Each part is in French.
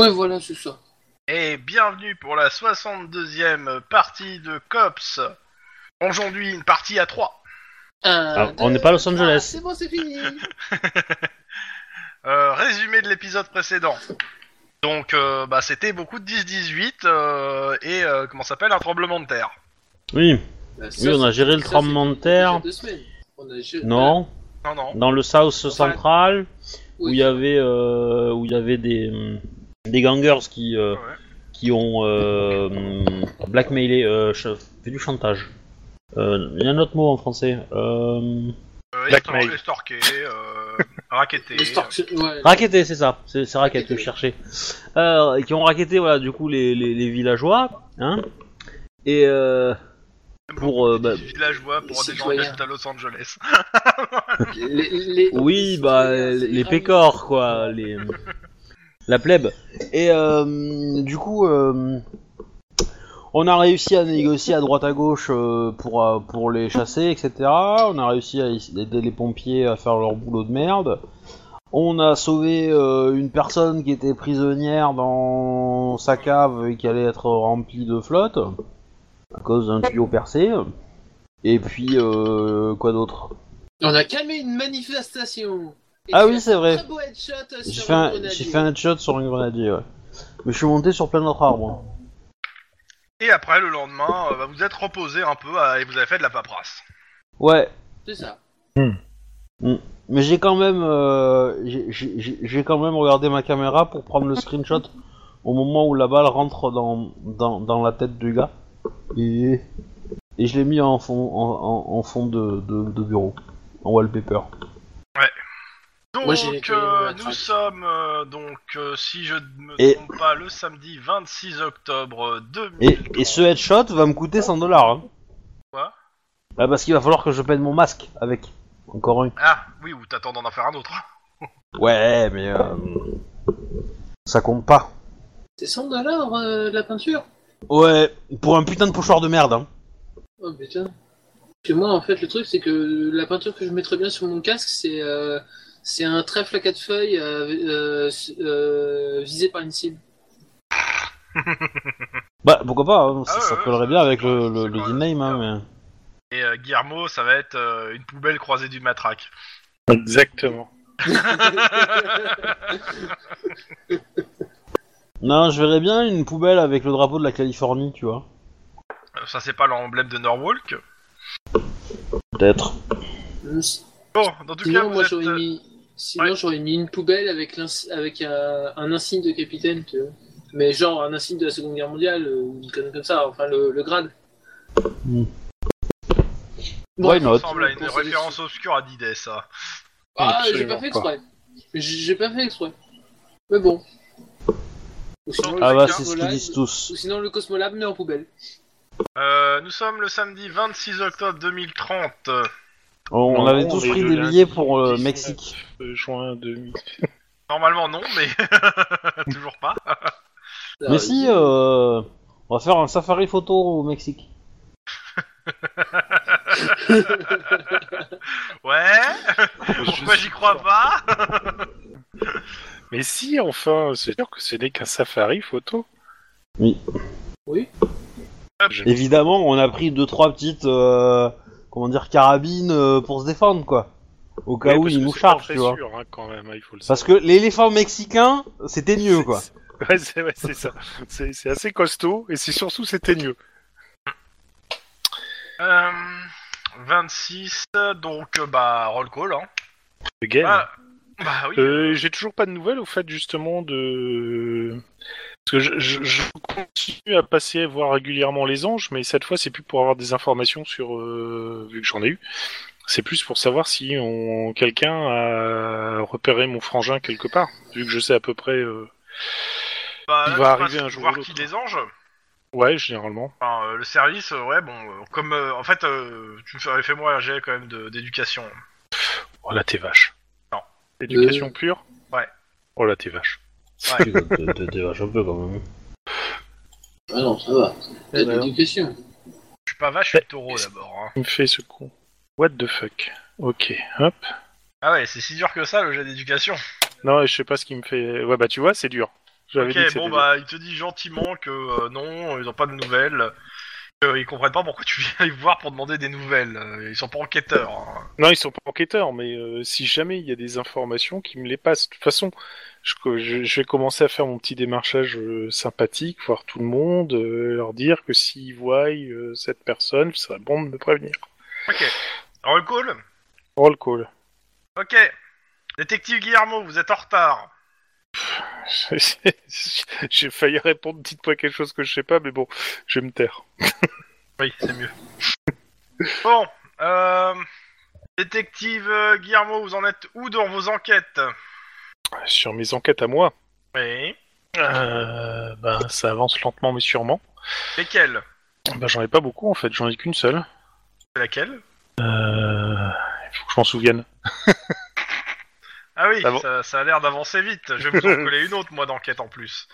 Ouais, voilà, c'est ça. Et bienvenue pour la 62e partie de Cops. Aujourd'hui, une partie à 3. Un, Ah, on deux, n'est pas à Los Angeles. ah, c'est bon, c'est fini. Euh, résumé de l'épisode précédent. Donc, euh, bah, c'était beaucoup de 10-18 euh, et euh, comment ça s'appelle un tremblement de terre. Oui, Bah, ça, oui, on a c'est- géré le ça, tremblement de c'est- il y a terre. deux semaines. On a géré- Non, Non, non. dans le South Central, Ah, Oui. où il y avait, euh, où il y avait des, hum, des gangers qui, euh, Ouais. qui ont euh, hum, blackmailé, euh, ch- fait du chantage. Euh, Il y a un autre mot en français. Euh, Euh, Blackmail. estor- Estorqué, euh, racketté. Les stocks- ouais. racketté, c'est ça. C'est c'est racket que Racketté. je cherchais. Euh, qui ont racketté, voilà, du coup, les, les, les villageois. Hein et euh, pour... euh, bah, Des villageois pour des gens qui Citoyens. habitent à Los Angeles. Les- les- Oui, les- bah, c'est les, les grave. pécores, quoi, les... la plèbe. Et euh, du coup, euh, on a réussi à négocier à droite à gauche euh, pour, euh, pour les chasser, etc. On a réussi à y- aider les pompiers à faire leur boulot de merde. On a sauvé euh, une personne qui était prisonnière dans sa cave et qui allait être remplie de flotte à cause d'un tuyau percé. Et puis, euh, quoi d'autre On a calmé une manifestation. Et Ah tu oui, as c'est fait un vrai. Très beau headshot J'ai sur fait, un un, grenadier. j'ai fait un headshot sur un grenadier, ouais. Mais je suis monté sur plein d'autres arbres. hein. Et après, le lendemain, euh, bah, vous êtes reposé un peu euh, et vous avez fait de la paperasse. Ouais, C'est ça. mais j'ai quand même, euh, j'ai- j'ai j'ai- j'ai quand même regardé ma caméra pour prendre le screenshot au moment où la balle rentre dans, dans, dans la tête du gars. Et, et je l'ai mis en fond, en, en- en fond de, de- de bureau, en wallpaper. Donc, Moi, j'ai été, euh, euh, nous attrape. sommes, euh, donc, euh, si je ne me Et- trompe pas, le samedi 26 octobre Et, 2000. et ce headshot va me coûter 100 dollars. Hein. Quoi Bah parce qu'il va falloir que je peigne mon masque avec. Encore un. Ah, oui, ou t'attends d'en faire un autre. Ouais, mais euh, ça compte pas. C'est 100 dollars euh, la peinture Ouais, pour un putain de pochoir de merde. Hein. Oh putain. Parce que moi, en fait, le truc, c'est que la peinture que je mettrais bien sur mon casque, c'est euh, c'est un trèfle à quatre feuilles euh, euh, s- euh, visé par une cible. Bah pourquoi pas, hein, ça, Ah ouais, ça ouais, collerait ça- bien avec le, ça le, le collerait nickname, bien. hein, Et euh, Guillermo, ça va être euh, une poubelle croisée d'une matraque. Exactement. mais... Non, je verrais bien une poubelle avec le drapeau de la Californie, tu vois. Euh, Ça, c'est pas l'emblème de Norwalk. Peut-être. Hum, Bon, dans tout cas, Sinon, vous moi, êtes, j'aurais euh, mis... Sinon, ouais. j'aurais mis une poubelle avec, l'ins- avec un... un insigne de capitaine, tu vois. Mais genre un insigne de la Seconde Guerre mondiale, euh, ou une connerie comme ça, enfin le, le grade. Hmm. Bon, Why not ça ressemble à une Bon, c'est référence obscure à Didet, ça. Ah, Absolument j'ai pas fait pas. exprès. J'ai j'ai pas fait exprès. Mais bon. Ou sinon, Ah le bah Californie. c'est ce qu'ils Cosmolab- disent tous. Ou sinon le Cosmolab met en poubelle. Euh, nous sommes le samedi 26 octobre 2030. euh, On, on Non, avait on tous est pris le des lundi billets pour le 19 Mexique. Euh, Juin 2000. Normalement, non, mais toujours pas. Ah Mais si, euh, on va faire un safari photo au Mexique. Ouais, pourquoi j'y crois pas Mais si, enfin, c'est sûr que ce n'est qu'un safari photo. Ah, Évidemment, on a pris deux trois petites, euh, comment dire, carabines euh, pour se défendre, quoi. Au cas Ouais, où parce ils que nous c'est pas chargent, très tu vois. sûr, hein, quand même, hein, il faut le Parce savoir. que l'éléphant mexicain, c'était mieux, quoi. Ouais, c'est ouais, c'est ça. C'est c'est assez costaud et c'est surtout c'était mieux. Euh, 26, donc euh, bah roll call. Hein. Again. Ah, bah oui. Euh, J'ai toujours pas de nouvelles au fait justement de. Parce que je, je- je continue à passer voir régulièrement les anges, mais cette fois c'est plus pour avoir des informations sur euh, vu que j'en ai eu. C'est plus pour savoir si on quelqu'un a repéré mon frangin quelque part, vu que je sais à peu près. euh, bah, il là, va tu arriver passes un jour ou Voir l'autre. qui les anges. Ouais, généralement. Enfin, euh, le service, euh, ouais, bon, euh, comme euh, en fait, euh, tu me fais, moi un jet quand même de- d'éducation. Oh là t'es vache. Non. Éducation pure. Ouais. Oh là t'es vache. Ouais. T'es vache un peu, quand même. Ah non, ça va. Il y a Ouais, des questions. Je suis pas vache, je suis taureau d'abord. hein. Il me fait ce con. What the fuck. Ok, hop. Ah ouais, c'est si dur que ça le jet d'éducation. Non, je sais pas ce qui me fait. Ouais bah tu vois, c'est dur. J'avais dit que Ok, c'était bon bah il te dit gentiment que euh, non, ils ont pas de nouvelles. Euh, ils comprennent pas pourquoi tu viens les voir pour demander des nouvelles. Euh, Ils sont pas enquêteurs. hein. Non, ils sont pas enquêteurs, mais euh, si jamais il y a des informations qui me les passent, de toute façon, je, je- je vais commencer à faire mon petit démarchage euh, sympathique, voir tout le monde, euh, leur dire que s'ils voient euh, cette personne, ce serait bon de me prévenir. Ok. Roll call. Roll call. Ok. Détective Guillermo, vous êtes en retard. J'ai failli répondre, dites-moi quelque chose que je sais pas, mais bon, je vais me taire. Oui, c'est mieux. bon, euh, détective euh, Guillermo, vous en êtes où dans vos enquêtes Sur mes enquêtes à moi, Oui. euh, ben, ça avance lentement mais sûrement. Lesquelles Ben, j'en ai pas beaucoup en fait, j'en ai qu'une seule. C'est laquelle Euh, Il faut que je m'en souvienne. Ah oui, Ah bon ça, ça a l'air d'avancer vite. Je vais vous en coller une autre, moi, d'enquête en plus.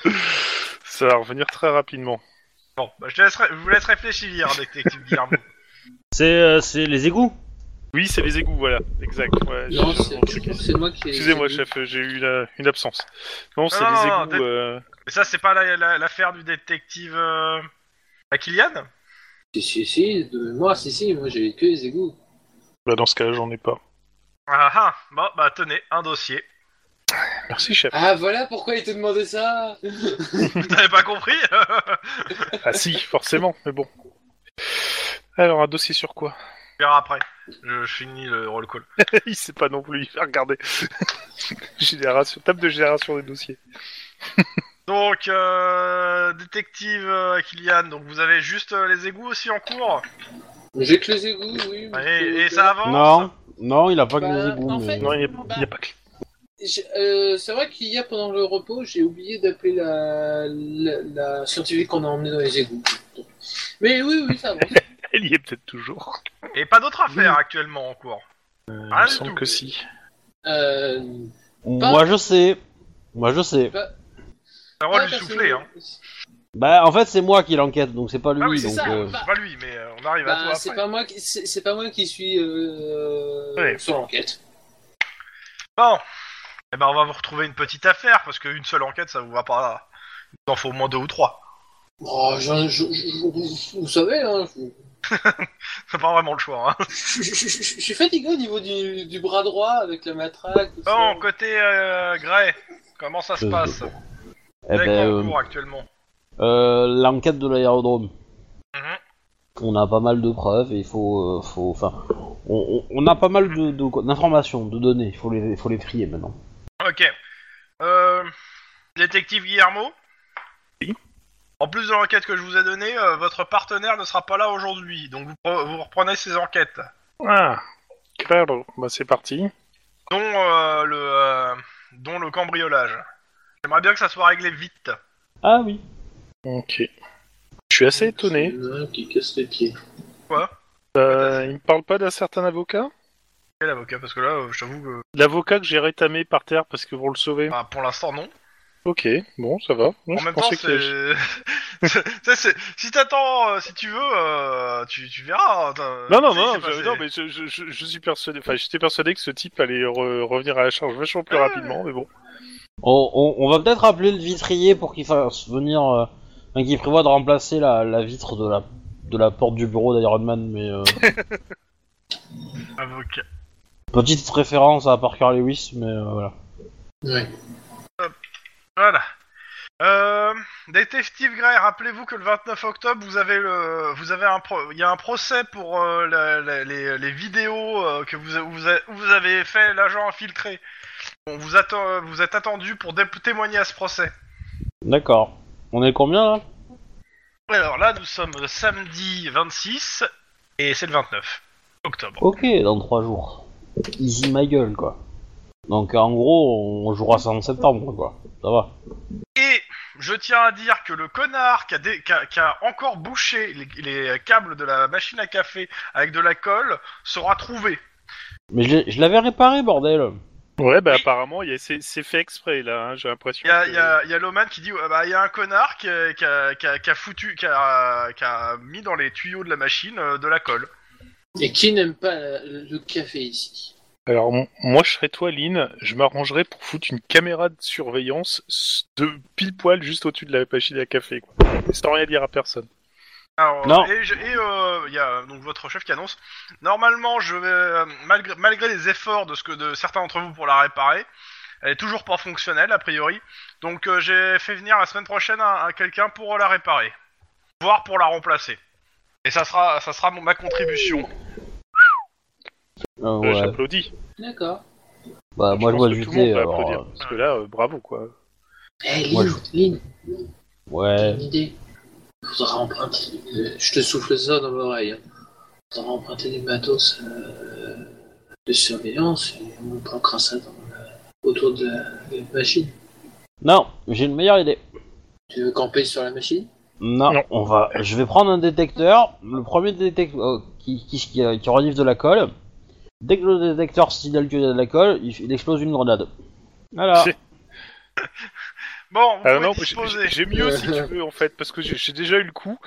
Ça va revenir très rapidement. Bon, bah, je, te laisse ré- je vous laisse réfléchir, détective Guillermo. C'est euh, c'est les égouts Oui, c'est les égouts, voilà, exact. ouais, Non, j'ai- c'est j'ai- je crois que c'est moi qui ai. Excusez-moi, chef, euh, j'ai eu la- une absence. Non, c'est non, les non, égouts. t'es- euh, Mais ça, c'est pas la- la- l'affaire du détective euh, à Kylian Si, si, si, de mémoire, si, si, moi j'ai que les égouts. Bah, dans ce cas-là, j'en ai pas. Ah ah, bon, bah tenez, un dossier. Merci, chef. Ah, voilà pourquoi il te demandait ça Vous n'avez pas compris Ah, si, forcément, mais bon. Alors, un dossier sur quoi On verra après. Je, je finis le roll call. Il sait pas non plus, il va regarder. génération, table de génération des dossiers. Donc, euh, détective euh, Kylian, donc vous avez juste euh, les égouts aussi en cours J'ai que les égouts, oui. mais Et, et c'est- ça avance Non, non, il a pas que Bah, les égouts. en mais- fait- Non, il n'y a, il y a pas que. J'ai- euh, c'est vrai qu'il y a pendant le repos, j'ai oublié d'appeler la, la, la scientifique qu'on a emmenée dans les égouts. Mais oui, oui, ça avance. Elle y est peut-être toujours. Euh, Et pas d'autres affaires actuellement en cours. il Rien me du semble tout. que si. Euh, Moi je sais. Moi je sais. C'est un rôle pas du soufflé, hein. personnellement. Bah en fait c'est moi qui l'enquête donc c'est pas lui Ah oui, c'est donc. ça. euh, C'est pas lui, mais euh, on arrive à Bah, toi c'est après. pas moi qui c'est c'est pas moi qui suis euh, Ouais. sur l'enquête. Bon, eh ben, on va vous retrouver une petite affaire, parce qu'une seule enquête, ça vous va pas... Il vous en faut au moins deux ou trois. Oh, je- je- je- vous, vous savez, hein, je, C'est pas vraiment le choix, hein. je- je- je- je suis fatigué au niveau du, du bras droit avec la matraque. tout ça. Bon, côté euh, Gray, comment ça se Euh, passe eh Avec ben, en euh, cours actuellement euh, l'enquête de l'aérodrome. Mhm. On a pas mal de preuves et il faut, euh, faut, enfin, on, on- on a pas mal de- de- d'informations, de, données. Il faut les, faut les trier maintenant. Ok. Euh, détective Guillermo Oui. En plus de l'enquête que je vous ai donnée, euh, votre partenaire ne sera pas là aujourd'hui, donc vous, pre- vous reprenez ses enquêtes. Ah, claro. Bah, c'est parti. Dont, euh, le, euh, dont le cambriolage. J'aimerais bien que ça soit réglé vite. Ah oui. Ok. Je suis assez étonné. Il y en a un qui casse les pieds. Quoi Euh, il me parle pas d'un certain avocat Quel avocat Parce que là, euh, je t'avoue que L'avocat que j'ai rétamé par terre parce que pour le sauver. bah, pour l'instant, non. Ok, bon, ça va. en Moi, je même temps, pensais que c'est. Ça, c'est- si t'attends, euh, si tu veux, euh, tu, tu verras. hein, t'as- Non, non, tu sais, non, c'est je- passé. non, mais je, je- je- je suis persuadé, enfin, j'étais persuadé que ce type allait re- revenir à la charge vachement plus Ouais. rapidement, mais bon. On, on- on va peut-être appeler le vitrier pour qu'il fasse venir, euh, enfin, qu'il prévoit de remplacer la, la vitre de la, de la porte du bureau d'Iron Man. Mais euh, Avocat. petite référence à Parker Lewis, mais euh, voilà. Ouais. Voilà. Euh, détective Gray, rappelez-vous que le 29 octobre, vous avez le, vous avez un, pro- il y a un procès pour euh, la- la- les, les vidéos euh, que vous, vous, a- où vous avez fait l'agent infiltré. On vous attend, vous êtes attendu pour dé- témoigner à ce procès. D'accord. On est combien là Alors là, nous sommes le samedi 26 et c'est le 29 octobre. Ok, dans trois jours. Easy ma gueule quoi. Donc en gros, on jouera ça en septembre quoi. Ça va. Et je tiens à dire que le connard qui a, dé- qui a- qui a encore bouché les, les câbles de la machine à café avec de la colle sera trouvé. Mais je, l'ai- je l'avais réparé bordel. Euh, Ouais, bah, Oui. apparemment, il y a- c'est c'est fait exprès, là, hein, j'ai l'impression. Il y a, que- y a- y a Loman qui dit ouais, bah, y a un connard qui a, qui a- qui a- qui a foutu, qui a, qui a mis dans les tuyaux de la machine euh, de la colle. Et qui n'aime pas euh, le café ici Alors, m- moi, je serais toi, Lynn, je m'arrangerais pour foutre une caméra de surveillance s- de pile poil juste au-dessus de la machine à café, quoi. Sans rien dire à personne. Alors, Non. Et je- et, euh, il y a donc votre chef qui annonce. Normalement, je vais, euh, malgré, malgré les efforts de ce que de certains d'entre vous pour la réparer, elle est toujours pas fonctionnelle a priori. Donc euh, j'ai fait venir la semaine prochaine un, un quelqu'un pour la réparer, voire pour la remplacer. Et ça sera, ça sera mon- ma contribution. Euh, Euh, ouais. J'applaudis. D'accord. Bah, moi, je pense vois que tout le monde ajouter. peut alors, applaudir, Parce que là, euh, bravo, quoi. Eh, Moi, Lynn, Lynn, euh, ouais. une idée. Faudra emprunter. euh, Je te souffle ça dans l'oreille. hein. Faudra emprunter du matos euh, de surveillance et on planquera ça dans la- autour de la, de la machine. Non, j'ai une meilleure idée. Tu veux camper sur la machine Non, Non. on va. Je vais prendre un détecteur. Le premier détecteur euh, qui, qui, qui, euh, qui renifle de la colle. Dès que le détecteur signale qu'il y a de la colle, il, il explose une grenade. Voilà. C'est- Bon, vous Ah pouvez non, disposer. j'ai- j'ai mieux si tu veux en fait, parce que j'ai j'ai déjà eu le coup.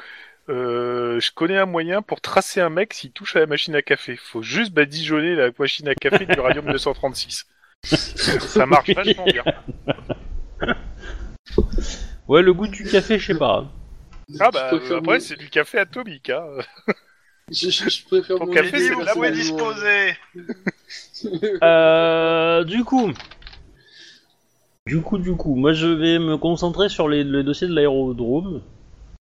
Euh, je connais un moyen pour tracer un mec s'il touche à la machine à café. Faut juste badigeonner la machine à café du radium 236. Ça marche vachement bien. Ouais, le goût du café, je sais pas. Ah bah Je préfère euh, après mon- c'est du café atomique. Hein. Je, je- je préfère Ton mon café, J'ai dit, c'est vous la pouvez bonne disposer. Euh, du coup. Du coup, du coup, moi je vais me concentrer sur les, les dossiers de l'aérodrome.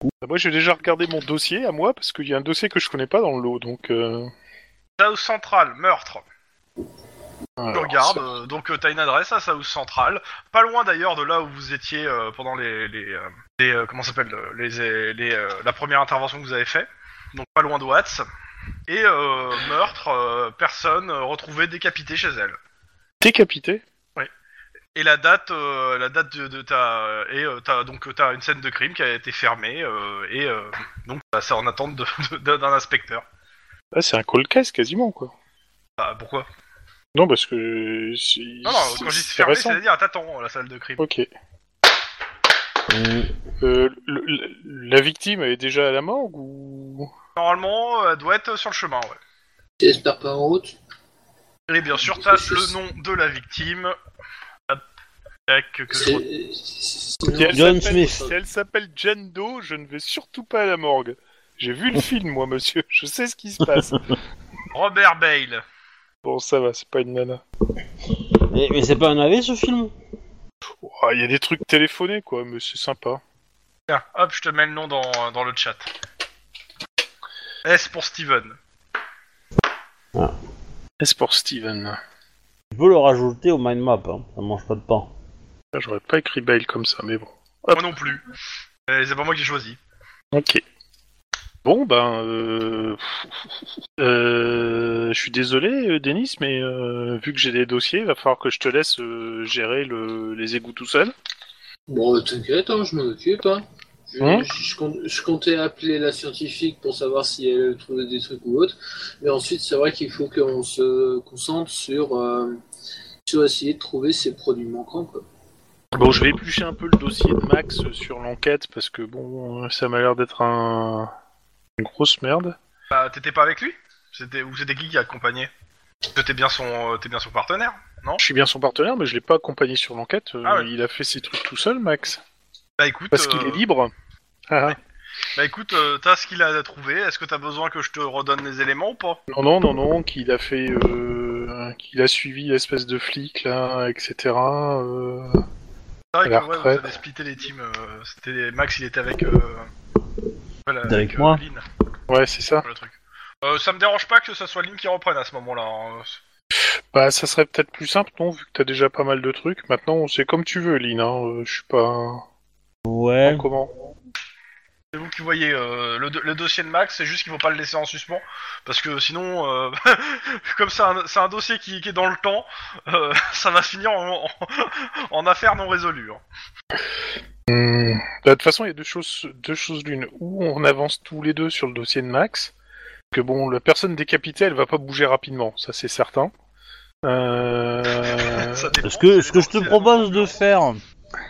Euh, Moi j'ai déjà regardé mon dossier à moi parce qu'il y a un dossier que je connais pas dans le lot donc. Euh... South Central, meurtre. Tu alors, regardes, ça- euh, donc euh, t'as une adresse à South Central, pas loin d'ailleurs de là où vous étiez euh, pendant les, les, euh, les, euh, comment ça s'appelle euh, les, euh, les, euh, la première intervention que vous avez fait, donc pas loin de Watts. Et euh, meurtre, euh, personne euh, retrouvée décapitée chez elle. Décapité. Et la date, euh, la date de, de ta et euh, t'as- donc euh, t'as une scène de crime qui a été fermée euh, et euh, donc bah, c'est en attente de- de- d'un inspecteur. Ah c'est un cold case quasiment quoi. Bah, pourquoi Non parce que. si- Non non, quand je dis c'est fermé, récent. c'est-à-dire t'attends la salle de crime. Ok. Euh, le- le- la victime elle est déjà à la morgue ou Normalement, euh, elle doit être sur le chemin. Ouais. J'espère pas en route. Et bien sûr, t'as le nom de la victime. Hop. Tac, que je retrouve. euh, C'est- c'est- Si elle John s'appelle- Smith. Si elle s'appelle Jane Doe, je ne vais surtout pas à la morgue. J'ai vu le film, moi, monsieur. Je sais ce qui se passe. Robert Bale. Bon, ça va, c'est pas une nana. Mais, mais c'est pas un AV ce film Oh, Il y a des trucs téléphonés, quoi, mais c'est sympa. Tiens, hop, je te mets le nom dans, dans le chat. S pour Steven. C'est pour Steven. Je peux le rajouter au mind map, hein. ça mange pas de pain. Ah, J'aurais pas écrit Bale comme ça, mais bon. Moi non plus. Euh, c'est pas moi qui ai choisi. Ok. Bon, ben... Euh... euh, Je suis désolé, euh, Denis, mais euh, vu que j'ai des dossiers, il va falloir que je te laisse euh, gérer le... les égouts tout seul. Bon, t'inquiète, hein, je m'en occupe. hein. Je, Hein je- je compte- je comptais appeler la scientifique pour savoir si elle trouvait des trucs ou autre. Mais ensuite, c'est vrai qu'il faut qu'on se concentre sur, euh, sur essayer de trouver ces produits manquants. Quoi. Bon, je vais éplucher un peu le dossier de Max sur l'enquête parce que bon, ça m'a l'air d'être un... une grosse merde. Bah, t'étais pas avec lui C'était Ou c'était qui qui accompagnait Parce que t'es bien, son- euh, t'es bien son partenaire. Je suis bien son partenaire, mais je l'ai pas accompagné sur l'enquête. Euh, Ah ouais. Il a fait ses trucs tout seul, Max, Bah écoute, parce qu'il euh, est libre. Ah, bah, écoute euh, t'as ce qu'il a trouvé. Est-ce que t'as besoin que je te redonne les éléments ou pas non, non, non, non, qu'il a fait, euh, qu'il a suivi l'espèce de flic là, etc. euh, C'est vrai À la que ouais, vous retraite. avez splitté les teams. euh, c'était Max, il était avec. euh, voilà, euh, Avec moi. Lynn. Ouais, c'est ça. le truc. Euh, ça me dérange pas que ça soit Lynn qui reprenne à ce moment-là. hein. Bah, ça serait peut-être plus simple, non, vu que t'as déjà pas mal de trucs. Maintenant, c'est comme tu veux, Lynn. hein, euh, Je suis pas. Ouais. Comment C'est vous qui voyez euh, le, do- le dossier de Max, c'est juste qu'il faut pas le laisser en suspens parce que sinon, euh, comme c'est un, c'est un dossier qui, qui est dans le temps, euh, ça va finir en, en, en affaires non résolues. hein. Hmm. Bah, De toute façon, il y a deux choses, deux choses l'une. Ou on avance tous les deux sur le dossier de Max, que bon, la personne décapitée, elle va pas bouger rapidement, ça c'est certain. Euh... Ça dépend, Ce que, ça ce que je te dépend si- propose de faire,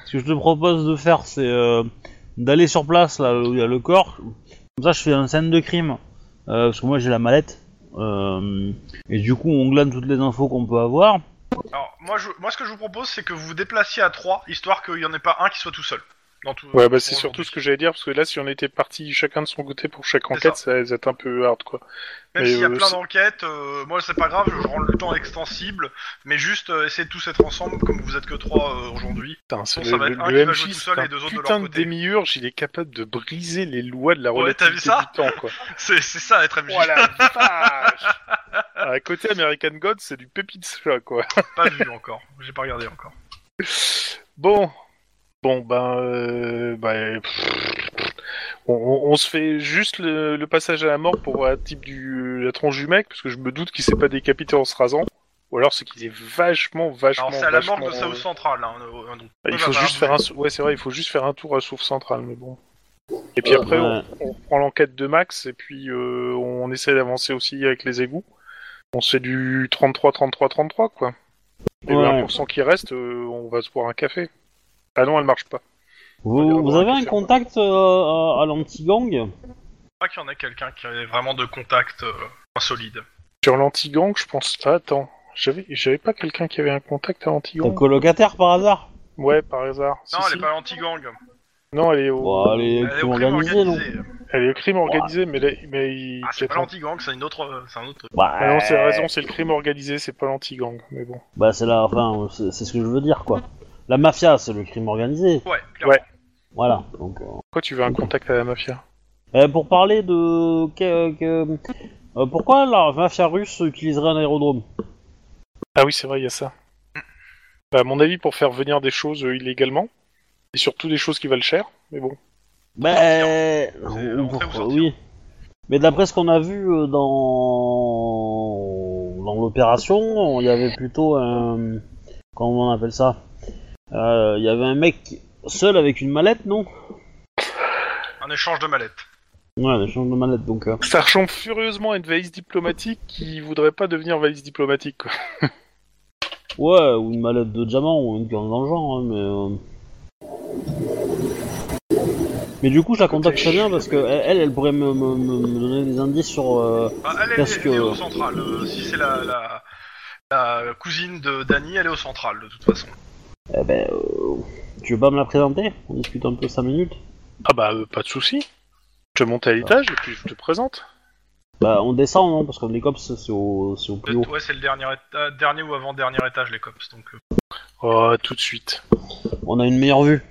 ce que je te propose de faire, c'est euh, d'aller sur place là où il y a le corps. Comme ça, je fais un scène de crime. Euh, parce que moi, j'ai la mallette. Euh, et du coup, on glane toutes les infos qu'on peut avoir. Alors, moi, je, moi, ce que je vous propose, c'est que vous vous déplaciez à trois, histoire qu'il n'y en ait pas un qui soit tout seul. Dans tout, Ouais, bah c'est pour surtout aujourd'hui. ce que j'allais dire, parce que là, si on était parti chacun de son côté pour chaque C'est enquête, ça allait être un peu hard, quoi. Même mais, s'il y a euh, plein c'est- d'enquêtes, euh, moi, c'est pas grave, je rends le temps extensible, mais juste euh, essayez de tous être ensemble, comme vous êtes que trois euh, aujourd'hui. Putain, c'est ça va être un qui va jouer tout M6, seul et c'est un les deux autres de leur putain côté. démiurge, il est capable de briser les lois de la Ouais, t'as vu relativité ça du temps, quoi. C'est c'est ça, être MJ. Voilà, vache À côté American God, c'est du pépite, là, quoi. Pas vu encore, j'ai pas regardé encore. Bon, bon, ben, euh, ben, pff, on, on- on se fait juste le, le passage à la mort pour un type du la tronche du mec, parce que je me doute qu'il s'est pas décapité en se rasant, ou alors c'est qu'il est vachement, vachement, Alors, c'est à la mort vachement- de South Central, hein, euh, un doute. Il faut Voilà, juste bah, faire un, sou- ouais, c'est vrai, il faut juste faire un tour à Souffre Centrale, mais bon. Et puis après, on, Ouais. on reprend l'enquête de Max, et puis euh, on essaie d'avancer aussi avec les égouts. On se fait du 33, 33, 33, quoi. Et Ouais. le 1% qui reste, euh, on va se boire un café. Ah non, elle marche pas. Vous, vous avez un contact euh, à, à l'anti-gang Je crois qu'il y en a quelqu'un qui avait vraiment de contact euh, solide. Sur l'anti-gang, je pense pas. Attends, j'avais, j'avais pas quelqu'un qui avait un contact à Ton l'anti-gang colocataire par hasard Ouais, par hasard. Si, Non, elle si. est pas anti-gang. Non, elle est au, Bon, allez, Euh, Elle est au crime crime organisé, non organisé. elle est au crime organisé, mais, là- mais il... Ah, c'est pas attends. l'anti-gang, c'est une autre, euh, c'est un autre truc. Bah, Ah non, c'est raison, c'est le crime organisé, c'est pas l'anti-gang, mais bon. Bah, c'est la, enfin, c'est c'est ce que je veux dire, quoi. La mafia, c'est le crime organisé. Ouais, clairement. Ouais. Voilà. Donc, euh, Pourquoi tu veux un contact à la mafia euh, pour parler de. que- que- euh, pourquoi la mafia russe utiliserait un aérodrome Ah oui, c'est vrai, il y a ça. Bah, à mon avis, pour faire venir des choses euh, illégalement, et surtout des choses qui valent cher, mais bon. Ben. C'est rentrer ou sortir. oui. Mais d'après ce qu'on a vu euh, dans. dans l'opération, il y avait plutôt un. Comment on appelle ça Euh, Il y avait un mec seul avec une mallette, non Un échange de mallettes. Ouais, un échange de mallette, donc. euh, Ça ressemble furieusement à une valise diplomatique qui voudrait pas devenir valise diplomatique, quoi. Ouais, ou une mallette de diamant, ou une corde dans le genre, hein, mais... euh. Mais du coup, je la contacte très bien, parce que elle, elle, elle pourrait me, me- me- me donner des indices sur... euh, Bah, elle, elle, Parce est- elle que- est au central. euh, si c'est la, la, la cousine de Dany, elle est au central de toute façon. eh ben, euh, Tu veux pas me la présenter On discute un peu 5 minutes Ah bah, euh, pas de souci. Je te monte à l'étage et puis je te présente. Bah, on descend, non Parce que les cops, c'est au, c'est au plus haut. Ouais, c'est le dernier, éta- dernier ou avant-dernier étage, les cops. Donc, euh, Oh, tout de suite. On a une meilleure vue.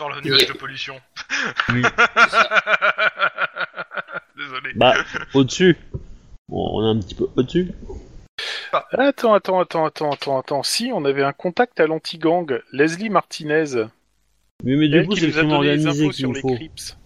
dans le nuage de pollution. Oui. Désolé. Bah, au-dessus. Bon, on est un petit peu au-dessus. Attends, attends, attends, attends, attends, attends. Si, on avait un contact à l'anti-gang, Leslie Martinez. Mais, mais du elle coup, qui c'est le nous a crime donné les organisé infos qu'il sur nous les faut. Crips.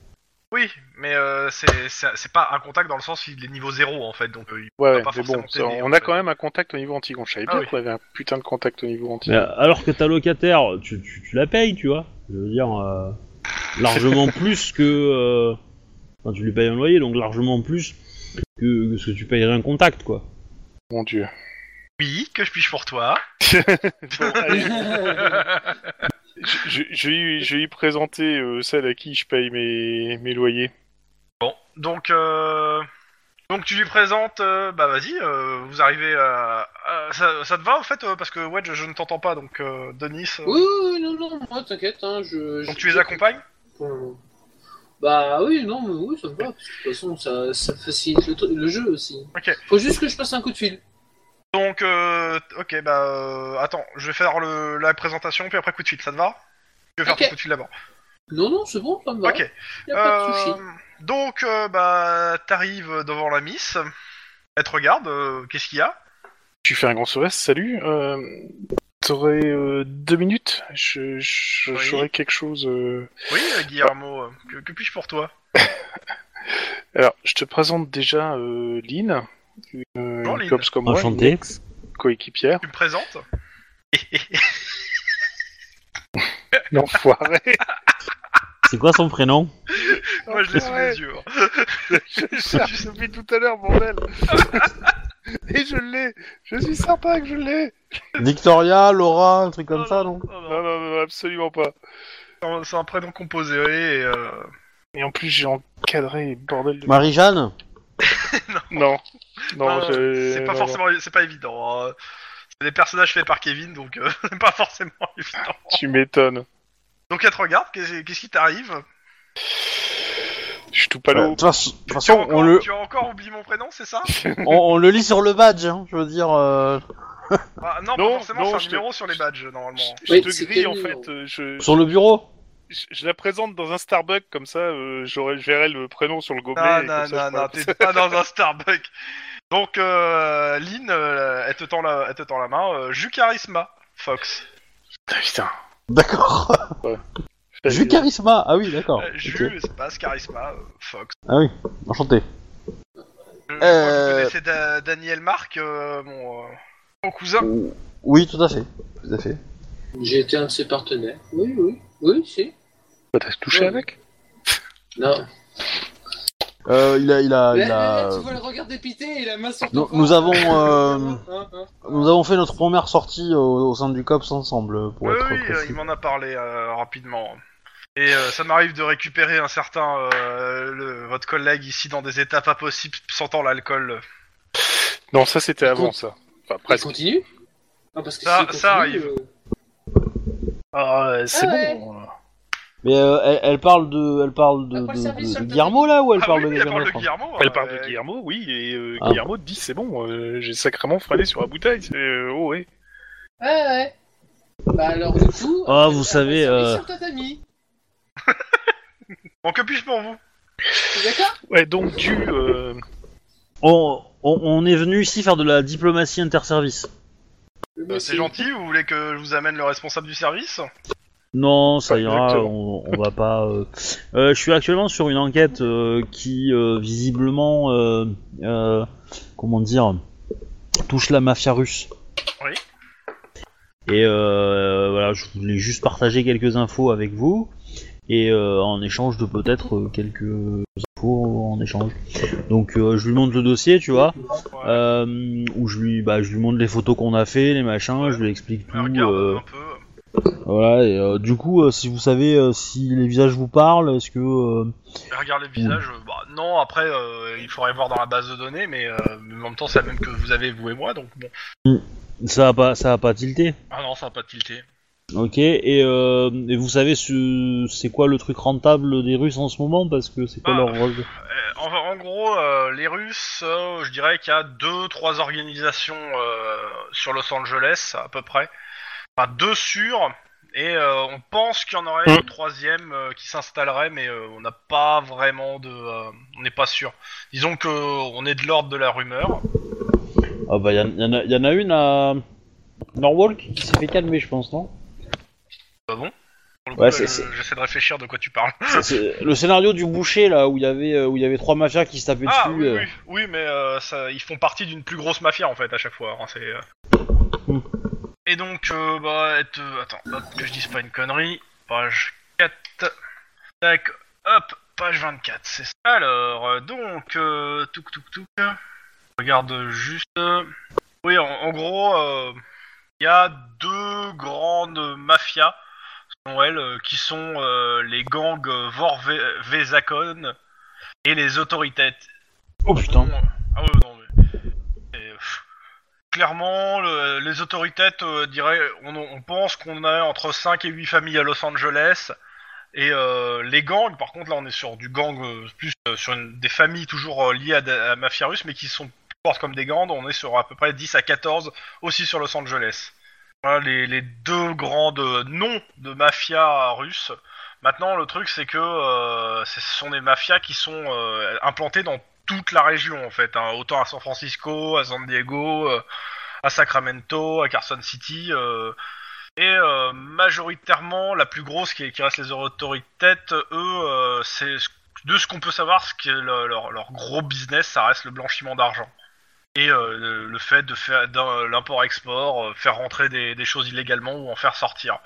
Oui, mais euh, c'est- c'est c'est pas un contact dans le sens il est niveau zéro en fait. Donc, euh, il- Ouais, va ouais, pas mais forcément bon, ça, t'aider, on en a fait. quand même un contact au niveau anti-gang. Je savais Ah bien oui. qu'on avait un putain de contact au niveau anti-gang. Mais alors que ta locataire, tu, tu, tu la payes, tu vois. Je veux dire, euh, largement plus que. euh, Enfin, tu lui payes un loyer, donc largement plus que, que ce que tu payerais un contact, quoi. Mon dieu. oui, que je puis pour toi Bon, allez, je, je- je vais lui- je vais lui présenter euh, celle à qui je paye mes, mes loyers. Bon, donc, euh, donc tu lui présentes, euh, bah vas-y, euh, vous arrivez à... à- ça, ça te va en fait euh, Parce que ouais, je, je ne t'entends pas, donc euh, Denis, euh, Oui, oui, oui, non, non, moi t'inquiète, hein, je. donc je- tu les accompagnes pour le moment. Bah oui, non, mais oui, ça me va, parce que de toute façon, ça, ça facilite le, tru- le jeu aussi. Ok. Faut juste que je passe un coup de fil. Donc, euh, ok, bah euh, attends, je vais faire le, la présentation, puis après coup de fil, ça te va Je vais faire Ok. ton coup de fil d'abord. Non, non, c'est bon, ça me va. Ok. Y a pas de Euh, soucis. donc, euh, bah, t'arrives devant la miss, elle te regarde, euh, qu'est-ce qu'il y a Tu fais un grand sourire, salut. euh, T'aurais euh, deux minutes Je- je- Oui. J'aurais quelque chose. euh. Oui, euh, Guillermo, euh, que, que puis-je pour toi Alors, je te présente déjà euh, Lynn, une, euh, Bonjour, une Lynn. copse comme moi, une Enchanté. coéquipière. Tu me présentes L'enfoiré C'est quoi son prénom Moi, je l'ai sous Ouais. les yeux. hein. Je cherche depuis tout à l'heure, bordel Et je l'ai Je suis certain que je l'ai Victoria, Laura, un truc comme ça, non Oh, non. Non, non, non, absolument pas. C'est un- C'est un prénom composé et euh, Et en plus, j'ai encadré, bordel de... Marie-Jeanne Non. Non, Non, je- Bah, euh, C'est non, pas non. forcément, c'est pas évident. hein. C'est des personnages faits par Kevin, donc euh, c'est pas forcément évident. Tu m'étonnes. Donc elle te regarde, qu'est-ce qu'est-ce qui t'arrive Je suis tout palo. De toute façon- de toute tu, as façon, encore- on le, tu as encore oublié mon prénom, c'est ça on, on le lit sur le badge, hein, je veux dire. euh, Ah, Non, Non, pas forcément, non, c'est un je te- numéro sur les badges, normalement. Je Oui, te c'est grille, en Kenny, fait. hein. euh, Je, sur le bureau je, je la présente dans un Starbucks, comme ça, euh, j'aurai- je verrai le prénom sur le gobelet. Non, et non, comme ça, non, je non, pourrai- t'es pas dans un Starbucks. Donc, euh, Lynn, euh, elle, te tend la, elle te tend la main. Euh, Jus Charisma, Fox. Ah, Putain. D'accord. Jus charisma. Ah oui, d'accord. Euh, Jus, Ok. espace, Charisma, euh, Fox. Ah oui, enchanté. Je, je crois Euh. que vous connaissez Da- Daniel Marc, euh, mon, euh, mon cousin. Oui, tout à fait. Tout à fait. J'ai été un de ses partenaires. Oui, oui. Oui, si. Bah, T'as touché Ouais. avec Non. Euh, il a, il a, Là, il a- là, là, Eh, tu vois le regard dépité et la main sur ton Nous- corps. nous avons, euh, Hein, hein. Nous avons fait notre première sortie au, au sein du COPS ensemble, pour Oui, être oui, euh, précis. il m'en a parlé euh, rapidement. Et euh, ça m'arrive de récupérer un certain euh, le- votre collègue ici dans des états pas possibles, sentant l'alcool. Non, ça c'était avant Écoute. ça. Enfin, Il presque. continue Ah, parce que Ça- s'il continue, ça arrive. euh, Ah, c'est Ah ouais. bon. Mais euh, elle, elle parle de, elle parle de, Après le de- service de- sur de le Guillermo là ou elle Ah parle oui, de elle parle de Guillermo, hein. Guillermo. Elle parle de euh, Guillermo, oui, et euh, Ah. Guillermo te dit c'est bon, euh, j'ai sacrément fané sur la bouteille. c'est- euh, oh, ouais. Ouais, ouais. Bah alors, du coup. Ah, euh, vous on savez, s'en met euh, sur tatami. Bon, que puis-je pour vous T'es D'accord Ouais, donc tu. euh, On, on, on est venu ici faire de la diplomatie interservice. Le Euh, mec, C'est il- gentil, vous voulez que je vous amène le responsable du service Non, ça Pas ira, exactement. on, on va pas. euh. Euh, je suis actuellement sur une enquête euh, qui euh, visiblement, euh, euh, comment dire, touche la mafia russe. Oui. Et euh, voilà, je voulais juste partager quelques infos avec vous et euh, en échange de peut-être euh, quelques infos en échange. Donc euh, je lui montre le dossier, tu vois, Ouais. euh, où je lui, bah, je lui montre les photos qu'on a fait, les machins, je lui explique tout. Ouais, Ah, regarde euh, un peu. voilà, et euh, du coup, euh, si vous savez euh, si les visages vous parlent, est-ce que. euh, Elle Regarde les visages. euh, Bah, non, après, euh, il faudrait voir dans la base de données, mais euh, en même temps, c'est la même que vous avez, vous et moi, donc bon. ça a pas, ça a pas tilté Ah non, ça va pas tilter. Ok, et, euh, et vous savez ce- c'est quoi le truc rentable des Russes en ce moment Parce que c'est quoi Ah. leur rôle Euh, En, en gros, euh, les Russes, euh, je dirais qu'il y a deux, trois organisations euh, sur Los Angeles, à peu près. Enfin, deux sûres. Et euh, on pense qu'il y en aurait Mm. une troisième euh, qui s'installerait, mais euh, on n'a pas vraiment de... euh, on n'est pas sûr. Disons que euh, on est de l'ordre de la rumeur. Ah bah, y'en y en a, y en a une à. Norwalk qui s'est fait calmer, je pense, non Ah bon Pour le coup, euh, Ouais, là, c'est- je- c'est- J'essaie de réfléchir de quoi tu parles. C'est- c'est Le scénario du boucher, là, où il y avait, euh, où il y avait trois mafias qui se tapaient Ah dessus. oui, euh, oui, oui, mais euh, ça, ils font partie d'une plus grosse mafia en fait à chaque fois. hein, c'est, euh. Hmm. Et donc, euh, bah, elle te- attends, hop, que je dise pas une connerie. Page 4. Tac, hop, page 24, c'est ça. Alors, euh, donc, euh, touc touc touc. Regarde juste. euh, Oui, en, en gros, euh, il y a deux grandes mafias, selon elle, euh, qui sont euh, les gangs euh, Vorvezakon et les autorités, Oh putain. non, Ah ouais, non, mais. et, pff, clairement, le- les autorités euh, diraient. On, on pense qu'on a entre 5 et 8 familles à Los Angeles. Et euh, les gangs, par contre, là, on est sur du gang, euh, plus euh, sur une- des familles toujours euh, liées à, des- à la mafia russe, mais qui sont plus fortes comme des gangs. On est sur à peu près 10 à 14 aussi sur Los Angeles. Voilà les, les deux grandes euh, noms de mafia russes. Maintenant, le truc, c'est que euh, ce sont des mafias qui sont euh, implantées dans toute la région en fait, hein. autant à San Francisco, à San Diego, euh, à Sacramento, à Carson City, euh, et euh, majoritairement la plus grosse qui, qui reste les autorités, eux, euh, c'est ce- de ce qu'on peut savoir, ce qui est le- leur, leur gros business, ça reste le blanchiment d'argent et euh, le, le fait de faire d'un- l'import-export, euh, faire rentrer des, des choses illégalement ou en faire sortir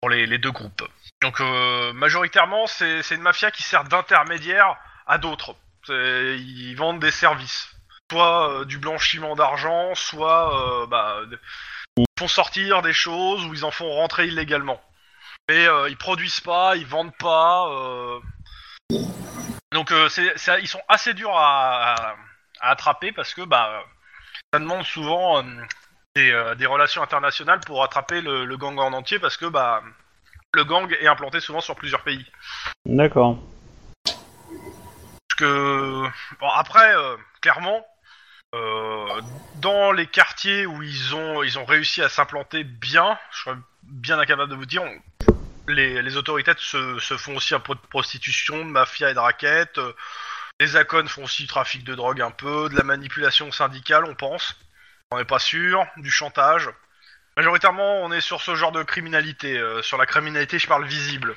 pour les, les deux groupes. Donc euh, majoritairement c'est c'est une mafia qui sert d'intermédiaire à d'autres. C'est- Ils vendent des services. Soit euh, du blanchiment d'argent, soit euh, bah, de- ils font sortir des choses ou ils en font rentrer illégalement. Mais euh, ils produisent pas, ils vendent pas. euh. Donc euh, c'est- c'est- ils sont assez durs à, à, à attraper parce que bah, ça demande souvent euh, des, euh, des relations internationales pour attraper le, le gang en entier parce que bah, le gang est implanté souvent sur plusieurs pays. D'accord. Parce que bon, après, euh, clairement, euh, dans les quartiers où ils ont ils ont réussi à s'implanter bien, je serais bien incapable de vous dire. on- les, les autorités se, se font aussi un peu de prostitution, de mafia et de raquettes. euh, Les acones font aussi trafic de drogue un peu, de la manipulation syndicale, on pense. On n'est pas sûr, du chantage. Majoritairement, on est sur ce genre de criminalité. euh, sur la criminalité, je parle visible.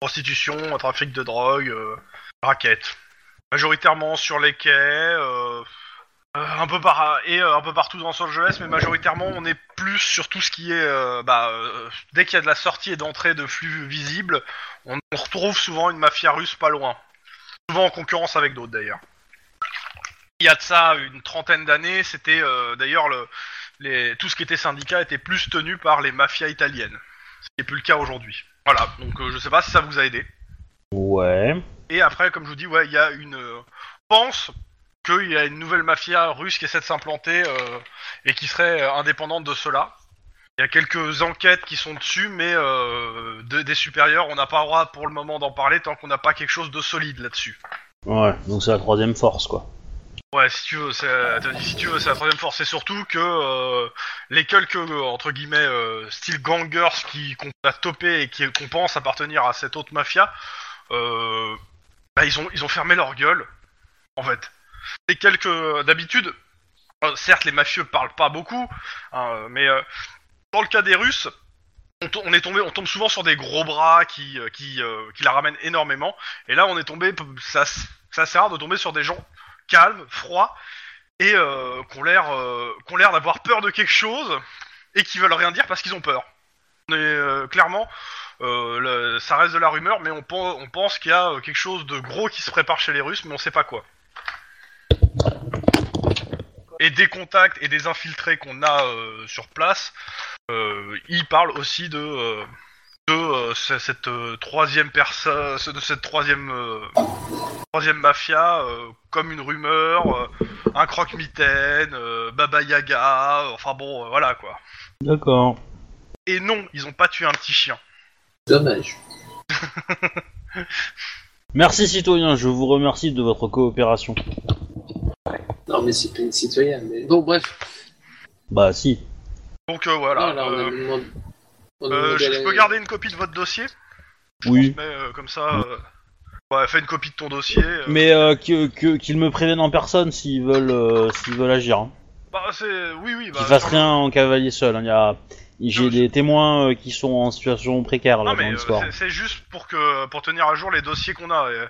Prostitution, trafic de drogue, euh, raquettes. Majoritairement sur les quais, euh, euh, un peu par et euh, un peu partout dans Los Angeles, mais majoritairement on est plus sur tout ce qui est euh, bah, euh, dès qu'il y a de la sortie et d'entrée de flux visibles, on, on retrouve souvent une mafia russe pas loin, souvent en concurrence avec d'autres d'ailleurs. Il y a de ça une trentaine d'années, c'était euh, d'ailleurs le les, tout ce qui était syndicat était plus tenu par les mafias italiennes, ce qui n'est plus le cas aujourd'hui. Voilà, donc euh, je sais pas si ça vous a aidé. Ouais. Et après, comme je vous dis, ouais, il y a une. euh, on pense qu'il y a une nouvelle mafia russe qui essaie de s'implanter euh, et qui serait euh, indépendante de cela. Il y a quelques enquêtes qui sont dessus, mais euh, de- des supérieurs, on n'a pas le droit pour le moment d'en parler tant qu'on n'a pas quelque chose de solide là-dessus. Ouais, donc c'est la troisième force, quoi. Ouais, si tu veux, c'est, t'as dit, si tu veux, c'est la troisième force. C'est surtout que euh, les quelques euh, entre guillemets euh, style gangers qui qu'on a topé et qui qu'on pense appartenir à cette autre mafia, euh, bah, ils ont ils ont fermé leur gueule en fait. Les quelques d'habitude, euh, certes les mafieux parlent pas beaucoup, hein, mais euh, dans le cas des Russes, on, to- on est tombé, on tombe souvent sur des gros bras qui euh, qui euh, qui la ramènent énormément. Et là, on est tombé, ça ça sert rare de tomber sur des gens calme, froid, et euh, qu'on l'air euh, qu'on l'air d'avoir peur de quelque chose et qui veulent rien dire parce qu'ils ont peur. Mais euh, clairement, euh, le- ça reste de la rumeur, mais on, pen- on pense qu'il y a euh, quelque chose de gros qui se prépare chez les Russes, mais on sait pas quoi. Et des contacts et des infiltrés qu'on a euh, sur place, euh, ils parlent aussi de, euh, de euh, ce- cette euh, troisième personne, de cette troisième euh, troisième mafia, euh, comme une rumeur, euh, un croque-mitaine, euh, Baba Yaga, euh, enfin bon, euh, voilà quoi. D'accord. Et non, ils ont pas tué un petit chien. Dommage. Merci, citoyen, je vous remercie de votre coopération. Non, mais c'est pas une citoyenne. Mais... Bon, bref. Bah, si. Donc euh, voilà. Non, là, on a euh, demandé- on a euh, demandé je, à la- je peux garder une copie de votre dossier Oui. mais, euh, Comme ça, euh, ouais, fais une copie de ton dossier. euh, Mais euh, que- que- qu'ils me préviennent en personne s'ils veulent, euh, s'ils veulent agir. Hein. bah, c'est- Oui, oui, bah, qu'ils fassent sur- rien en cavalier seul. Hein. Il y a... J'ai Non, des témoins euh, qui sont en situation précaire là, Non, mais dans euh, l'histoire. c'est- c'est juste pour que pour tenir à jour les dossiers qu'on a. et,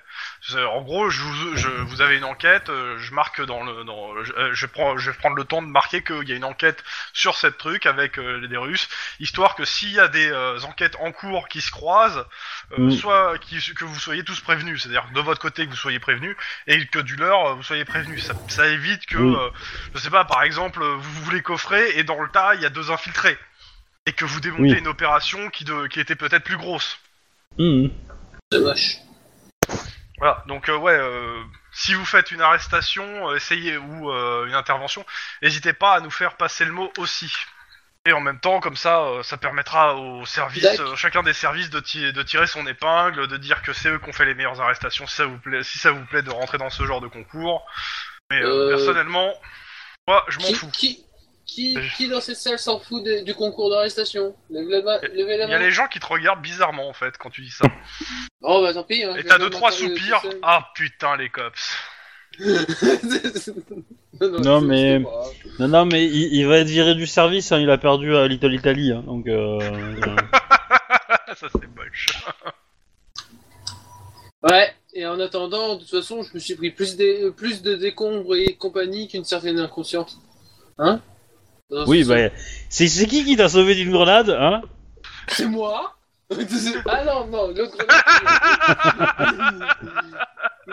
c'est- en gros, je vous, je- vous avez une enquête. euh, Je marque dans le, dans, je, euh, je prends, je vais prendre le temps de marquer qu'il y a une enquête sur cette truc avec euh, les- des Russes, histoire que s'il y a des euh, enquêtes en cours qui se croisent, euh, Mm. soit qui- que vous soyez tous prévenus, c'est-à-dire de votre côté que vous soyez prévenus et que du leur euh, vous soyez prévenus. Ça, ça évite que, Oui. euh, je sais pas, par exemple, euh, vous voulez coffrer et dans le tas il y a deux infiltrés et que vous démontez Oui. une opération qui, de, qui était peut-être plus grosse. Mhm. Dommage. Voilà, donc euh, ouais, euh, si vous faites une arrestation, euh, essayez ou euh, une intervention, n'hésitez pas à nous faire passer le mot aussi. Et en même temps, comme ça, euh, ça permettra aux services, D'accord. euh, chacun des services de, ti- de tirer son épingle, de dire que c'est eux qui ont fait les meilleures arrestations, si ça vous plaît, si ça vous plaît de rentrer dans ce genre de concours. Mais euh, Euh. personnellement, moi, je m'en Qui, fous. Euh, qui, qui, Je- qui dans cette salle s'en fout de- du concours d'arrestation Lève la, ma- levez la Il y main. a les gens qui te regardent bizarrement, en fait, quand tu dis ça. Oh, bah tant pis. hein, je Et vais t'as me deux, trois m'attarder soupirs. tout seul. Ah putain, les cops. non, non, Non, c'est- mais- c'est pas grave. Non, non, mais il, il va être viré du service. Hein. Il a perdu à Little Italy. Hein. Donc, euh, euh, ça, c'est moche. Ouais, et en attendant, de toute façon, je me suis pris plus, des, euh, plus de décombres et compagnie qu'une certaine inconscience. Hein Dans oui, ce- bah, c'est c'est qui qui t'a sauvé d'une grenade hein C'est moi Ah non, non, l'autre. grenade.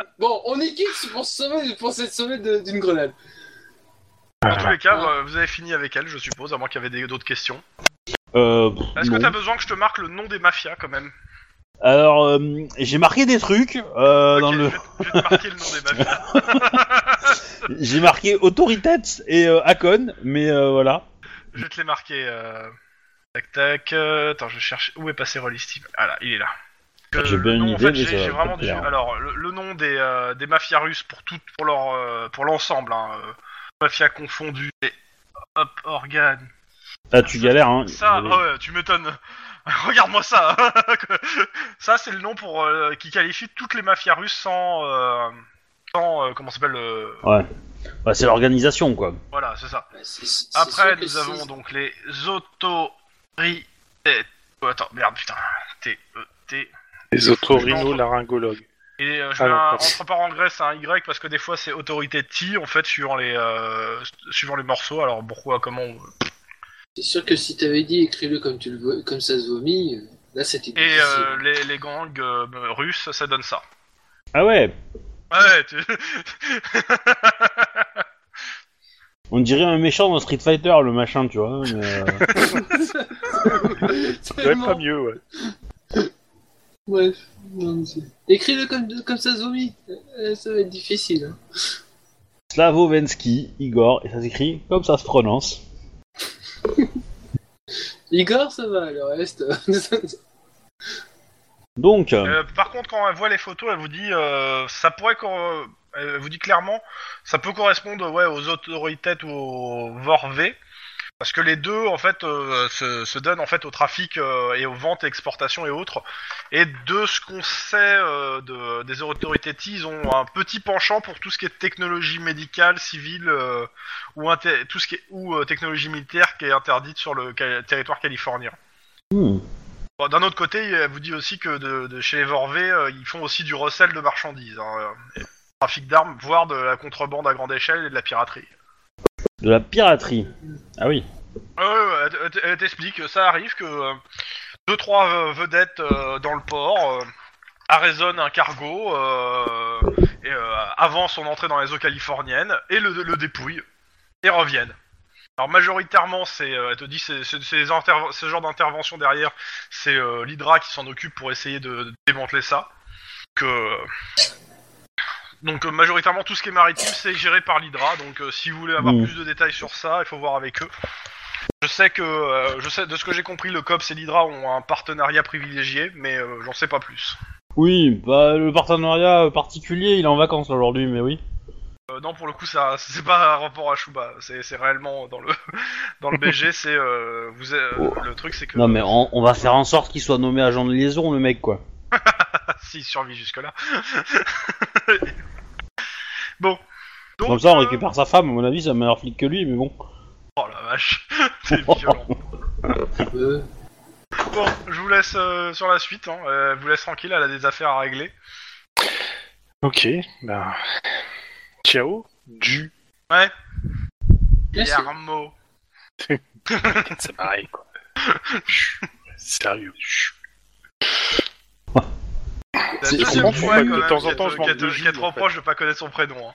bon, on est quitte pour, se sauver, pour s'être sauvé de- d'une grenade. Dans tous les cas, Ouais. euh, vous avez fini avec elle, je suppose, à moins qu'il y avait des- d'autres questions. euh, pff, Est-ce que non. t'as besoin que je te marque le nom des mafias quand même Alors, euh, j'ai marqué des trucs euh, Ok, dans le. je, vais, te- je vais te marquer le nom des mafias. J'ai marqué Autoritats et euh, Akon, mais euh, voilà. Je vais te les marquer. euh, Tac tac. euh, Attends, je cherche. Où est passé Rollistim Ah là, il est là. Euh, J'ai le bien une nom, en idée, fait, mais j'ai- ça va j'ai pas vraiment te des- plaire. Alors, le, le nom des, euh, des mafias russes pour tout, pour leur, euh, pour l'ensemble. Hein, euh, mafia confondue. Et... Hop, organe. Ah, tu galères, hein. Ça, Désolé. ah ouais, tu m'étonnes. Regarde-moi ça. ça, c'est le nom pour euh, qui qualifie toutes les mafias russes sans, euh, sans euh, comment ça s'appelle. euh, Bah, c'est l'organisation, quoi. Voilà, c'est ça. Bah, c'est- c'est Après, sûr que nous si- avons donc les autorités. Oh, attends, merde, putain. T, E, T. Les otorhinolaryngologues. Et euh, je Ah, mets un- d'accord. entre parenthèses, c'est un Y parce que des fois c'est autorité T en fait, suivant les, euh, suivant les morceaux. Alors pourquoi, comment. on- C'est sûr que si t'avais dit écris-le comme tu le veux, comme ça se vomit, euh, là c'était Et difficile. euh, les, les gangs euh, russes, ça donne ça. Ah ouais, Ouais, tu... on dirait un méchant dans Street Fighter, le machin, tu vois. mais, euh, Ouais, Tellement. pas mieux, ouais. Bref, non, mais c'est- écris-le comme, comme ça se vomit, Euh, ça va être difficile. hein. Slavovensky, Igor, et ça s'écrit comme ça se prononce. Igor, ça va, le reste. euh, Donc, euh, Euh, par contre, quand elle voit les photos, elle vous dit, euh, ça pourrait, cor- elle vous dit clairement, ça peut correspondre, ouais, aux autorités ou aux Vorvé, parce que les deux, en fait, euh, se, se donnent en fait au trafic euh, et aux ventes, exportations et autres. Et de ce qu'on sait euh, de, des autorités, ils ont un petit penchant pour tout ce qui est technologie médicale, civile euh, ou inté- tout ce qui est ou euh, technologie militaire qui est interdite sur le ca- territoire californien. hmm, Bon, D'un autre côté, elle vous dit aussi que de, de chez les Vorvé, euh, ils font aussi du recel de marchandises, hein, euh, trafic d'armes, voire de la contrebande à grande échelle et de la piraterie. de la piraterie. Ah oui. Ouais, ouais, ouais, elle t- elle t'explique, ça arrive que euh, deux trois euh, vedettes euh, dans le port euh, arraisonnent un cargo euh, et, euh, avant son entrée dans les eaux californiennes et le, le dépouillent et reviennent. Alors majoritairement, c'est, euh, elle te dit, c'est, c'est- c'est des interve- ce genre d'intervention derrière, c'est euh, l'Hydra qui s'en occupe pour essayer de, de démanteler ça. Que donc euh, majoritairement tout ce qui est maritime c'est géré par l'Hydra. Donc euh, si vous voulez avoir Mhm. plus de détails sur ça, il faut voir avec eux. Je sais que, euh, je sais, de ce que j'ai compris, le COPS et l'Hydra ont un partenariat privilégié, mais euh, j'en sais pas plus. Oui, bah, le partenariat particulier, il est en vacances là, aujourd'hui, mais oui. Euh, non, pour le coup, ça, c'est pas un rapport à Shuba. C'est, c'est réellement dans le, dans le BG, c'est, euh, vous, euh, Oh. le truc, c'est que Non, mais on, on va faire en sorte qu'il soit nommé agent de liaison, le mec, quoi. s'il survit jusque là. bon. Donc, Comme ça, on euh, récupère sa femme, à mon avis, c'est un meilleur flic que lui, mais bon. Oh la vache, c'est violent. Euh, Bon, je vous laisse euh, sur la suite. Hein. Euh, je vous laisse tranquille, elle a des affaires à régler. Ok, ben. Ciao, du. là, c'est- Guillermo. C'est pareil, quoi. Sérieux. La C'est- deuxième je comprends fois, pourquoi quand de même, temps en qu'elle temps, te- je m'en qu'elle te- réjouis, qu'elle te en fait. reproche de pas connaître son prénom. hein.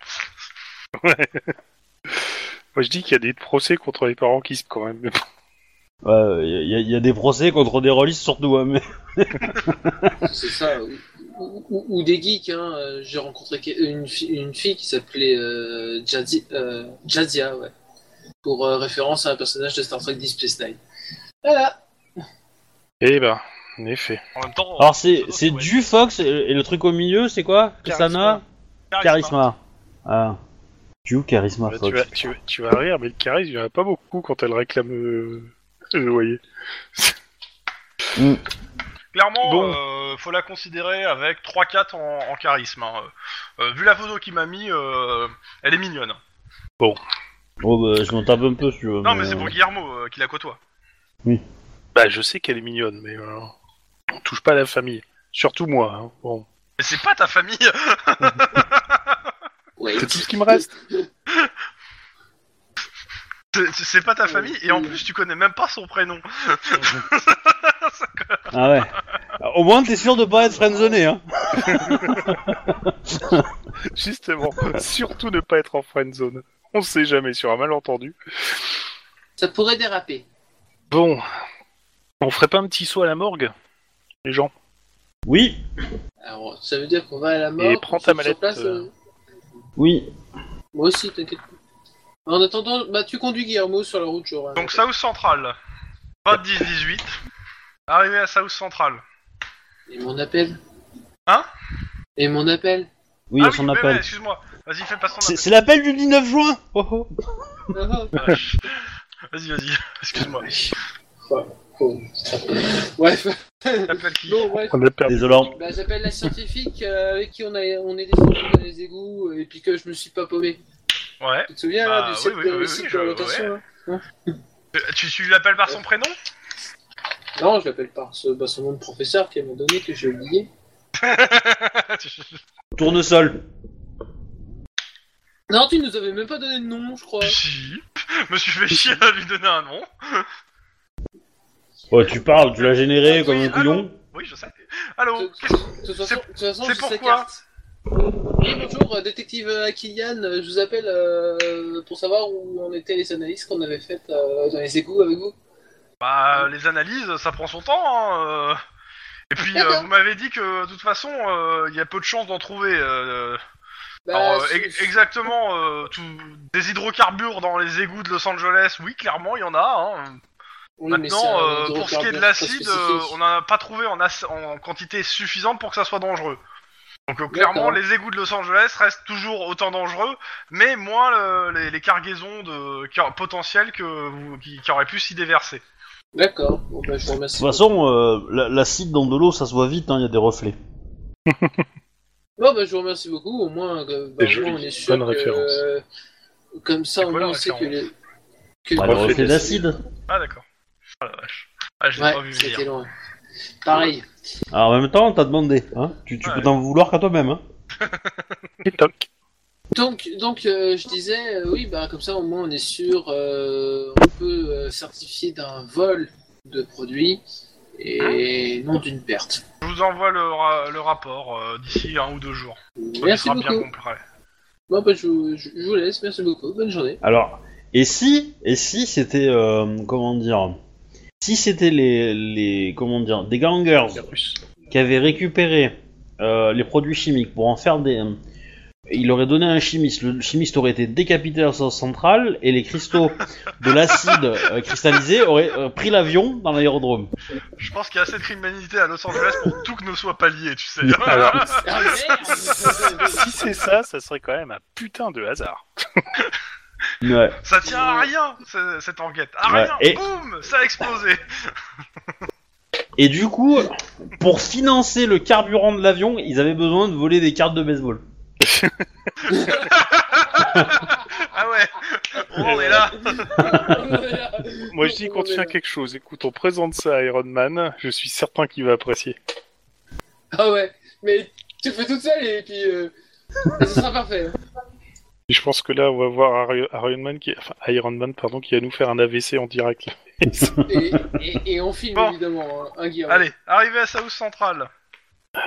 Moi, je dis qu'il y a des procès contre les parents qui se quand même. Il y, a- y a des procès contre des rôlistes, surtout, hein, mais. C'est ça. Ou, ou- ou- ou des geeks. Hein. Euh, J'ai rencontré que- une, fi- une fille qui s'appelait euh, Jazzy- euh, Jazia, ouais. pour euh, référence à un personnage de Star Trek Deep Space Nine. Voilà. Eh ben, en effet. En même temps, Alors, c'est, pseudo, c'est ouais. du Fox, et, et le truc au milieu, c'est quoi Kasana Charisma. Ah. Du Charisma Bah, Fox. tu, vas, tu, vas- tu vas rire, mais le charisme, il y en a pas beaucoup quand elle réclame euh, le loyer. Clairement, Bon. euh, faut la considérer avec 3-4 en, en charisme. hein. Euh, vu la photo qu'il m'a mis, euh, elle est mignonne. Oh, bah, je m'en tape un peu, si tu veux. Non, mais c'est pour Guillermo euh, qui la côtoie. Bah, je sais qu'elle est mignonne, mais euh, on touche pas à la famille. Surtout moi. hein. Bon, Mais c'est pas ta famille Ouais. c'est tout ce qui me reste. C'est- C'est pas ta Ouais, famille, c'est- et en plus, tu connais même pas son prénom. Ah ouais. Au moins, t'es sûr de pas être friendzoné, hein. Justement, surtout ne pas être en friend zone. On sait jamais sur un malentendu. Ça pourrait déraper. Bon, on ferait pas un petit saut à la morgue, les gens. Oui, Alors, ça veut dire qu'on va à la mort. Et prends on ta se mallette, place, euh. euh, oui. Moi aussi, t'inquiète pas. En attendant, bah tu conduis Guillermo sur la route, hein. j'aurai. un- Donc South Central. Pas 10-18. Arrivé à South Central. Et mon appel Hein Et mon appel Oui, ah à oui, son mais- mais appel. Excuse-moi. Vas-y, fais pas son C'est appel. c'est l'appel du 19 juin Oh, oh. Ah, Ah, la ch- Vas-y, vas-y. Excuse-moi. bon. Bref, Appelle qui bon, bref. On a perdu. Désolant. Bah, j'appelle la scientifique euh, avec qui on, a, on est descendu dans les égouts euh, et puis que je me suis pas paumé. Ouais. Tu te souviens Bah, là du oui, site oui, de, euh, oui, le oui, site je- de location ouais. là Euh, Tu, tu l'appelles par son prénom hein Non, je l'appelle par ce, bah, son nom de professeur qu'elle m'a donné que j'ai oublié. Tu- Tournesol. Non, tu nous avais même pas donné de nom, je crois. Si. Me suis fait chier à lui donner un nom. Oh, tu parles, tu l'as généré Ah Oui, comme un allô couillon. Oui, je sais. De Allô qu'est-ce- de toute façon, de toute façon, c'est j'ai sa pourquoi carte. Oui, bonjour, euh, détective euh, Akilian, euh, je vous appelle euh, pour savoir où en étaient les analyses qu'on avait faites euh, dans les égouts avec vous. Bah, les analyses, ça prend son temps. hein, euh. Et puis, euh, D'accord. vous m'avez dit que de toute façon, euh, il y a peu de chances d'en trouver. euh, Bah, Alors, euh, sous- e- exactement, euh, tout- des hydrocarbures dans les égouts de Los Angeles, oui, clairement, il y en a. hein. oui, mais c'est Maintenant, un euh, pour ce qui est de hydrocarbure l'acide, pas euh, spécifique. on n'a pas trouvé en, as- en quantité suffisante pour que ça soit dangereux. Donc, euh, clairement, D'accord. les égouts de Los Angeles restent toujours autant dangereux, mais moins euh, les, les cargaisons de, qui- potentielles que, vous- qui, qui auraient pu s'y déverser. D'accord, bon, bah, je vous De remercie. toute façon, euh, la- l'acide dans de l'eau, ça se voit vite, hein, il y a des reflets. Bon, bah, je vous remercie beaucoup, au moins, euh, bah, C'est au moins, joli. on est sûr Bonne que, référence. euh, comme ça, C'est au quoi la moins, on sait que... référence Les... que- Bah, le des reflet reflets d'acide. Ah, d'accord. Ah la vache. Ah, je l'ai pas Ouais, vu venir. c'était loin. Pareil. Alors, en même temps, t'as demandé, hein. Tu, tu Ouais. peux t'en vouloir qu'à toi-même, hein. Toc. Donc, donc euh, je disais, euh, oui, bah, comme ça au moins on est sûr, euh, on peut euh, certifier d'un vol de produit Hein et non d'une perte. Je vous envoie le, ra- le rapport euh, d'ici un ou deux jours. On y Merci sera bien beaucoup. compris. Bon, bah, je, vous- je- je vous laisse, merci beaucoup, bonne journée. Alors, et si, et si c'était, euh, comment dire, si c'était les, les, comment dire, des gangers qui avaient récupéré euh, les produits chimiques pour en faire des, euh, il aurait donné à un chimiste, le chimiste aurait été décapité à la source centrale et les cristaux de l'acide euh, cristallisé auraient euh, pris l'avion dans l'aérodrome. Je pense qu'il y a assez de criminalité à Los Angeles pour tout que ne soit pas lié, tu sais. Alors, Ah, merde si c'est ça, ça serait quand même un putain de hasard. Ouais. ça tient à rien, ce- cette enquête. À Ouais, rien. et- Boum Ça a explosé. Et du coup, pour financer le carburant de l'avion, ils avaient besoin de voler des cartes de baseball. Ah ouais. On en est là. Moi je dis qu'on tient quelque chose. Écoute, on présente ça à Iron Man. Je suis certain qu'il va apprécier. Ah ouais, mais tu le fais toute seule et puis euh, ça sera parfait. hein. Et je pense que là, on va voir Ari- Iron Man qui, enfin, Iron Man, pardon, qui va nous faire un AVC en direct. Et, et, et on filme Bon. évidemment hein, un Guillaume. Allez, arrivé à South Central.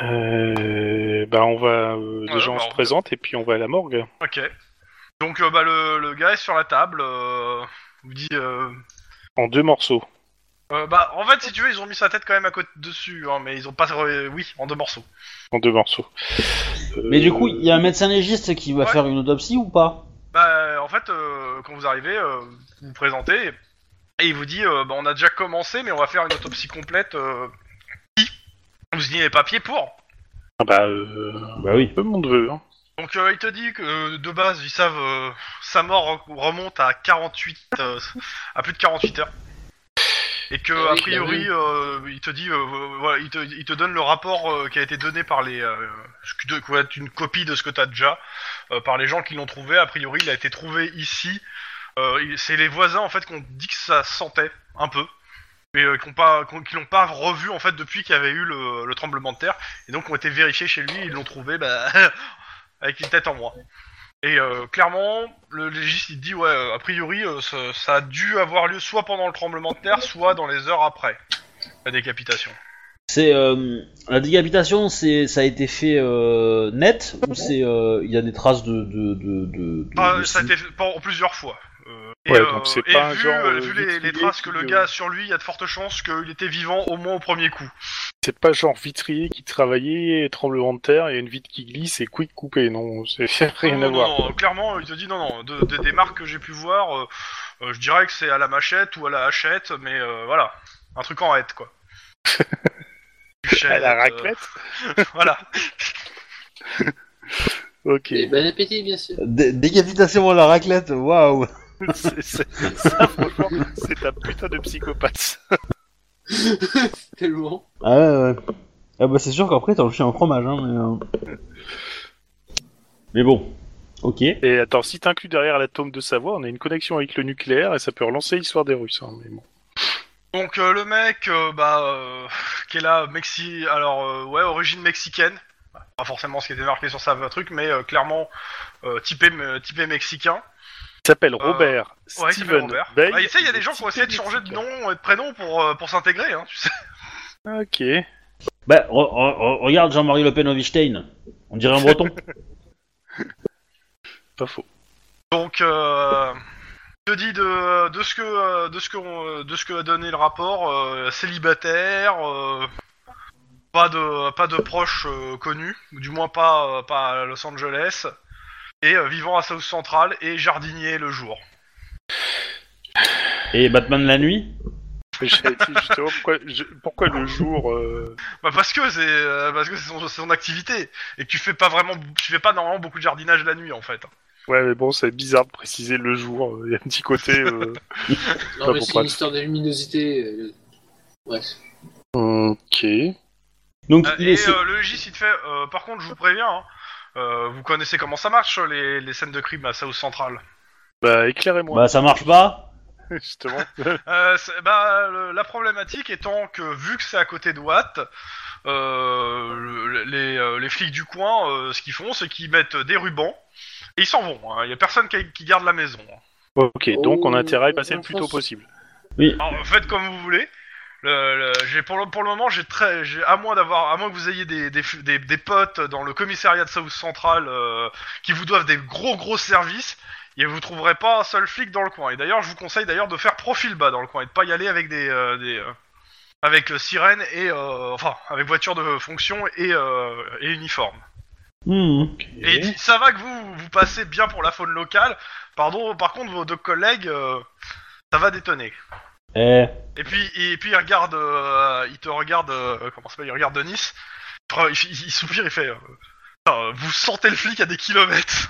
Euh, bah, on va euh, Ouais, déjà on bah, se on- présente et puis on va à la morgue. Ok. Donc euh, bah, le, le gars est sur la table. euh, vous dit. euh, En deux morceaux. euh, bah en fait si tu veux ils ont mis sa tête quand même à côté dessus, hein, mais ils ont pas. re- Oui, en deux morceaux. En deux morceaux. Euh, Mais du coup, il y a un médecin légiste qui va Ouais. faire une autopsie ou pas Bah, en fait, euh, quand vous arrivez, euh, vous vous présentez et il vous dit euh, bah, on a déjà commencé, mais on va faire une autopsie complète. Euh, ici. vous signez les papiers pour. Ah Bah, euh, Bah oui. peu mon neveu. Hein. Donc, euh, il te dit que euh, de base, ils savent euh, sa mort re- remonte à 48, euh, à plus de 48 heures. Et que, Eh oui, a priori, bien euh, il te dit, euh, voilà, il te, il te donne le rapport euh, qui a été donné par les. Euh, ce que- qui doit être une copie de ce que t'as déjà, euh, par les gens qui l'ont trouvé. A priori, il a été trouvé ici. Euh, il- C'est les voisins, en fait, qu'on dit que ça sentait, un peu. Et euh, qui n'ont pas, qu'on- qui l'ont pas revu, en fait, depuis qu'il y avait eu le, le tremblement de terre. Et donc, ont été vérifiés chez lui, ils l'ont trouvé, bah. avec une tête en moi. Et euh, clairement, le légiste il dit ouais, euh, a priori euh, ça, ça a dû avoir lieu soit pendant le tremblement de terre, soit dans les heures après la décapitation. C'est euh, la décapitation, c'est ça a été fait euh, net ou c'est euh, il y a des traces de de de, de- de- Ah, de ça a sang été fait en plusieurs fois. Euh, Ouais, et, donc euh, c'est et pas un vu, genre, euh, euh, vu les, vitrier les traces que qui, le euh, gars a sur lui, il y a de fortes chances qu'il était vivant au moins au premier coup. C'est pas genre vitrier qui travaillait, tremblement de terre, il y a une vitre qui glisse et quick coupé, non, c'est rien Non, à non, voir. non, clairement, il te dit non, non. de- de- des marques que j'ai pu voir, euh, euh, je dirais que c'est à la machette ou à la hachette, mais euh, voilà, un truc en hête quoi. Du chêne, À la euh, raclette voilà. Ok. Et ben, bon appétit, bien sûr. Dé- décapitation à la raclette, waouh C'est- c'est- ça, franchement, c'est un putain de psychopathe. Tellement. Ah ouais, ouais. Ah bah c'est sûr qu'après t'as le chien en fromage, hein, mais... euh. Mais bon, ok. Et attends, si t'inclus derrière l'atome de sa voix, on a une connexion avec le nucléaire et ça peut relancer l'histoire des Russes. hein, mais bon. Donc euh, le mec, euh, bah, euh, qui est là, Mexi, alors euh, ouais, origine mexicaine, pas forcément ce qui était marqué sur sa truc, mais euh, clairement euh, typé, me- typé mexicain. Il s'appelle Robert Euh, Ouais, il s'appelle Steven Robert. Bay. Bah, tu sais, il y a des gens qui ont essayé de changer de nom et de prénom pour, euh, pour s'intégrer, hein, tu sais. Ok. Bah, re- re- re- regarde Jean-Marie Le Pen au Wittgenstein. On dirait un breton. Pas faux. Donc, euh, je te dis de, de ce que euh, de ce que on- de ce que a donné le rapport, euh, célibataire, euh, pas de pas de proches euh, connus, ou du moins pas euh, pas à Los Angeles, et euh, vivant à South Central et jardinier le jour. Et Batman la nuit J'avais dit justement pourquoi, je- pourquoi le jour. euh, Bah parce que c'est euh, parce que c'est son, c'est son activité et que tu fais pas vraiment tu fais pas normalement beaucoup de jardinage la nuit en fait. Ouais, mais bon, c'est bizarre de préciser le jour. euh, Il y a un petit côté. euh, Non, Pas mais pour c'est pas. une histoire de luminosité. euh, Bref. Ok. Donc Euh, il et est... euh, le logis il te fait. euh, par contre, je vous préviens, hein, euh, vous connaissez comment ça marche les, les scènes de crime à South Central. Bah, éclairez-moi, Bah ça marche pas justement. Euh, c'est- bah, le- la problématique étant que vu que c'est à côté de Watt, euh, le- les, euh, les flics du coin, euh, ce qu'ils font, c'est qu'ils mettent des rubans et ils s'en vont. hein. Il y a personne qui, qui garde la maison. hein. Ok, donc on a Oh, intérêt à y passer le on plus tôt pense- possible. Alors, faites comme vous voulez. Le, le- j'ai pour, le, pour le moment, j'ai très, j'ai, à moins d'avoir, à moins que vous ayez des, des, fu- des, des potes dans le commissariat de South Central euh, qui vous doivent des gros gros services, et vous trouverez pas un seul flic dans le coin. Et d'ailleurs, je vous conseille d'ailleurs de faire profil bas dans le coin et de pas y aller avec des, euh, des euh, avec euh, sirène et euh, enfin avec voiture de fonction et, euh, et uniforme. Hmm. Et il dit, ça va que vous vous passez bien pour la faune locale. Pardon, par contre, vos deux collègues, euh, ça va détonner. Eh, Et puis, et puis il regarde, euh, il te regarde, euh, comment ça s'appelle, il regarde de Nice. Enfin, il, il- il soupire, il fait, euh, Putain, vous sentez le flic à des kilomètres.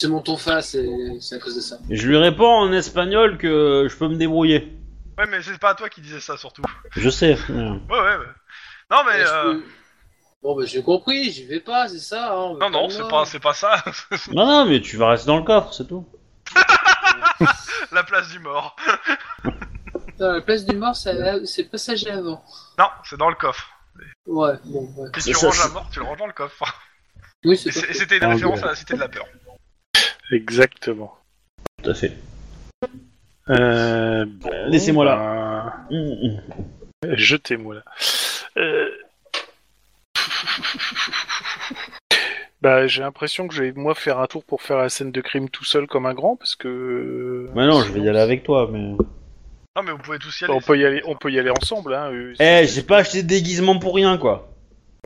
C'est mon ton face, et c'est à cause de ça. je lui réponds en espagnol que je peux me débrouiller. Ouais, mais c'est pas à toi qui disais ça surtout. Je sais. mais- Ouais, ouais. ouais. Non, mais Mais je euh, peux- Bon, bah j'ai compris, j'y vais pas, c'est ça. hein, on va non, non, c'est loin. pas, c'est pas ça. Non, non, mais tu vas rester dans le coffre, c'est tout. la place du mort. Putain, la place du mort, ça- c'est passager avant. Non, c'est dans le coffre. Ouais, bon, ouais. Si C'est tu ça, ranges la c'est- mort, tu le ranges dans le coffre. Oui, Et c'est c'est- pas et faux. c'était une Ah, référence ouais. à la Cité de la Peur. Exactement. Tout à fait. Euh, bon, Laissez-moi là. ben, Hmm, hmm. Jetez-moi là. Euh, bah, j'ai l'impression que je vais moi faire un tour pour faire la scène de crime tout seul comme un grand parce que. Bah non, je vais y aller avec toi, mais... Non, mais vous pouvez tous y aller. On peut y aller, on peut y aller ensemble. Hein. euh, Eh, j'ai pas acheté de déguisement pour rien, quoi.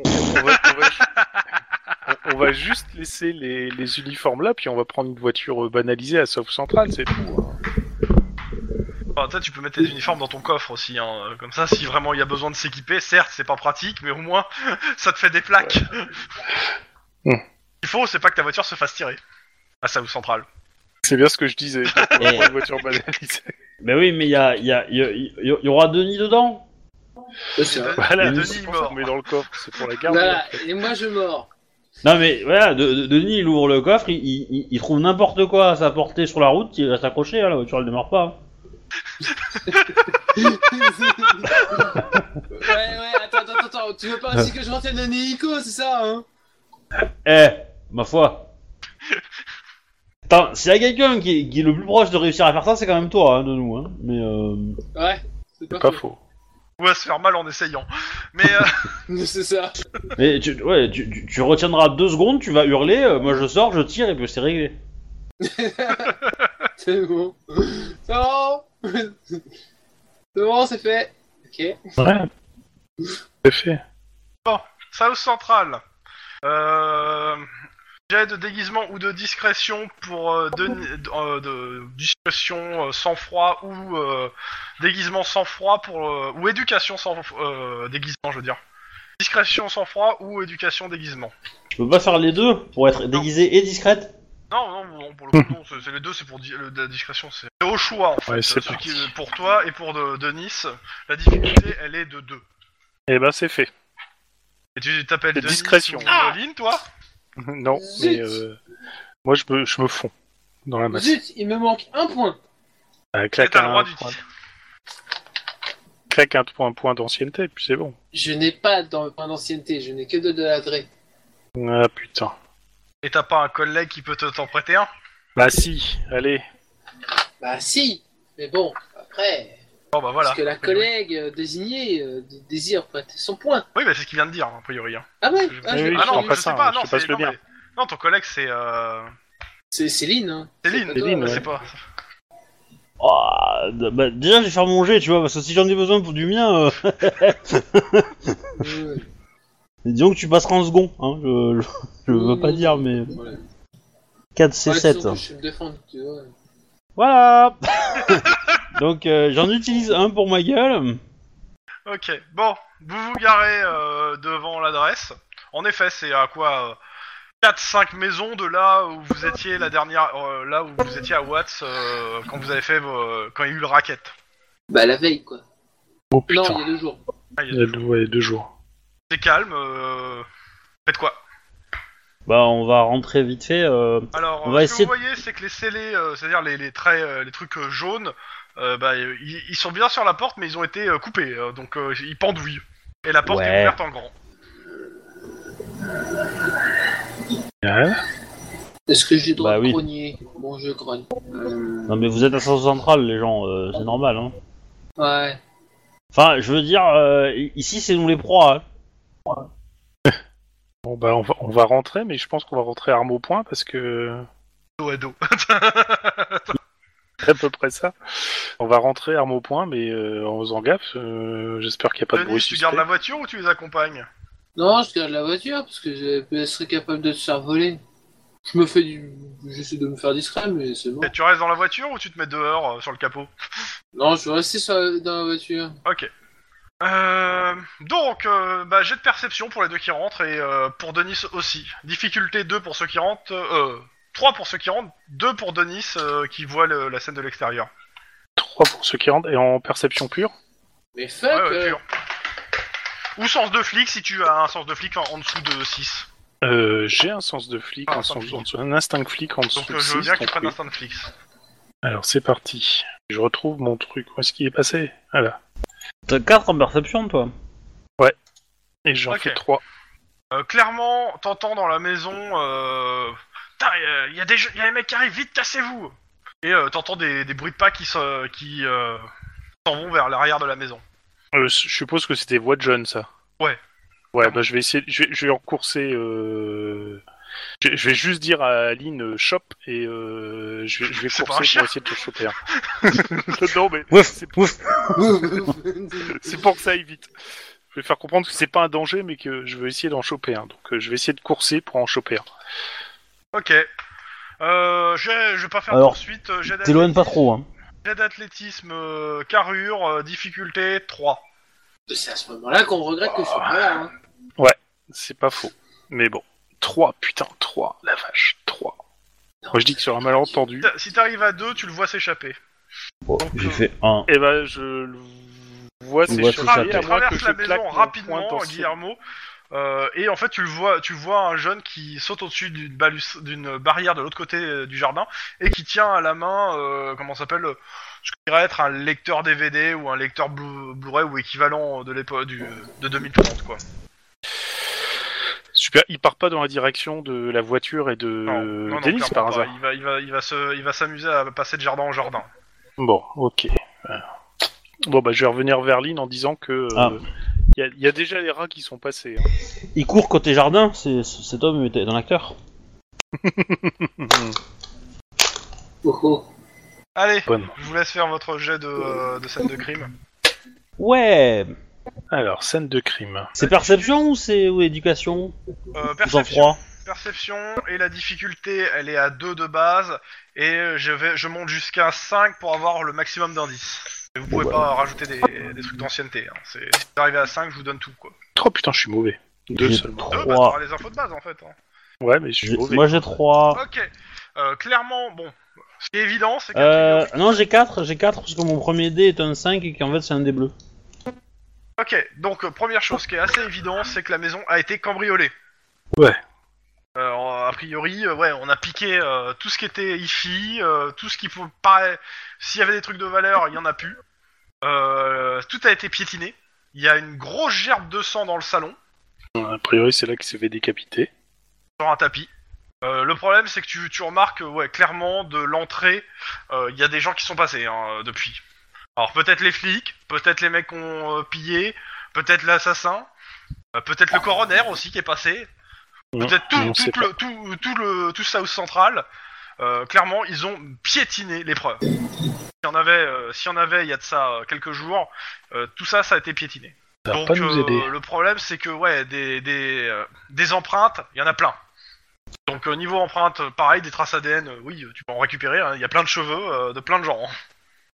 on, va, on va ju- on- on va juste laisser les, les uniformes là, puis on va prendre une voiture euh, banalisée à South Central, c'est tout. hein. Enfin, toi, tu peux mettre tes uniformes dans ton coffre aussi. Hein. Comme ça, si vraiment il y a besoin de s'équiper, certes, c'est pas pratique, mais au moins, ça te fait des plaques. Hmm. Il faut, c'est pas que ta voiture se fasse tirer. À South Central. C'est bien ce que je disais. On va Eh. prendre une voiture banalisée. Bah oui, mais il y, a, y, a- y, a- y a- y aura Denis dedans Ouais, c'est vrai. Voilà, Et Denis, Denis c'est est pour ça mort. qu'on met dans le coffre, c'est pour la garde. Voilà, et moi je mords. Non mais voilà, De- De- Denis il ouvre le coffre, il, il- il- il trouve n'importe quoi à sa portée sur la route, il reste accroché, hein, la voiture elle démarre pas. ouais, ouais, attends, attends, attends, tu veux pas aussi que je retienne le Nico, c'est ça, hein Eh, ma foi. Attends, s'il y a quelqu'un qui, qui est le plus proche de réussir à faire ça, c'est quand même toi, hein, de nous. Hein. Mais euh... Ouais, c'est C'est pas, pas faux. faux. Ou à se faire mal en essayant. Mais euh, C'est ça. mais tu, ouais, tu, tu- tu retiendras deux secondes, tu vas hurler, euh, moi je sors, je tire et puis c'est réglé. C'est bon. C'est bon. C'est bon, c'est fait. Ok. Ouais. C'est fait. South Central. Euh, jet de déguisement ou de discrétion pour euh, de, euh, de- discrétion euh, sans froid ou euh, déguisement sans froid pour euh, ou éducation sans euh, déguisement, je veux dire. Discrétion sans froid ou éducation déguisement. Je peux pas faire les deux pour être déguisé et discrète Non, non, non, pour le coup, non, c'est c'est les deux, c'est pour di- le- la discrétion, c'est c'est au choix en fait. Ouais, c'est Ce qui parti. est pour toi et pour de- Denis, la difficulté elle est de 2. Eh ben, c'est fait. Et tu t'appelles De Denis discrétion. ou euh, Ah Lynn, toi non, Zut. mais euh, moi, je me, je me fonds dans la masse. Zut, il me manque un point. Euh, Et claque, t'as le droit un du point, claque un point, point d'ancienneté, puis c'est bon. Je n'ai pas de point d'ancienneté, je n'ai que deux de la vraie. Ah putain. Et t'as pas un collègue qui peut te- t'en prêter un Bah si, allez. Bah si, mais bon, après, Bon bah voilà. parce que la collègue euh, désignée euh, d- désire prêter son point. Oui, bah c'est ce qu'il vient de dire, a priori. hein. Ah ouais, Je- ah, Oui, je- oui, ah je t'en non, passe un, je te c'est- passe le non, bien. mais- Non, ton collègue c'est euh... c'est Céline. Hein. Céline. C'est pas toi, Céline, hein. ouais. C'est pas. Ah, d- bah, Déjà, je vais faire mon jet, tu vois, parce que si j'en ai besoin pour du mien, euh, Ouais, ouais. disons que tu passeras en second. Hein, je, je, je veux pas dire, mais Voilà. 4 Mm. Ouais, C7. surtout, Je vais me défendre, tu vois. Voilà Donc euh, j'en utilise un pour ma gueule. Ok, bon, vous vous garez euh, devant l'adresse. En effet, c'est à quoi 4-5 maisons de là où vous étiez la dernière, euh, là où vous étiez à Watts euh, quand vous avez fait vos- quand il y a eu le racket. Bah la veille quoi. Oh Non, putain. il y a deux jours. Ah, il Il y y a a- deux, ouais, deux jours. C'est calme. euh, Faites quoi Bah on va rentrer vite fait. euh, Alors, On euh, va ce que essayer vous voyez, c'est que les scellés, euh, c'est-à-dire les, les traits, euh, les trucs euh, jaunes, euh, bah, euh, ils, ils sont bien sur la porte, mais ils ont été euh, coupés, euh, donc euh, ils pendouillent. Et la porte Ouais. est ouverte en grand. Ouais. Est-ce que j'ai le droit Bah de oui. grogner Bon, je grogne. Euh, Non mais vous êtes à Centre Central les gens, euh, c'est normal. Hein. Ouais. Enfin je veux dire, euh, i- ici c'est nous les proies. hein. Bon bah on va, on va rentrer, mais je pense qu'on va rentrer arme au point parce que Dos à dos. c'est à peu près ça. On va rentrer arme au point, mais euh, en faisant gaffe. euh, J'espère qu'il n'y a pas de Denis, bruit tu suspect. gardes la voiture ou tu les accompagnes Non, je garde la voiture parce que je je serais capable de se faire voler. Je me fais du. J'essaie de me faire discret, mais c'est bon. Et Eh, Tu restes dans la voiture ou tu te mets dehors euh, sur le capot Non, je vais rester sur- dans la voiture. Ok. Euh, donc, euh, bah, jet de perception pour les deux qui rentrent et euh, pour Denis aussi. Difficulté 2 pour ceux qui rentrent, euh, 3 pour ceux qui rentrent, 2 pour Denis euh, qui voit le- la scène de l'extérieur. Trois pour ceux qui rentrent et en perception pure. Mais fuck Ouais, ouais, euh, pur. Ou sens de flic si tu as un sens de flic en, en dessous de 6. Euh, J'ai un sens de flic, Ah, un, instinct sens- flic. en dessous- un instinct de flic en dessous. Donc de euh, je veux six, bien que tu donc prennes oui. un sens de flic. Alors c'est parti. Je retrouve mon truc. Où est-ce qu'il est passé Ah Voilà. T'as 4 en perception toi. Et j'en Ok. fais trois. Euh, clairement, t'entends dans la maison. Euh... Putain, euh, y a des gens- y a les mecs qui arrivent, vite, cassez-vous Et euh, t'entends des, des bruits de pas qui se- qui euh, s'en vont vers l'arrière de la maison. Euh, je suppose que c'était voix de jeune, ça. Ouais. Ouais, bah je vais essayer, je vais, je vais encourser. euh, Je, je vais juste dire à Aline euh, chope et euh, je, vais- je vais C'est courser pas un pour chien. essayer de te choper. un. non mais Ouf, c'est ouf. euh. c'est pour que ça aille vite. Je vais faire comprendre que c'est pas un danger, mais que je veux essayer d'en choper un. Donc euh, je vais essayer de courser pour en choper un. Ok. Euh, je, je vais pas faire Alors, poursuite. euh, J'ai T'éloignes d'athlétisme, pas trop. Hein. j'ai d'athlétisme, euh, carrure, euh, difficulté 3. C'est à ce moment-là qu'on regrette que je suis pas là. hein. C'est pas faux. Mais bon, 3, putain, 3, la vache, 3. Moi je dis que sur un malentendu, Si t'arrives à 2, tu le vois s'échapper. Bon, euh, j'ai fait 1. eh ben je le vois Tu vois s'échapper, s'échapper. Tu à moins que traverses je Ah, la claque maison mon poing rapidement, dans ce- Guillermo. euh, et en fait, tu le vois, tu vois un jeune qui saute au-dessus d'une balus- d'une barrière de l'autre côté euh, du jardin et qui tient à la main, euh, comment ça s'appelle, euh, ce qui dirait être un lecteur DVD ou un lecteur Blu- Blu-ray ou équivalent de l'époque du- de 2030 quoi. Super, il part pas dans la direction de la voiture et de Non, non, non, Euh, Denis clairement par pas. hasard. Il va, il va, il va se, il va s'amuser à passer de jardin en jardin. Bon, ok. Alors. Bon bah je vais revenir vers Lynn en disant que euh, il Ah. y, a- y a déjà les rats qui sont passés. hein. Il court côté jardin, c'est, c'est- cet homme était un acteur. Oh, oh. Allez, Bonne. je vous laisse faire votre jet de, euh, de scène de crime. Ouais Alors, scène de crime. C'est perception ou c'est ou éducation Euh, Ou sang perception, froid perception et la difficulté, elle est à 2 de base et je vais je monte jusqu'à 5 pour avoir le maximum d'indices. Et vous pouvez Bon, pas rajouter des, des trucs d'ancienneté. Hein. C'est- Si vous arrivez à 5, je vous donne tout quoi. Oh putain, je suis mauvais. Deux J'ai seulement. Deux, trois. bah t'auras les infos de base en fait. hein. Ouais, mais je suis J'ai- mauvais. Moi j'ai 3. Ok, Euh, clairement, bon, ce qui est évident, c'est que Euh, non, j'ai 4, j'ai 4 parce que mon premier dé est un 5 et qu'en fait c'est un dé bleu. Ok, donc euh, première chose qui est assez évidente, c'est que la maison a été cambriolée. Ouais. Euh, a priori, euh, ouais, on a piqué euh, tout ce qui était hi-fi, euh, tout ce qui pou- paraît. S'il y avait des trucs de valeur, il y en a plus. Euh, tout a été piétiné. Il y a une grosse gerbe de sang dans le salon, A priori, c'est là qu'il se fait décapiter. sur un tapis. Euh, le problème, c'est que tu, tu remarques, euh, ouais, clairement, de l'entrée, euh, il y a des gens qui sont passés hein, euh, depuis. Alors peut-être les flics, peut-être les mecs qui ont euh, pillé, peut-être l'assassin, euh, peut-être le coroner aussi qui est passé, peut-être tout, on tout sait le, tout, tout le tout South Central. Euh, clairement, ils ont piétiné l'épreuve. S'il y en avait, euh, s'il y en avait, il y a de ça euh, quelques jours, euh, tout ça, ça a été piétiné. Ça va Donc pas nous euh, aider. le problème, c'est que ouais, des des, euh, des empreintes, il y en a plein. Donc euh, niveau empreintes, euh, pareil, des traces ADN, euh, oui, tu peux en récupérer. hein, Il y a plein de cheveux euh, de plein de gens. hein.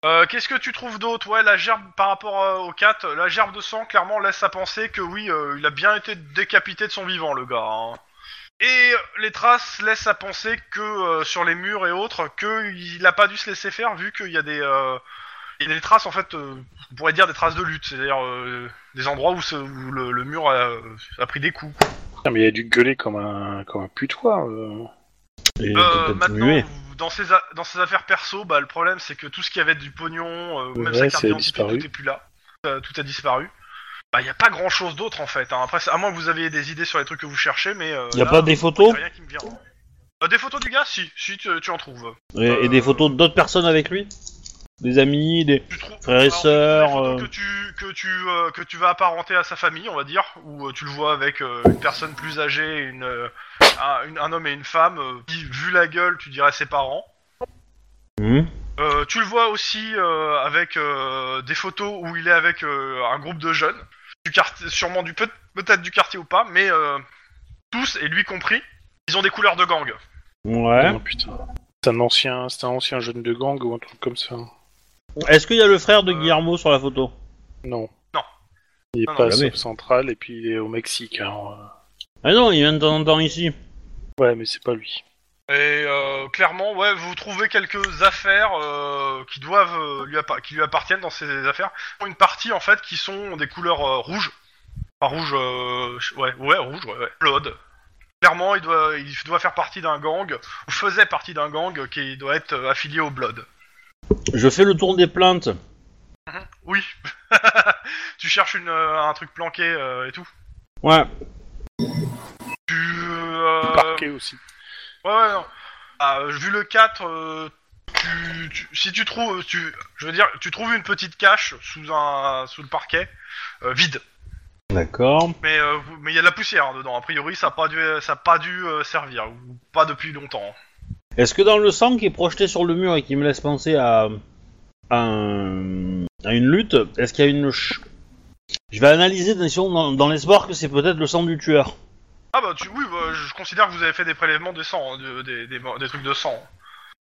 Euh, Qu'est-ce que tu trouves d'autre Ouais, la gerbe par rapport euh, au 4, la gerbe de sang clairement laisse à penser que oui, euh, il a bien été décapité de son vivant, le gars. hein. Et euh, les traces laissent à penser que euh, sur les murs et autres, qu'il n'a pas dû se laisser faire vu qu'il y a des, euh, il y a des traces en fait, euh, on pourrait dire des traces de lutte, c'est-à-dire euh, des endroits où, ce- où le, le mur a, euh, a pris des coups. Putain, mais il a dû gueuler comme un, comme un putois. euh. Et Euh, peut-être maintenant, muet. dans ses, a- dans ses affaires perso, bah, le problème c'est que tout ce qui avait du pognon, euh, ou même Ouais, sa carte ça a d'identité, disparu. tout est plus là. Euh, tout a disparu. Bah, il n'y a pas grand chose d'autre en fait. hein. Après, c'est- à moins que vous aviez des idées sur les trucs que vous cherchez, mais. euh, Y a là, pas des y a photos rien qui me vient. Euh, des photos du gars Si, si tu, tu en trouves. et, et des photos d'autres personnes avec lui Des amis, des. Tu trouves. Frères et alors, tu trouves sœurs, des photos euh. Que tu, que, tu, euh, que tu vas apparenter à sa famille, on va dire, où euh, tu le vois avec euh, une personne plus âgée, une, euh, un, une- un homme et une femme, euh, qui, vu la gueule, tu dirais ses parents. Hmm. Euh, tu le vois aussi euh, avec euh, des photos où il est avec euh, un groupe de jeunes, du quartier, sûrement du peut- peut-être du quartier ou pas, mais euh, tous et lui compris, ils ont des couleurs de gang. Ouais. Non, Oh, putain. C'est un ancien, c'est un ancien jeune de gang ou un truc comme ça. Est-ce qu'il y a le frère de Euh, Guillermo sur la photo Non. Non. Il est Non, non, pas à jamais. South Central et puis il est au Mexique. hein. Ah non, il vient de temps en temps ici. Ouais, mais c'est pas lui. Et euh, clairement, ouais, vous trouvez quelques affaires euh, qui doivent euh, lui appa- qui lui appartiennent dans ces affaires. Une partie en fait qui sont des couleurs euh, rouges, enfin rouge, euh, ouais, ouais, rouge, ouais, ouais. Blood. Clairement, il doit, il doit faire partie d'un gang ou faisait partie d'un gang qui doit être euh, affilié au Blood. Je fais le tour des plaintes. Oui. tu cherches une, euh, un truc planqué euh, et tout. Ouais. Tu. euh, Le Parquet aussi. Ouais, ouais, non. Ah, euh, vu le 4, euh, tu, tu- si tu trouves, euh, tu, je veux dire, tu trouves une petite cache sous un, sous le parquet, euh, vide. D'accord. Mais euh, vous- mais il y a de la poussière dedans. A priori, ça a pas dû, ça a pas dû euh, servir, ou pas depuis longtemps. Est-ce que dans le sang qui est projeté sur le mur et qui me laisse penser à, à, un- à une lutte, est-ce qu'il y a une... ch- Je vais analyser attention, dans, dans l'espoir que c'est peut-être le sang du tueur. Ah bah tu, oui, bah, je considère que vous avez fait des prélèvements de sang, hein, de- des, des, des trucs de sang.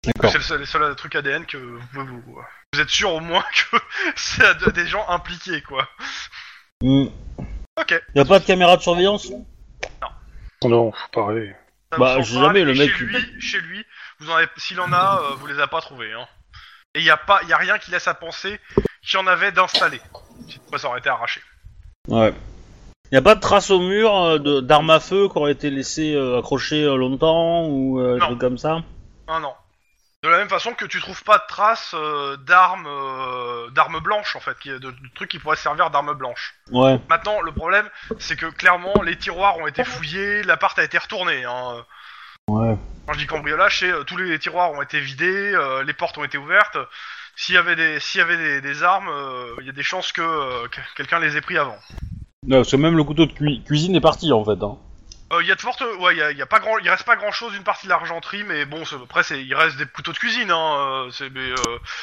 D'accord. C'est le seul, les seuls trucs ADN que vous pouvez vous. Vous êtes sûr au moins que c'est à de- des gens impliqués, quoi. Il Ok. n'y a pas de caméra de surveillance Non, faut parler. Ça Bah, me je sais semble jamais, pas, le mais mec, Chez il- lui, chez lui, vous en avez- s'il en a, euh, vous les a pas trouvés. Hein. Et il y a pas, y a rien qui laisse à penser qu'il y en avait d'installés. Sinon, ça aurait été arraché. Ouais. Il n'y a pas de traces au mur euh, de- d'armes à feu qui auraient été laissées euh, accrochées euh, longtemps ou euh, des Non. trucs comme ça Un an. De la même façon que tu trouves pas de traces euh, d'armes, euh, d'armes blanches en fait, qui, de, de trucs qui pourraient servir d'armes blanches. Ouais. Maintenant, le problème, c'est que clairement, les tiroirs ont été fouillés, l'appart a été retourné. Hein. Ouais. Quand je dis cambriolage, c'est euh, tous les tiroirs ont été vidés, euh, les portes ont été ouvertes. S'il y avait des, s'il y avait des, des armes, euh, il y a des chances que, euh, que quelqu'un les ait pris avant. Non, parce que même le couteau de cui- cuisine est parti en fait. hein. Euh, Il y a de fortes, ouais, il y a, il y a pas grand, il reste pas grand chose d'une partie de l'argenterie, mais bon, c'est- après c'est, il reste des couteaux de cuisine. Hein, euh, c'est- mais, euh,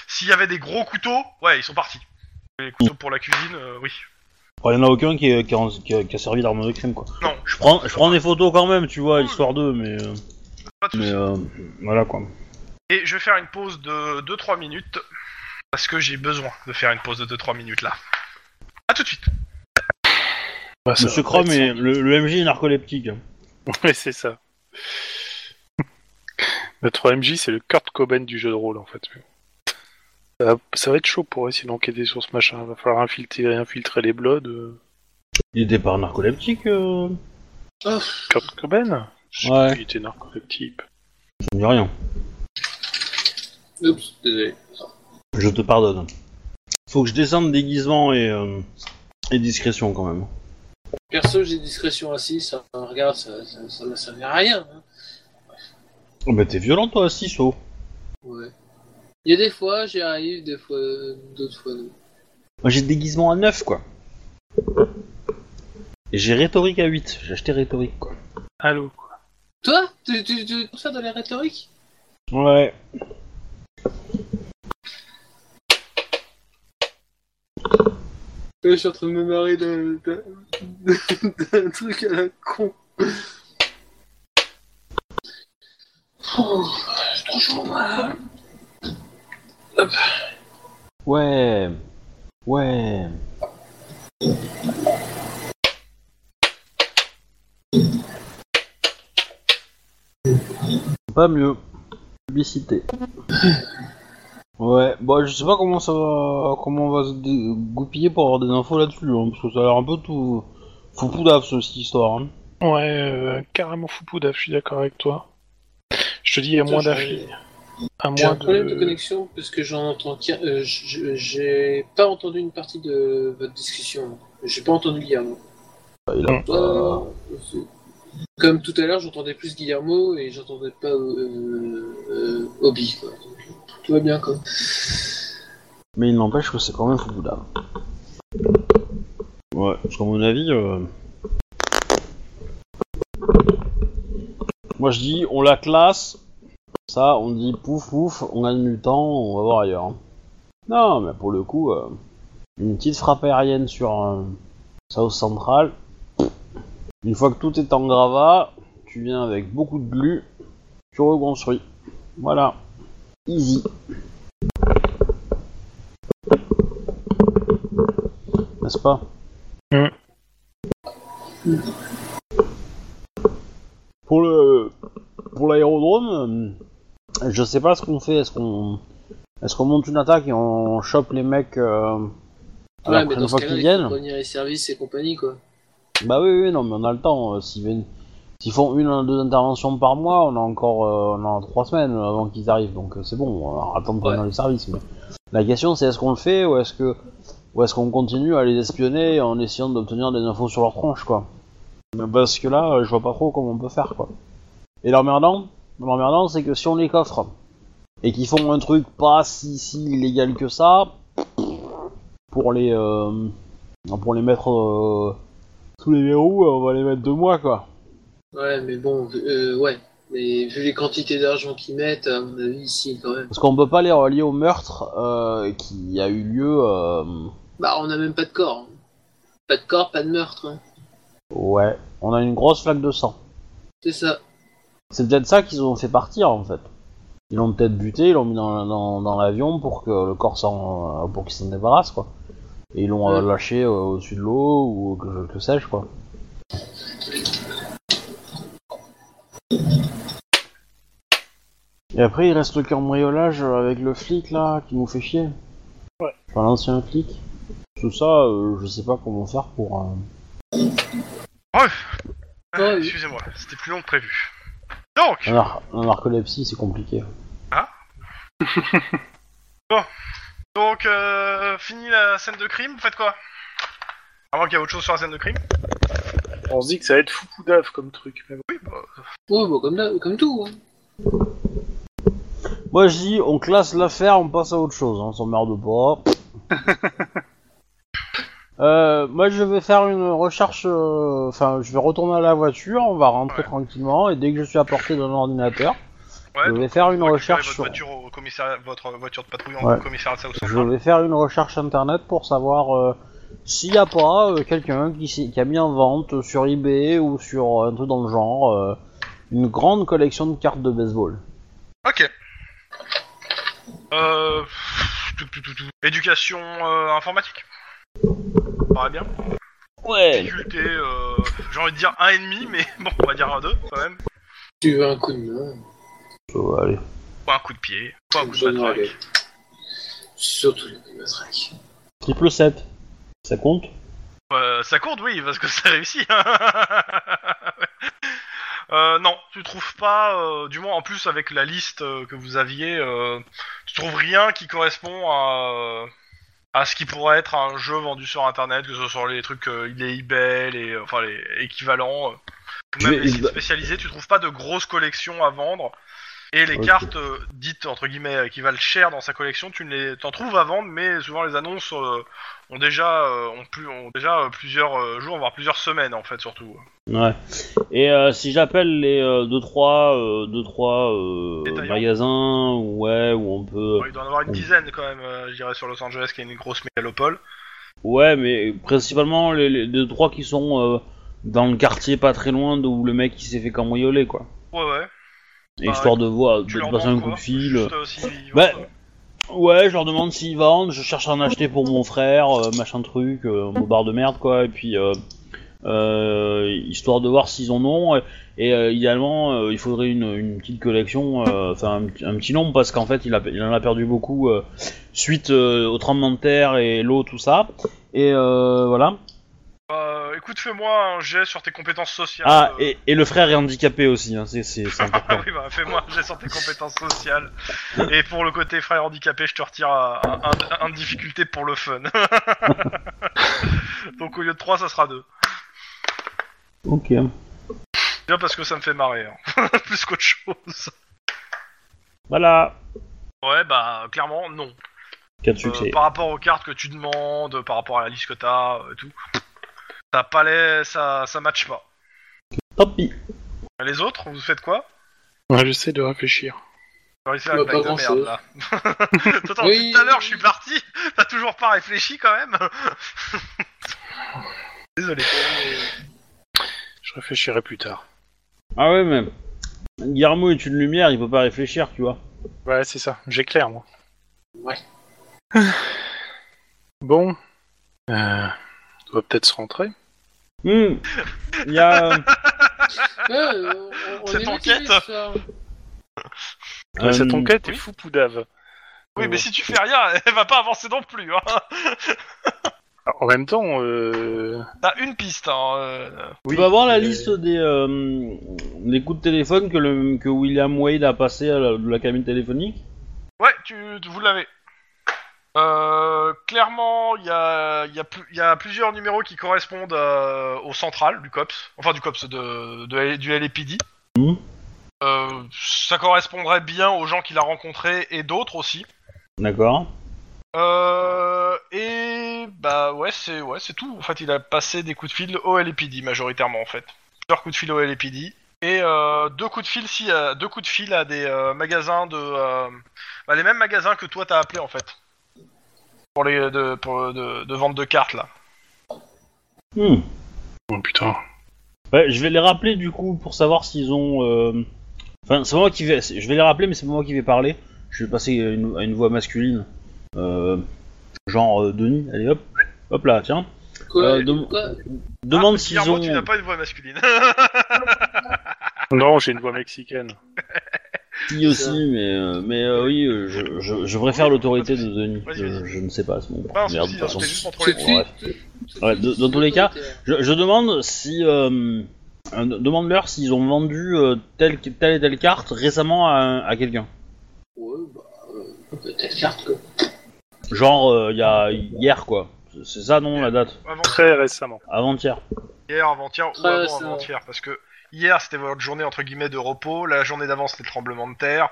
s'il y avait des gros couteaux, ouais, ils sont partis. Les couteaux pour la cuisine, euh, oui. Il y en a aucun qui, est- qui a, qui a- qui a servi d'arme de crime, quoi. Non, Je prends, je prends des photos quand même, tu vois, histoire d'eux, mais... euh, pas de soucis. Mais euh, voilà, quoi. euh, Et je vais faire une pause de 2-3 minutes, parce que j'ai besoin de faire une pause de 2-3 minutes là. A tout de suite. Bah, ça Monsieur va Chrome être est le, le MJ est narcoleptique. Ouais, c'est ça. Notre MJ, c'est le Kurt Cobain du jeu de rôle, en fait. Ça va, ça va être chaud pour essayer d'enquêter sur ce machin. va falloir infiltrer, infiltrer les Bloods. euh. Il était pas narcoleptique, euh... Kurt Cobain Je sais Ouais. plus, Il était narcoleptique. ça me dit rien. Oups, désolé. Je te pardonne. Faut que je descende déguisement et, euh, et discrétion, quand même. Perso, j'ai discrétion assise, ça regarde, ça, ça, ça ne servi à rien. hein. Oh, mais t'es violent, toi, Cisso. Ouais. Il y a des fois, j'y arrive, des fois, euh, d'autres fois non. Moi, j'ai déguisement à 9, quoi. Et j'ai rhétorique à 8. J'ai acheté rhétorique, quoi. Allô, quoi. Toi Tu, tu, tu, tu fais dans les rhétoriques Ouais. Je suis en train de me marrer d'un- d'un d'un truc à la con. Oh, c'est trop chaud, moi. Ouais. Ouais. Pas mieux. Publicité. Ouais, bah je sais pas comment ça va, comment on va se dé- goupiller pour avoir des infos là-dessus, hein, parce que ça a l'air un peu tout foupoudaf ce- cette histoire. hein. Ouais, euh, carrément foupoudaf, je suis d'accord avec toi. Je te dis, il y a moins d'infiltrer. À J'ai un moins problème de de... connexion parce que j'en entends qu'un- euh, j- j- j'ai pas entendu une partie de votre discussion. J'ai pas entendu Guillermo. Bah, il a Mmh. Mm. pas- Comme tout à l'heure, j'entendais plus Guillermo et j'entendais pas euh, euh, Obi. quoi. Donc, Tout va bien quoi. Mais il n'empêche que c'est quand même foupoudaf. Ouais, parce qu'à mon avis, euh, moi je dis on la classe, ça on dit pouf pouf, on gagne du temps, on va voir ailleurs. hein. Non, mais pour le coup, euh, une petite frappe aérienne sur euh, South Central, une fois que tout est en gravat, tu viens avec beaucoup de glu, tu reconstruis. Voilà, easy. N'est-ce pas Mm. Pour le pour l'aérodrome, euh, je sais pas ce qu'on fait. Est-ce qu'on est-ce qu'on monte une attaque et on chope les mecs euh, à Ouais, la mais prochaine dans ce fois cas-là, qu'ils il faut viennent prévenir les services et compagnie quoi. Bah oui, oui, non, mais on a le temps. euh, S'ils viennent- s'ils font une ou deux interventions par mois, on a encore euh, on a trois semaines avant qu'ils arrivent, donc euh, c'est bon. On va attendre Ouais. pendant le service. Mais la question, c'est est-ce qu'on le fait ou est-ce que ou est-ce qu'on continue à les espionner en essayant d'obtenir des infos sur leur tronche, quoi Mais Parce que là, euh, je vois pas trop comment on peut faire, quoi. Et l'emmerdant, l'emmerdant, c'est que si on les coffre et qu'ils font un truc pas si si illégal que ça, pour les euh, pour les mettre euh, tous les verrous, euh, on va les mettre deux mois, quoi. Ouais, mais bon, vu- euh, ouais. Mais vu les quantités d'argent qu'ils mettent, à mon avis, si quand même. Parce qu'on peut pas les relier au meurtre euh, qui a eu lieu. euh, Bah, on a même pas de corps. hein. Pas de corps, pas de meurtre. hein. Ouais, on a une grosse flaque de sang. C'est ça. C'est peut-être ça qu'ils ont fait partir, en fait. Ils l'ont peut-être buté, ils l'ont mis dans, dans- dans l'avion pour que le corps s'en, euh, pour qu'ils s'en débarrassent, quoi. Et ils l'ont euh, Ouais. lâché euh, au-dessus de l'eau ou que, que sais-je, quoi. Et après, il reste le cambriolage avec le flic là qui nous fait chier. Ouais. Enfin, l'ancien flic. Tout ça, euh, je sais pas comment faire pour. euh, Ouais, Ah, oui. Euh, Excusez-moi, c'était plus long que prévu. Donc, La, nar- la narcolepsie, c'est compliqué. donc euh, fini la scène de crime, vous faites quoi Avant qu'il y ait autre chose sur la scène de crime On se dit que ça va être foupoudaf comme truc. mais bon. Oui, bah, Ouais, bah, comme, là- comme tout. hein. Moi je dis, on classe l'affaire, on passe à autre chose, hein, on s'emmerde pas. Euh, moi, je vais faire une recherche. euh, Enfin, je vais retourner à la voiture. On va rentrer Ouais. tranquillement. Et dès que je suis à portée d'un ordinateur, Ouais, je donc, vais faire une récupérez recherche. Votre sur- voiture, au commissariat, votre euh, voiture de patrouille Ouais. au commissariat de South Je vais faire une recherche internet pour savoir euh, s'il n'y a pas euh, quelqu'un qui, s'est- qui a mis en vente sur eBay ou sur un truc dans le genre euh, une grande collection de cartes de baseball. Ok. Euh... pff, tout, tout, tout, tout. Éducation euh, informatique Paraît bien. Ouais. Difficulté, euh, j'ai envie de dire 1,5, mais bon, on va dire un 2 quand même. Tu veux un coup de main Euh, allez. Pas un coup de pied, pas un coup de je n'en matraque. avais. Surtout les coups de matraque. Triple 7. Ça compte Euh, ça compte, oui, parce que ça réussit. Euh, non, tu trouves pas, euh, du moins en plus avec la liste euh, que vous aviez, euh, tu trouves rien qui correspond à, euh, à ce qui pourrait être un jeu vendu sur internet, que ce soit les trucs, euh, les eBay, les, enfin les équivalents, euh, ou Mais même les il sites va- spécialisés, tu trouves pas de grosses collections à vendre. Et les Ok. cartes euh, dites entre guillemets euh, qui valent cher dans sa collection, tu ne les t'en trouves à vendre, mais souvent les annonces euh, ont déjà euh, ont plus ont déjà euh, plusieurs euh, jours, voire plusieurs semaines en fait surtout. Ouais. Et euh, si j'appelle les euh, 2-3 deux, trois, euh, Détaillants. magasins ouais, où on peut. Bon, il doit en avoir une Oui. dizaine quand même, euh, je dirais, sur Los Angeles, qui est une grosse mégalopole. Ouais, mais principalement les, les deux trois qui sont euh, dans le quartier pas très loin d'où le mec qui s'est fait cambrioler quoi. Ouais, ouais. Et Bah, histoire de voir, Tu de leur passer demandes un coup quoi de fil. Juste, euh, s'ils Bah, vendent. Ouais, je leur demande s'ils vendent, je cherche à en acheter pour mon frère, euh, machin truc, euh, bobard de merde quoi, et puis euh, euh, histoire de voir s'ils en ont. Et, et, euh, idéalement, euh, il faudrait une, une petite collection, euh, enfin un petit- un, petit nombre, parce qu'en fait il, a- il en a perdu beaucoup euh, suite euh, au tremblement de terre et l'eau, tout ça. Et euh, voilà. Euh, écoute, fais-moi un jet sur tes compétences sociales. Ah, euh. et, et le frère est handicapé aussi, hein, c'est c'est- c'est Ah important. oui, bah fais-moi un jet sur tes compétences sociales. Et pour le côté frère handicapé, je te retire un, un- un de difficulté pour le fun. Donc au lieu de 3, ça sera 2. ok. Bien parce que ça me fait marrer, hein. plus qu'autre chose. Voilà. Ouais, bah clairement, non. 4 Euh, succès. par rapport aux cartes que tu demandes, par rapport à la liste que t'as euh, et tout. Ça pas les... ça, ça matche pas. Tant pis. Les autres, vous faites quoi Ouais, J'essaie de réfléchir. Vous réussissez Bah, avec pas blague de merde grand-chose. là. Attends, Oui. tout à l'heure je suis parti, t'as toujours pas réfléchi quand même Désolé. Je réfléchirai plus tard. Ah ouais, mais. Guillermo est une lumière, il peut pas réfléchir, tu vois. Ouais, c'est ça. J'éclaire, moi. Ouais. Bon. Euh, on va peut-être se rentrer. Hmm. Il y a. euh, Ah, on- on- on Cette est enquête. motivé ce soir. Ouais, cette euh, enquête oui. est fou poudave. Oui, Ouais. mais si tu fais rien, elle va pas avancer non plus. Hein. Alors, En même temps, euh... T'as une piste. Hein. euh. Tu vas voir la euh, liste des, euh, des coups de téléphone que, le, que William Wade a passé à la, de la cabine téléphonique. Ouais, tu, tu- vous l'avez. Euh, clairement, il y a, il y, a plu- il y a plusieurs numéros qui correspondent euh, au central du COPS, enfin du COPS de, de- du LAPD. Mhm. Euh, ça correspondrait bien aux gens qu'il a rencontrés et d'autres aussi. D'accord. Euh, et bah ouais, c'est ouais, c'est tout. En fait, il a passé des coups de fil au LAPD majoritairement en fait. Plusieurs coups de fil au LAPD et euh, deux coups de fil si euh, deux coups de fil à des euh, magasins de euh, bah, les mêmes magasins que toi t'as appelé en fait pour les de pour, de, de vente de cartes là. Hmm. Oh putain. Ouais, je vais les rappeler du coup pour savoir s'ils ont. euh, Enfin, c'est pas moi qui vais. c'est- Je vais les rappeler, mais c'est pas moi qui vais parler. Je vais passer à une, à une voix masculine, euh, genre euh, Denis. Allez hop, hop là, tiens. Quoi, Euh, dem- quoi Demande Ah, s'ils Guillermo, ont. tu n'as pas une voix masculine. Non, j'ai une voix mexicaine. Si aussi, mais euh, mais euh, oui, euh, je, je, je préfère l'autorité de Denis. Vas-y, Je, vas-y. je ne sais pas, c'est mon Pas un merde, souci, de toute façon. c'était juste pour Tout de Ouais, suite, bref. tout- tout de Ouais, suite, de- dans tous les cas, Je, je demande si euh, euh, demande-leur s'ils ont vendu euh, telle, telle et telle carte récemment à, à quelqu'un. Ouais, bah, euh, peut-être carte quoi. Genre euh, il y a hier quoi. C'est- C'est ça non la date Avant Très récemment. Avant-hier. hier, avant-hier ou Très avant récent. avant-hier parce que hier c'était votre journée entre guillemets de repos, la journée d'avant c'était le tremblement de terre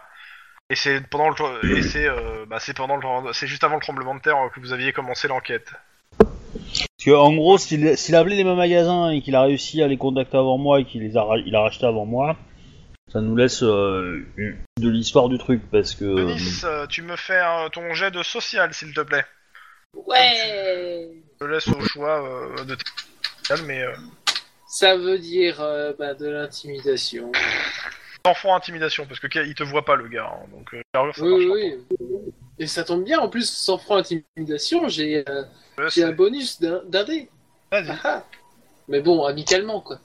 et c'est pendant le tre- et c'est euh, bah, c'est pendant le trem- c'est juste avant le tremblement de terre euh, que vous aviez commencé l'enquête. Parce que, en gros, s'il s'il appelait les mêmes magasins et qu'il a réussi à les contacter avant moi et qu'il les a, ra- il a racheté avant moi, ça nous laisse euh, une- de l'histoire du truc parce que. Denis, euh, tu me fais euh, ton jet de social, s'il te plaît. Ouais Je te laisse au choix euh, de tes social, mais euh, Ça veut dire euh, bah, de l'intimidation. enfant intimidation, parce que qu'il- il te voit pas le gars, hein, donc euh, carrure, ça marche Oui, pas. oui. Et ça tombe bien, en plus, sans francs intimidation, j'ai euh, Je te laisse j'ai un aller. bonus d'un d'un dé. Vas-y. Ah, ah. Mais bon, amicalement, quoi.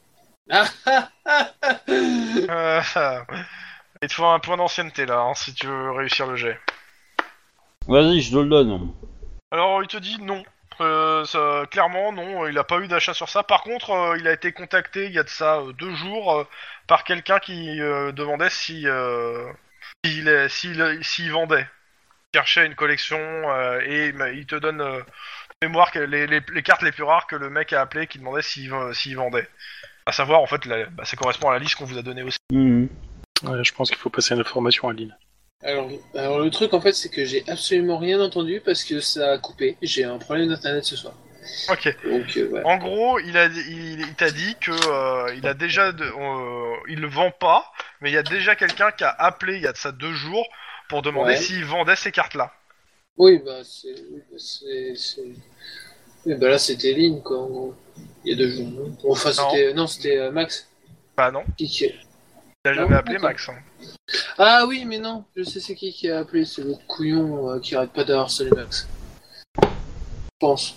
Ah, ah, ah, ah. Euh, il te faut un point d'ancienneté là, hein, si tu veux réussir le jet. Vas-y, je te le donne. Alors il te dit non. Euh, ça- clairement non, euh, il a pas eu d'achat sur ça. Par contre, euh, il a été contacté il y a de ça euh, deux jours euh, par quelqu'un qui euh, demandait si euh, s'il est- s'il s'il vendait. Il cherchait une collection euh, et il m'a- il te donne euh, de mémoire que les, les- les cartes les plus rares que le mec a appelé qui demandait s'il ven- s'il vendait. À savoir en fait, la- bah, ça correspond à la liste qu'on vous a donnée aussi. Mhm. Ouais, je pense qu'il faut passer une information à Lynn. Alors, alors, le truc, en fait, c'est que j'ai absolument rien entendu parce que ça a coupé. J'ai un problème d'internet ce soir. Ok. Donc, euh, voilà. En gros, il a, il, il t'a dit que euh, il a déjà, de- euh, il le vend pas, mais il y a déjà quelqu'un qui a appelé il y a de ça deux jours pour demander Ouais. s'il vendait ces cartes-là. Oui, bah, c'est. oui, bah, c'est- c'est- Oui, bah, là, c'était Lynn, quoi, en gros. Il y a deux jours. non Enfin, Non. c'était. Non, c'était euh, Max. Bah non, Qui, qui- il a Ah jamais bon, appelé d'accord. Max. hein. Ah oui, mais non, je sais c'est qui qui a appelé, c'est le couillon euh, qui arrête pas de harceler Max. Je pense.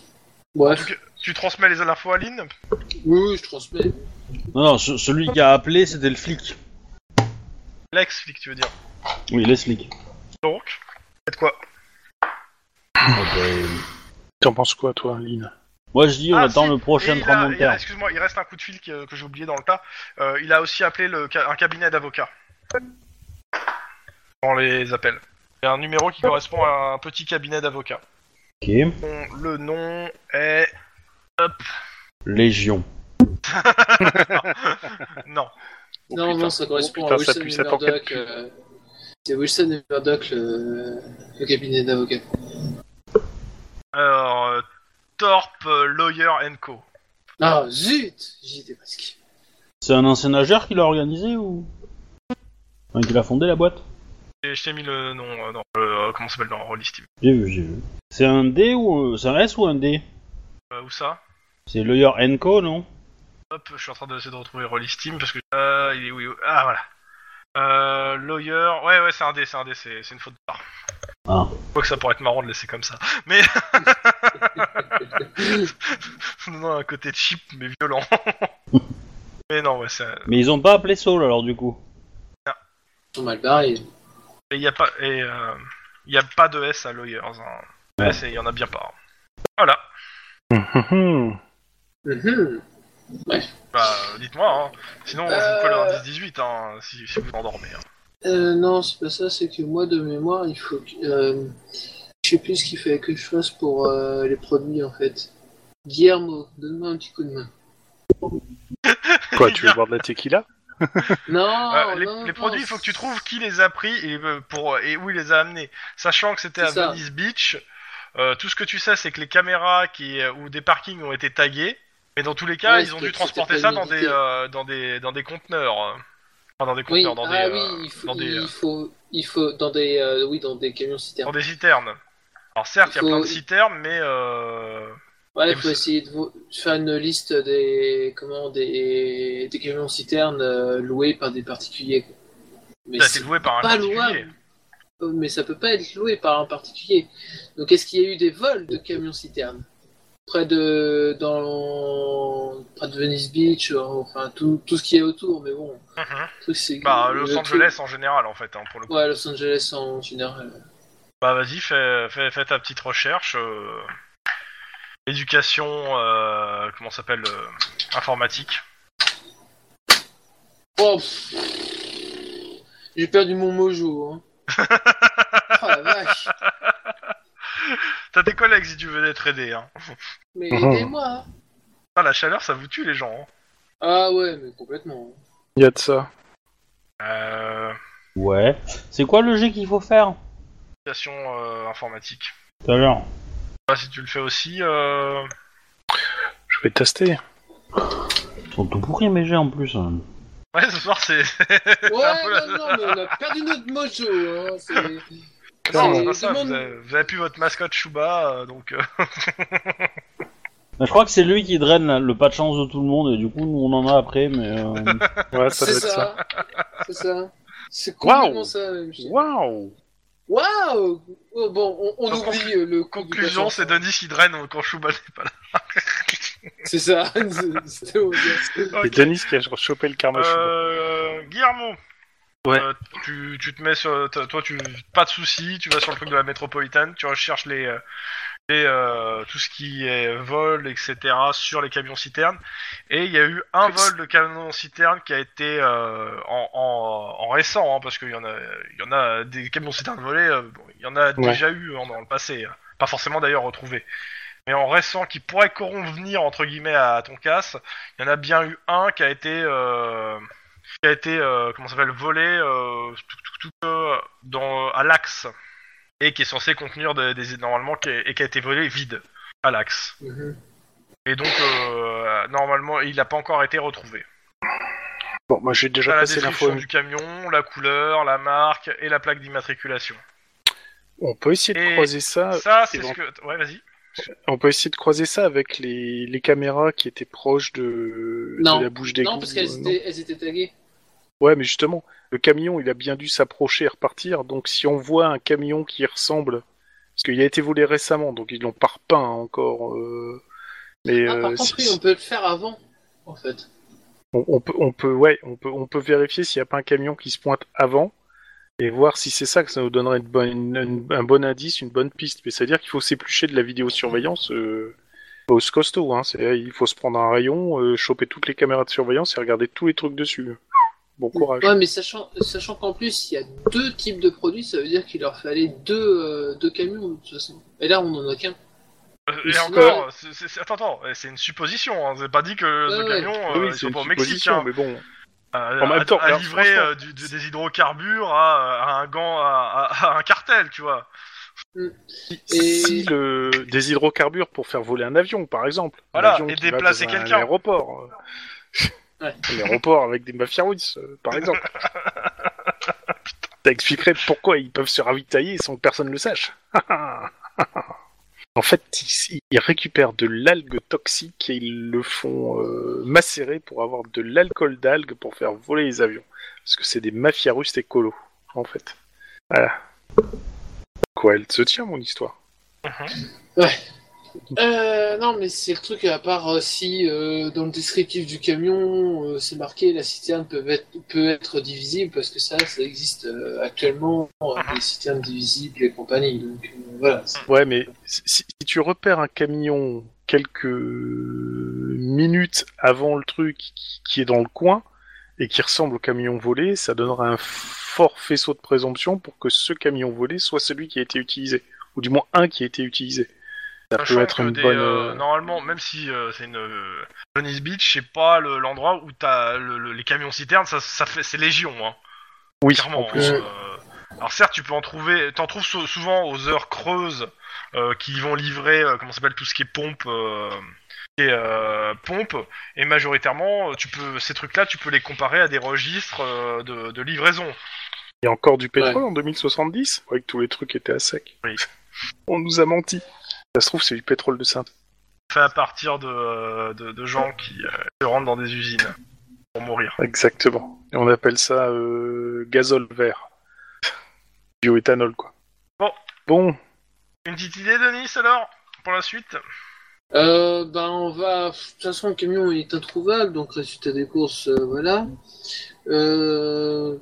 Bref, Tu transmets les infos à Lynn oui, oui, je transmets. Oh, Non, non, ce- celui qui a appelé, c'était le flic. Lex, flic, tu veux dire. Oui, les flics. Donc, faites quoi Ah, ben, T'en penses quoi, toi, Lynn Moi, je dis, on Ah, attend si. le Et prochain il a- tremblement de il a- terre. Excuse-moi, il reste un coup de fil que, que j'ai oublié dans le tas. Euh, il a aussi appelé le, ca- un cabinet d'avocats. Dans les appels. Il y a un numéro qui correspond à un petit cabinet d'avocats. Ok. Bon, Le nom est... Légion. Non. Oh, non, putain. non, ça correspond Oh, putain, à ça Wilson pue, et ça t'en Murdoch. pue. euh, C'est Wilson et Murdoch, le, le cabinet d'avocats. Alors, euh, Torp euh, Lawyer and Co. Ah zut J'y étais presque. C'est un ancien nageur qui l'a organisé ou. Enfin, qui l'a fondé la boîte Et je t'ai mis le nom euh, dans le- euh, comment ça s'appelle dans Rolly Steam. J'ai vu, j'ai vu. C'est un D ou. C'est un S ou un D Euh, où ça C'est Lawyer Enco, non Hop, je suis en train d'essayer de retrouver Rolly Steam parce que euh, il est où, il est où Ah voilà. Euh, lawyer, ouais ouais c'est un dé, c'est un dé, c'est c'est une faute de part. Ah. Quoi que ça pourrait être marrant de laisser comme ça. Mais non, un côté cheap mais violent. mais non ouais c'est. Mais ils ont pas appelé Saul alors du coup. Ils sont mal barrés. Et il y a pas et euh, il y a pas de S à lawyers. Hein. Ouais. S, il y en a bien pas. hein. Voilà. Hum, hum, hum. Mhm. Bah, euh, dites-moi, hein. sinon je vous colle Euh. un 10-18 hein, si, si vous endormez. hein. Euh, non, c'est pas ça, c'est que moi, de mémoire, il faut que. euh, je sais plus ce qu'il fallait que je fasse pour euh, les produits, en fait. Guillermo, donne-moi un petit coup de main. Quoi, tu veux boire de la tequila Non, Euh, les, non, les non, produits, il faut que tu trouves qui les a pris et, euh, pour, et où il les a amenés. Sachant que c'était à C'est ça. Venice Beach, euh, tout ce que tu sais, c'est que les caméras qui, euh, ou des parkings ont été tagués. Mais dans tous les cas, Ouais, ils ont c'était- dû c'était transporter pas ça une dans des, idée. euh, dans des, dans des conteneurs. euh. Enfin, dans des Oui, conteneurs, dans, ah des, euh, oui, il faut, dans des, il euh, faut, il faut dans des, euh, oui, dans des camions dans citernes. des citernes. Alors certes, il y a Il faut- plein de citernes, mais... Euh... Ouais, Et il vous- faut essayer de vo- faire une liste des, comment, des, des camions citernes euh, loués par des particuliers. quoi. Mais Ça a c'est été loué par un pas Ah, particulier. louable. Euh, Mais ça peut pas être loué par un particulier. Donc est-ce qu'il y a eu des vols de camions citernes près de dans près de Venice Beach, euh, enfin tout, tout ce qui est autour. Mais bon, Mhm. le truc c'est que- Bah, le Los truc- Angeles en général, en fait, hein, pour le coup. Ouais, Los Angeles en général. Bah vas-y, fais, fais, fais ta petite recherche. euh, Éducation, euh, comment ça s'appelle euh, Informatique. Oh pff. J'ai perdu mon mojo. Hein. oh la vache. T'as des collègues si tu veux être aidé. Hein. Mais Mhm. aidez-moi. hein. Ah, la chaleur, ça vous tue les gens. Ah ouais, mais complètement. Il y a de ça. Hein. Euh, Ouais. C'est quoi le jet qu'il faut faire éducation euh, informatique. Tout à l'heure. Bah, si tu le fais aussi, euh, Je vais tester. Ils sont tout pourris mes jets en plus. hein. Ouais, ce soir, c'est. Ouais, un peu la- non, non, mais on a perdu notre mojo. Hein. c'est- Non, c'est- c'est pas ça, demande- vous avez, vous avez plus votre mascotte Chouba, euh, donc. euh, Bah, je crois que c'est lui qui draine la- le pas de chance de tout le monde et du coup nous, on en a après mais. euh, Ouais, ça C'est doit être ça. ça. C'est ça. C'est Waouh. complètement ça. même chose. Waouh Waouh Oh, Bon, on, on Donc, oublie euh, le coup du Conclusion, passage. c'est Denis qui draine quand Chouba n'est pas là. C'est ça. c'est- C'était au C'est Denis qui a chopé le karma. Euh, Guillermo. Ouais. Euh, tu, tu te mets sur. t- Toi, tu. Pas de soucis, tu vas sur le truc de la métropolitaine, tu recherches les. euh, les euh, tout ce qui est vol, etc., sur les camions citernes. Et il y a eu un vol de camion citerne qui a été euh, en, en, en récent, hein, parce qu'il y, en a- il y en a des camions citernes volés, euh, bon, il y en a Ouais. déjà eu hein, dans le passé, hein. pas forcément d'ailleurs retrouvés. Mais en récent, qui pourrait convenir entre guillemets à ton casse, il y en a bien eu un qui a été euh, qui a été euh, comment ça s'appelle volé euh, tout, tout- tout, euh, dans à l'axe et qui est censé contenir des, des- normalement qui est- et qui a été volé vide à l'axe. Et donc euh, normalement il n'a pas encore été retrouvé. Bon, moi j'ai déjà T'as la passé description l'info. du camion, la couleur, la marque et la plaque d'immatriculation. On peut essayer de Et croiser ça. ça c'est Ah, bon. ce que ouais vas-y. On peut essayer de croiser ça avec les, les caméras qui étaient proches de, de Non. la bouche d'égout. Non, parce qu'elles euh, non. étaient, elles étaient taguées. Ouais, mais justement, le camion, il a bien dû s'approcher et repartir. Donc, si on voit un camion qui ressemble, parce qu'il a été volé récemment, donc ils l'ont pas repeint hein, encore. euh, Mais Ah, par euh, contre, si- oui, on peut le faire avant, en fait. on, on peut, on peut, ouais, on peut, on peut vérifier s'il n'y a pas un camion qui se pointe avant et voir si c'est ça que ça nous donnerait une bonne- une- un bon indice, une bonne piste. Mais c'est-à-dire qu'il faut s'éplucher de la vidéosurveillance. Euh... Au costaud, hein, c'est- il faut se prendre un rayon, euh, choper toutes les caméras de surveillance et regarder tous les trucs dessus. Bon courage. Ouais, mais sachant, sachant qu'en plus, il y a deux types de produits, ça veut dire qu'il leur fallait deux, euh, deux camions, de toute façon. Et là, on en a qu'un. Euh, Mais Et sinon- encore, c'est- c'est- attends, attends, euh, c'est une supposition, hein, c'est pas dit que le ouais. camion, euh, Oui, ils c'est sont une pas au Mexique, supposition, hein. mais bon. à, En même à- temps, à alors, livrer franchement, euh, du- du- des hydrocarbures à, à un gant, à, à- à un cartel, tu vois. Et- Si le... des hydrocarbures pour faire voler un avion, par exemple. Un Voilà, avion et qui va déplacer dans quelqu'un. Un aéroport. Ouais. Un aéroport avec des mafiaos, euh, par exemple. Ça expliquerait pourquoi ils peuvent se ravitailler sans que personne le sache. en fait, ils, ils récupèrent de l'algue toxique et ils le font euh, macérer pour avoir de l'alcool d'algue pour faire voler les avions. Parce que c'est des mafias russes écolos, en fait. Voilà. Quoi, elle se tient, mon histoire Euh, non, mais c'est le truc, à part euh, si euh, dans le descriptif du camion, euh, c'est marqué la citerne peut être, peut être divisible, parce que ça, ça existe euh, actuellement, euh, les citernes divisibles et compagnie. Donc euh, voilà. c'est- Ouais, mais si, si tu repères un camion quelques minutes avant le truc qui, qui est dans le coin et qui ressemble au camion volé, ça donnera un fort faisceau de présomption pour que ce camion volé soit celui qui a été utilisé, ou du moins un qui a été utilisé. Ça Sachant peut être que une des, bonne. euh, euh, normalement, même si euh, c'est une euh, Venice Beach, c'est pas le- l'endroit où t'as le- le- les camions citernes, ça, ça fait, c'est légion, hein, oui, clairement. en plus. hein, euh. alors certes, tu peux en trouver, t'en trouves sou- souvent aux heures creuses euh, qui vont livrer, euh, comment ça s'appelle, tout ce qui est pompe. euh, et euh, pompe et majoritairement euh, tu peux ces trucs là tu peux les comparer à des registres euh, de, de livraison Il y a encore du pétrole en 2070 Ouais, que tous les trucs étaient à sec. Oui. On nous a menti. Ça se trouve, c'est du pétrole de synthèse. fait à partir de, euh, de, de gens qui euh, se rendent dans des usines pour mourir. Exactement. Et on appelle ça euh, gazole vert. Bioéthanol, quoi. Bon. Bon, Une petite idée, Denis, alors Pour la suite Euh, ben on va. De toute façon, le camion il est introuvable, donc résultat des courses, euh, voilà. Euh,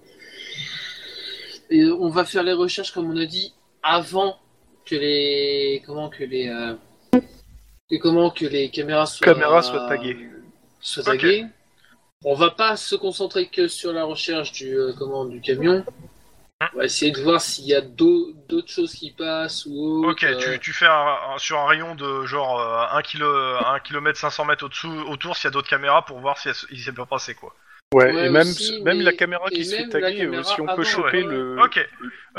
Et on va faire les recherches, comme on a dit, avant que les comment que les euh, que comment que les caméras soient Caméras soient taguées. soient Ok. taguées. On va pas se concentrer que sur la recherche du euh, comment du camion. On va essayer de voir s'il y a d'au- d'autres choses qui passent ou autre, Ok, euh, tu, tu fais un- un- sur un rayon de genre euh, 1 km 500 mètres au-dessous, autour, s'il y a d'autres caméras pour voir si elles se- il s'est pas passé quoi. Ouais, Ouais, et même, aussi, même mais- la caméra et qui se fait même la taguer, caméra euh, si on avant, peut choper ouais. le, Ok, Euh,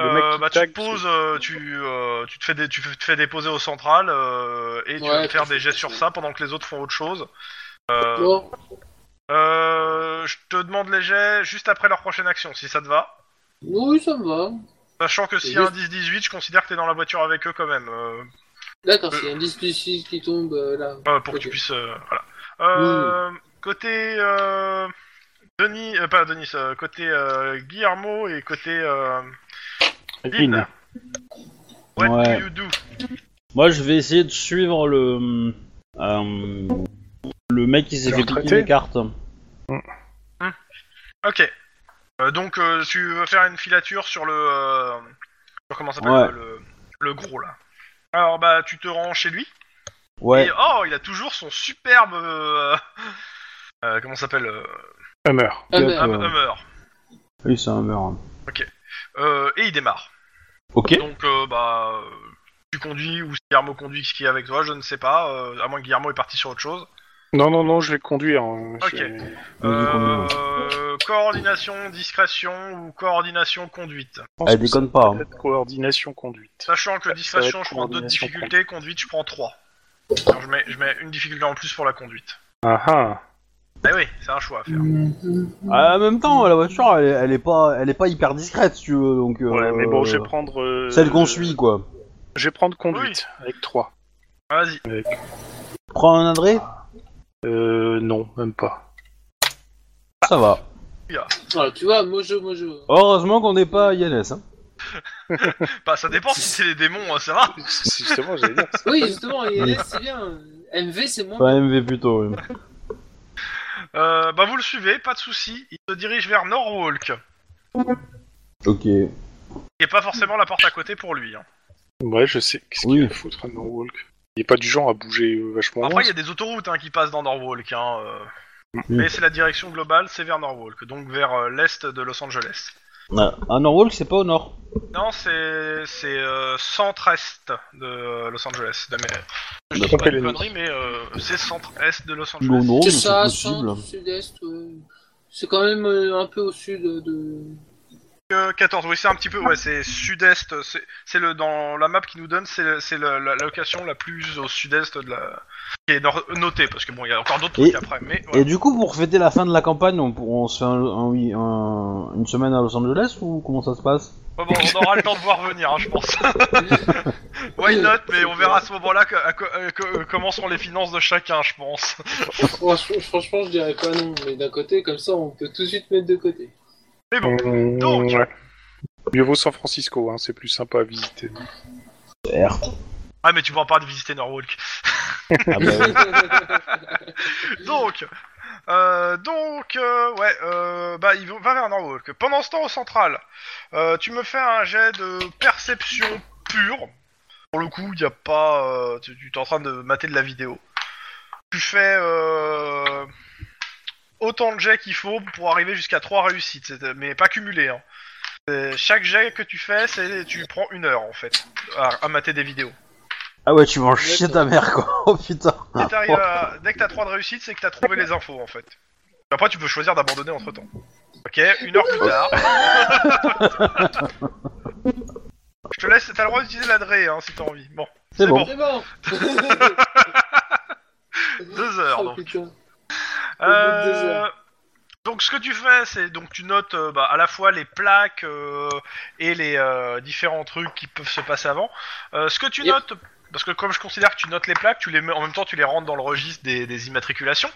le mec Euh, qui bah, tu tag, te poses, euh, tu, euh, tu, te fais dé- tu f- te fais déposer au central euh, et tu Ouais, vas me faire parce que des gestes c'est- sur ça pendant que les autres font autre chose. Euh, Bon, euh, je te demande les jets juste après leur prochaine action, si ça te va. oui, ça me va. Sachant que s'il y a un 10-18, je considère que t'es dans la voiture avec eux quand même, euh, D'accord, Euh. c'est un 10 qui tombe euh, là. euh, pour que tu Ok. puisses... euh, voilà. Euh, Côté... euh, Denis... euh, pas Denis, euh, côté euh, Guillermo et côté... Euh, Lynn. Lynn. What Ouais. do you do Moi, je vais essayer de suivre le euh, le mec qui s'est Le fait piquer retraité les cartes. Ok. Euh, donc euh, tu veux faire une filature sur le euh, sur comment ça s'appelle Ouais. le, le- le gros là. Alors bah tu te rends chez lui Ouais. et oh il a toujours son superbe euh, euh, comment ça s'appelle euh, Hammer. Ah, ben, Euh. Hum- Hummer. Oui, c'est un meurtre. Euh, et il démarre. Ok. Donc euh, bah euh, tu conduis ou si Guillermo conduit ce qui est avec toi je ne sais pas euh, à moins que Guillermo est parti sur autre chose. Non, non, non, je vais conduire. hein, Ok. c'est- Euh, coordination discrétion ou coordination conduite. je pense Elle que déconne ça pas. hein. peut être coordination conduite. Sachant que Ça va discrétion, être je prends deux coordination difficultés, conduite, je prends trois. Alors, je, mets, je mets une difficulté en plus pour la conduite. Ah ah. Eh oui, c'est un choix à faire. Mhm. Ah, en même temps, la voiture, elle, est- elle est pas, elle est pas hyper discrète, si tu veux. Donc. euh, Ouais, mais bon, je vais prendre. euh, Celle qu'on suit, quoi. Je vais prendre conduite avec 3. Vas-y. Prends un adré, Euh, non, même pas. ça va. Voilà, tu vois, mojo, mojo. Heureusement qu'on n'est pas à Yannis. Hein. Bah, ça dépend si c'est les démons, hein, ça va. C'est Justement, j'allais dire. Oui, justement, ILS, c'est bien. MV, c'est moins. Enfin, MV plutôt. oui. Euh, bah, vous le suivez, pas de souci. Il se dirige vers Norwalk, Ok. qui est pas forcément la porte à côté pour lui. hein. Ouais, je sais. Qu'est-ce Oui. qu'il va foutre à Norwalk Il est pas du genre à bouger euh, vachement. Après, il y loin. a des autoroutes hein, qui passent dans Norwalk. Hein, euh. Mm. Mais c'est la direction globale, c'est vers Norwalk, donc vers euh, l'est de Los Angeles. Ah, à Norwalk, c'est pas au nord. Non, c'est c'est euh, centre-est de Los Angeles. De mes- Je Bah, dis pas après, une les- connerie, mais euh, c'est centre-est de Los Angeles. Non, non, Oh, mais C'est c'est ça, possible. centre, sud-est, ouais. C'est quand même euh, un peu au sud de. Euh, 14, oui, c'est un petit peu, ouais, c'est sud-est, c'est- c'est le, dans la map qui nous donne, c'est c'est le- la, la location la plus au sud-est de la, qui est nor- notée, parce que bon, il y a encore d'autres Et- trucs après, mais Et voilà. du coup, pour fêter la fin de la campagne, on, on se fait un- un- un- une semaine à Los Angeles ou comment ça se passe Bon, bon, on aura le temps de voir venir, hein, je pense. Why not, mais on verra à ce moment-là que- à co- euh, que- euh, comment sont les finances de chacun, je pense. Franchement, franchement, je dirais pas non, mais d'un côté, comme ça, on peut tout de suite mettre de côté. Hum, Donc. ouais. Mieux vaut San Francisco, hein, c'est plus sympa à visiter. Merde. Ah, mais tu pourras pas de visiter Norwalk. Ah bah oui. Donc, euh, donc, euh, ouais, euh, bah, il va vers Norwalk. Pendant ce temps, au central, euh, tu me fais un jet de perception pure. Pour le coup, il a pas. euh, tu tu t'es en train de mater de la vidéo. Tu fais euh, autant de jets qu'il faut pour arriver jusqu'à 3 réussites, c'est- mais pas cumulé. Hein. C'est- Chaque jet que tu fais, c'est tu prends une heure en fait à- à mater des vidéos. Ah ouais, tu manges chier ta mère, quoi. Oh putain. Si t'arrives à- Dès que t'as 3 de réussite, c'est que t'as trouvé les infos en fait. Après, tu peux choisir d'abandonner entre temps. Ok, une heure plus tard. Je te laisse, t'as le droit d'utiliser l'adré hein, si t'as envie. Bon, C'est bon. bon. C'est bon deux heures Oh donc. putain. Euh, Au bout de deux heures. Donc, ce que tu fais, c'est donc tu notes euh, bah, à la fois les plaques euh, et les euh, différents trucs qui peuvent se passer avant. Euh, ce que tu Yep. notes, parce que comme je considère que tu notes les plaques, tu les mets en même temps, tu les rentres dans le registre des- des immatriculations.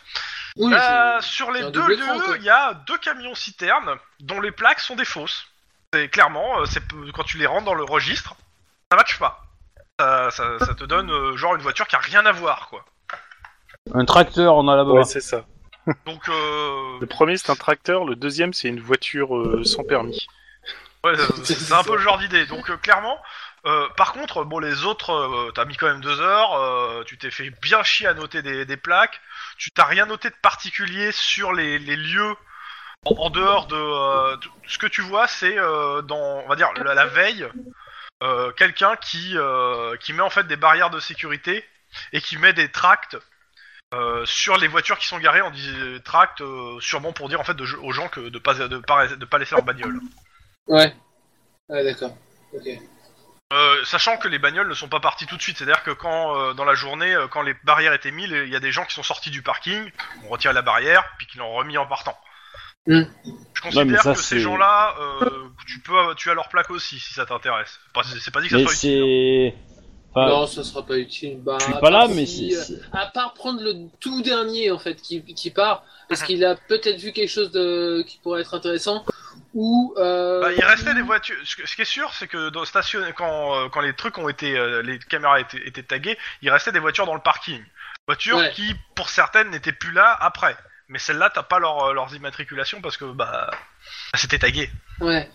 Oui, Euh, c'est- sur les un deux double écran, lieux, quoi. il y a deux camions citernes dont les plaques sont des fausses. C'est clairement, euh, c'est p- quand tu les rentres dans le registre, ça matche pas. Ça, ça- ça te donne euh, genre une voiture qui a rien à voir, quoi. Un tracteur en Alabama. Ouais, c'est ça. Donc, euh, Le premier, c'est un tracteur. Le deuxième, c'est une voiture euh, sans permis. ouais, euh, c'est un peu le genre d'idée. Donc, euh, clairement, euh, par contre, bon, les autres, euh, t'as mis quand même deux heures, euh, tu t'es fait bien chier à noter des, des plaques, tu t'as rien noté de particulier sur les, les lieux. En, en dehors de euh, t- ce que tu vois, c'est euh, dans, on va dire, la, la veille, euh, quelqu'un qui euh, qui met en fait des barrières de sécurité et qui met des tracts euh, sur les voitures qui sont garées en dis- tract, euh, sûrement pour dire en fait de- aux gens que de pas de pas, de pas laisser leur bagnole. Ouais. Ouais, d'accord. Ok. Euh, sachant que les bagnoles ne sont pas parties tout de suite, c'est-à-dire que quand euh, dans la journée, euh, quand les barrières étaient mises, il y a des gens qui sont sortis du parking, ont retiré la barrière, puis qui l'ont remis en partant. Hmm. Je considère mais ça, que c'est- ces gens-là, euh, tu peux, tu as leur plaque aussi si ça t'intéresse. Pas- c'est pas dit que ça Mais soit utile. hein. c'est. Enfin, non, ça sera pas utile. Bah, Ah. je suis à pas là, part mais si, c'est. euh, c'est- À part prendre le tout dernier, en fait, qui, qui part, Mhm. parce qu'il a peut-être vu quelque chose de... qui pourrait être intéressant, ou... Euh... Bah, il restait des voitures. Ce que- ce qui est sûr, c'est que dans station... quand, euh, quand les trucs ont été, euh, les caméras étaient, étaient taguées, il restait des voitures dans le parking. Voitures Ouais. qui, pour certaines, n'étaient plus là après. Mais celles-là, t'as pas leur, euh, leurs immatriculations parce que bah, c'était tagué. Ouais.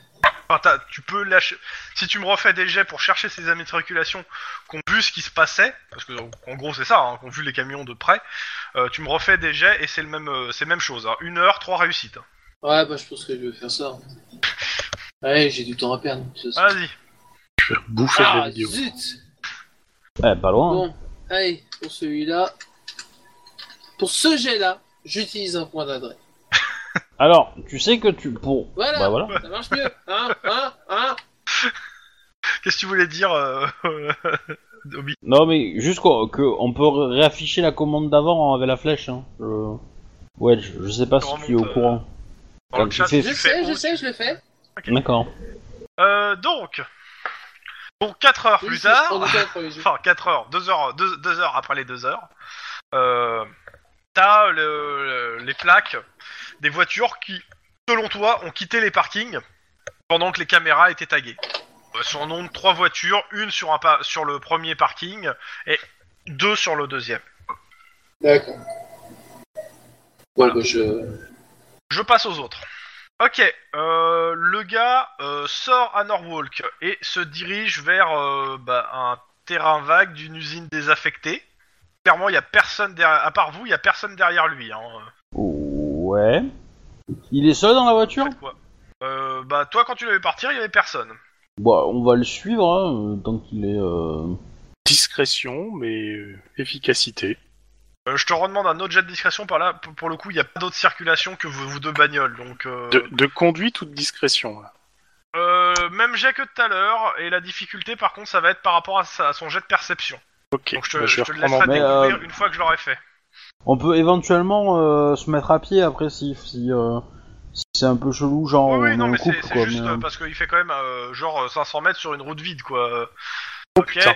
Enfin, t'as- tu peux lâcher. Si tu me refais des jets pour chercher ces immatriculations, qu'on vu ce qui se passait, parce que en gros c'est ça, hein, qu'on vu les camions de près, euh, tu me refais des jets et c'est le même, euh, c'est même chose. hein. Une heure, trois réussites. Ouais, bah, je pense que je vais faire ça. en fait. Ouais, j'ai du temps à perdre. de toute façon. Vas-y. Je vais bouffer de la Ah, vidéo. zut Ouais, pas Oh. loin. hein. Bon, allez, pour celui-là... Pour ce jet-là, j'utilise un point d'adresse. Alors, tu sais que tu. Pour. Voilà, Bah voilà. ça marche mieux Hein Hein Hein Qu'est-ce que tu voulais dire, euh, Obi Non, mais juste qu'on que on peut ré- réafficher la commande d'avant avec la flèche. Hein. Je- Ouais, je, je sais pas Je si tu es au remonte, euh, courant. Dans Comme le tu chat, fais. tu Je fais sais, je haut. sais, je le fais. Ok. D'accord. Euh, donc, donc 4 heures Oui, plus c'est- tard, on est pas le premier jeu. enfin 4 heures, 2 heures, 2, heures après les 2 heures, euh, t'as le- le- les plaques des voitures qui, selon toi, ont quitté les parkings pendant que les caméras étaient taguées. Euh, Sont en nombre 3 voitures, une sur, un pa- sur le premier parking et deux sur le deuxième. D'accord. Bon, bah, je... Je passe aux autres. Ok, euh, le gars euh, sort à Norwalk et se dirige vers euh, bah, un terrain vague d'une usine désaffectée. Clairement, il y a personne derrière, à part vous, il y a personne derrière lui. Hein. Ouais. Il est seul dans la voiture Faites quoi Euh, bah toi, quand tu l'avais partir, il y avait personne. Bah, on va le suivre hein, euh, tant qu'il est. euh, Discrétion, mais euh, efficacité. Euh, je te redemande un autre jet de discrétion par là. P- Pour le coup, il n'y a pas d'autre circulation que vous, vous deux bagnoles, donc euh, De, de conduite ou de discrétion là euh, même jet que tout à l'heure. Et la difficulté, par contre, ça va être par rapport à, sa- à son jet de perception. Ok, Donc je te, bah, je vais te le reprendre en laisserai main. Mais, découvrir euh, une fois que je l'aurai fait. On peut éventuellement euh, se mettre à pied après si, si, euh, si c'est un peu chelou, genre Oui, Oh, on oui, est non, en mais couple c'est c'est quoi. juste mais, euh, euh, parce qu'il fait quand même euh, genre euh, 500 mètres sur une route vide, quoi. Euh, Oh, ok, putain.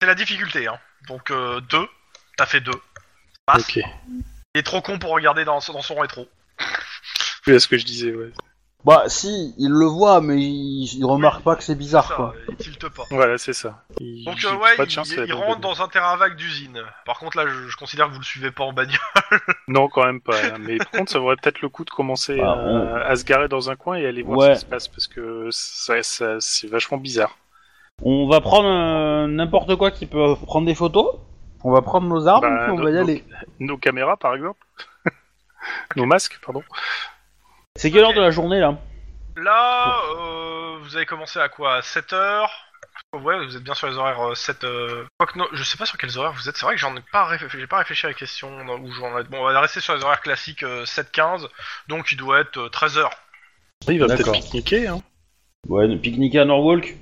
c'est la difficulté, hein. Donc 2, t'as fait 2. Ok. Il est trop con pour regarder dans, son- dans son rétro. Oui, c'est ce que je disais, ouais. Bah, si, il le voit, mais il, il remarque pas que c'est bizarre Ça, quoi. euh, il tilte pas. Voilà, c'est ça. Il- Donc j'ai euh, ouais, pas de il, chance, il- la il bonne rentre bagnole. dans un terrain vague d'usine. Par contre là, je, je considère que vous le suivez pas en bagnole. Non, quand même pas. hein. Mais par contre, ça vaudrait peut-être le coup de commencer Ah, à, on- à se garer dans un coin et aller voir Ouais. ce qui se passe parce que ça, ça- c'est vachement bizarre. On va prendre euh, n'importe quoi qui peut prendre des photos. On va prendre nos armes, Bah, puis on no- va y no- aller. Nos caméras, par exemple. Nos masques, pardon. C'est quelle heure Ok. de la journée là Là, euh, vous avez commencé à quoi 7 heures Ouais, vous êtes bien sur les horaires euh, 7. euh, quoique non, je sais pas sur quels horaires vous êtes. C'est vrai que j'en ai pas, réfléchi- j'ai pas réfléchi à la question. dans- Où j'en ai... Bon, on va rester sur les horaires classiques 7-15. Donc il doit être 13 heures. Il va peut-être D'accord. pique-niquer. Hein. Ouais, pique-niquer à Norwalk.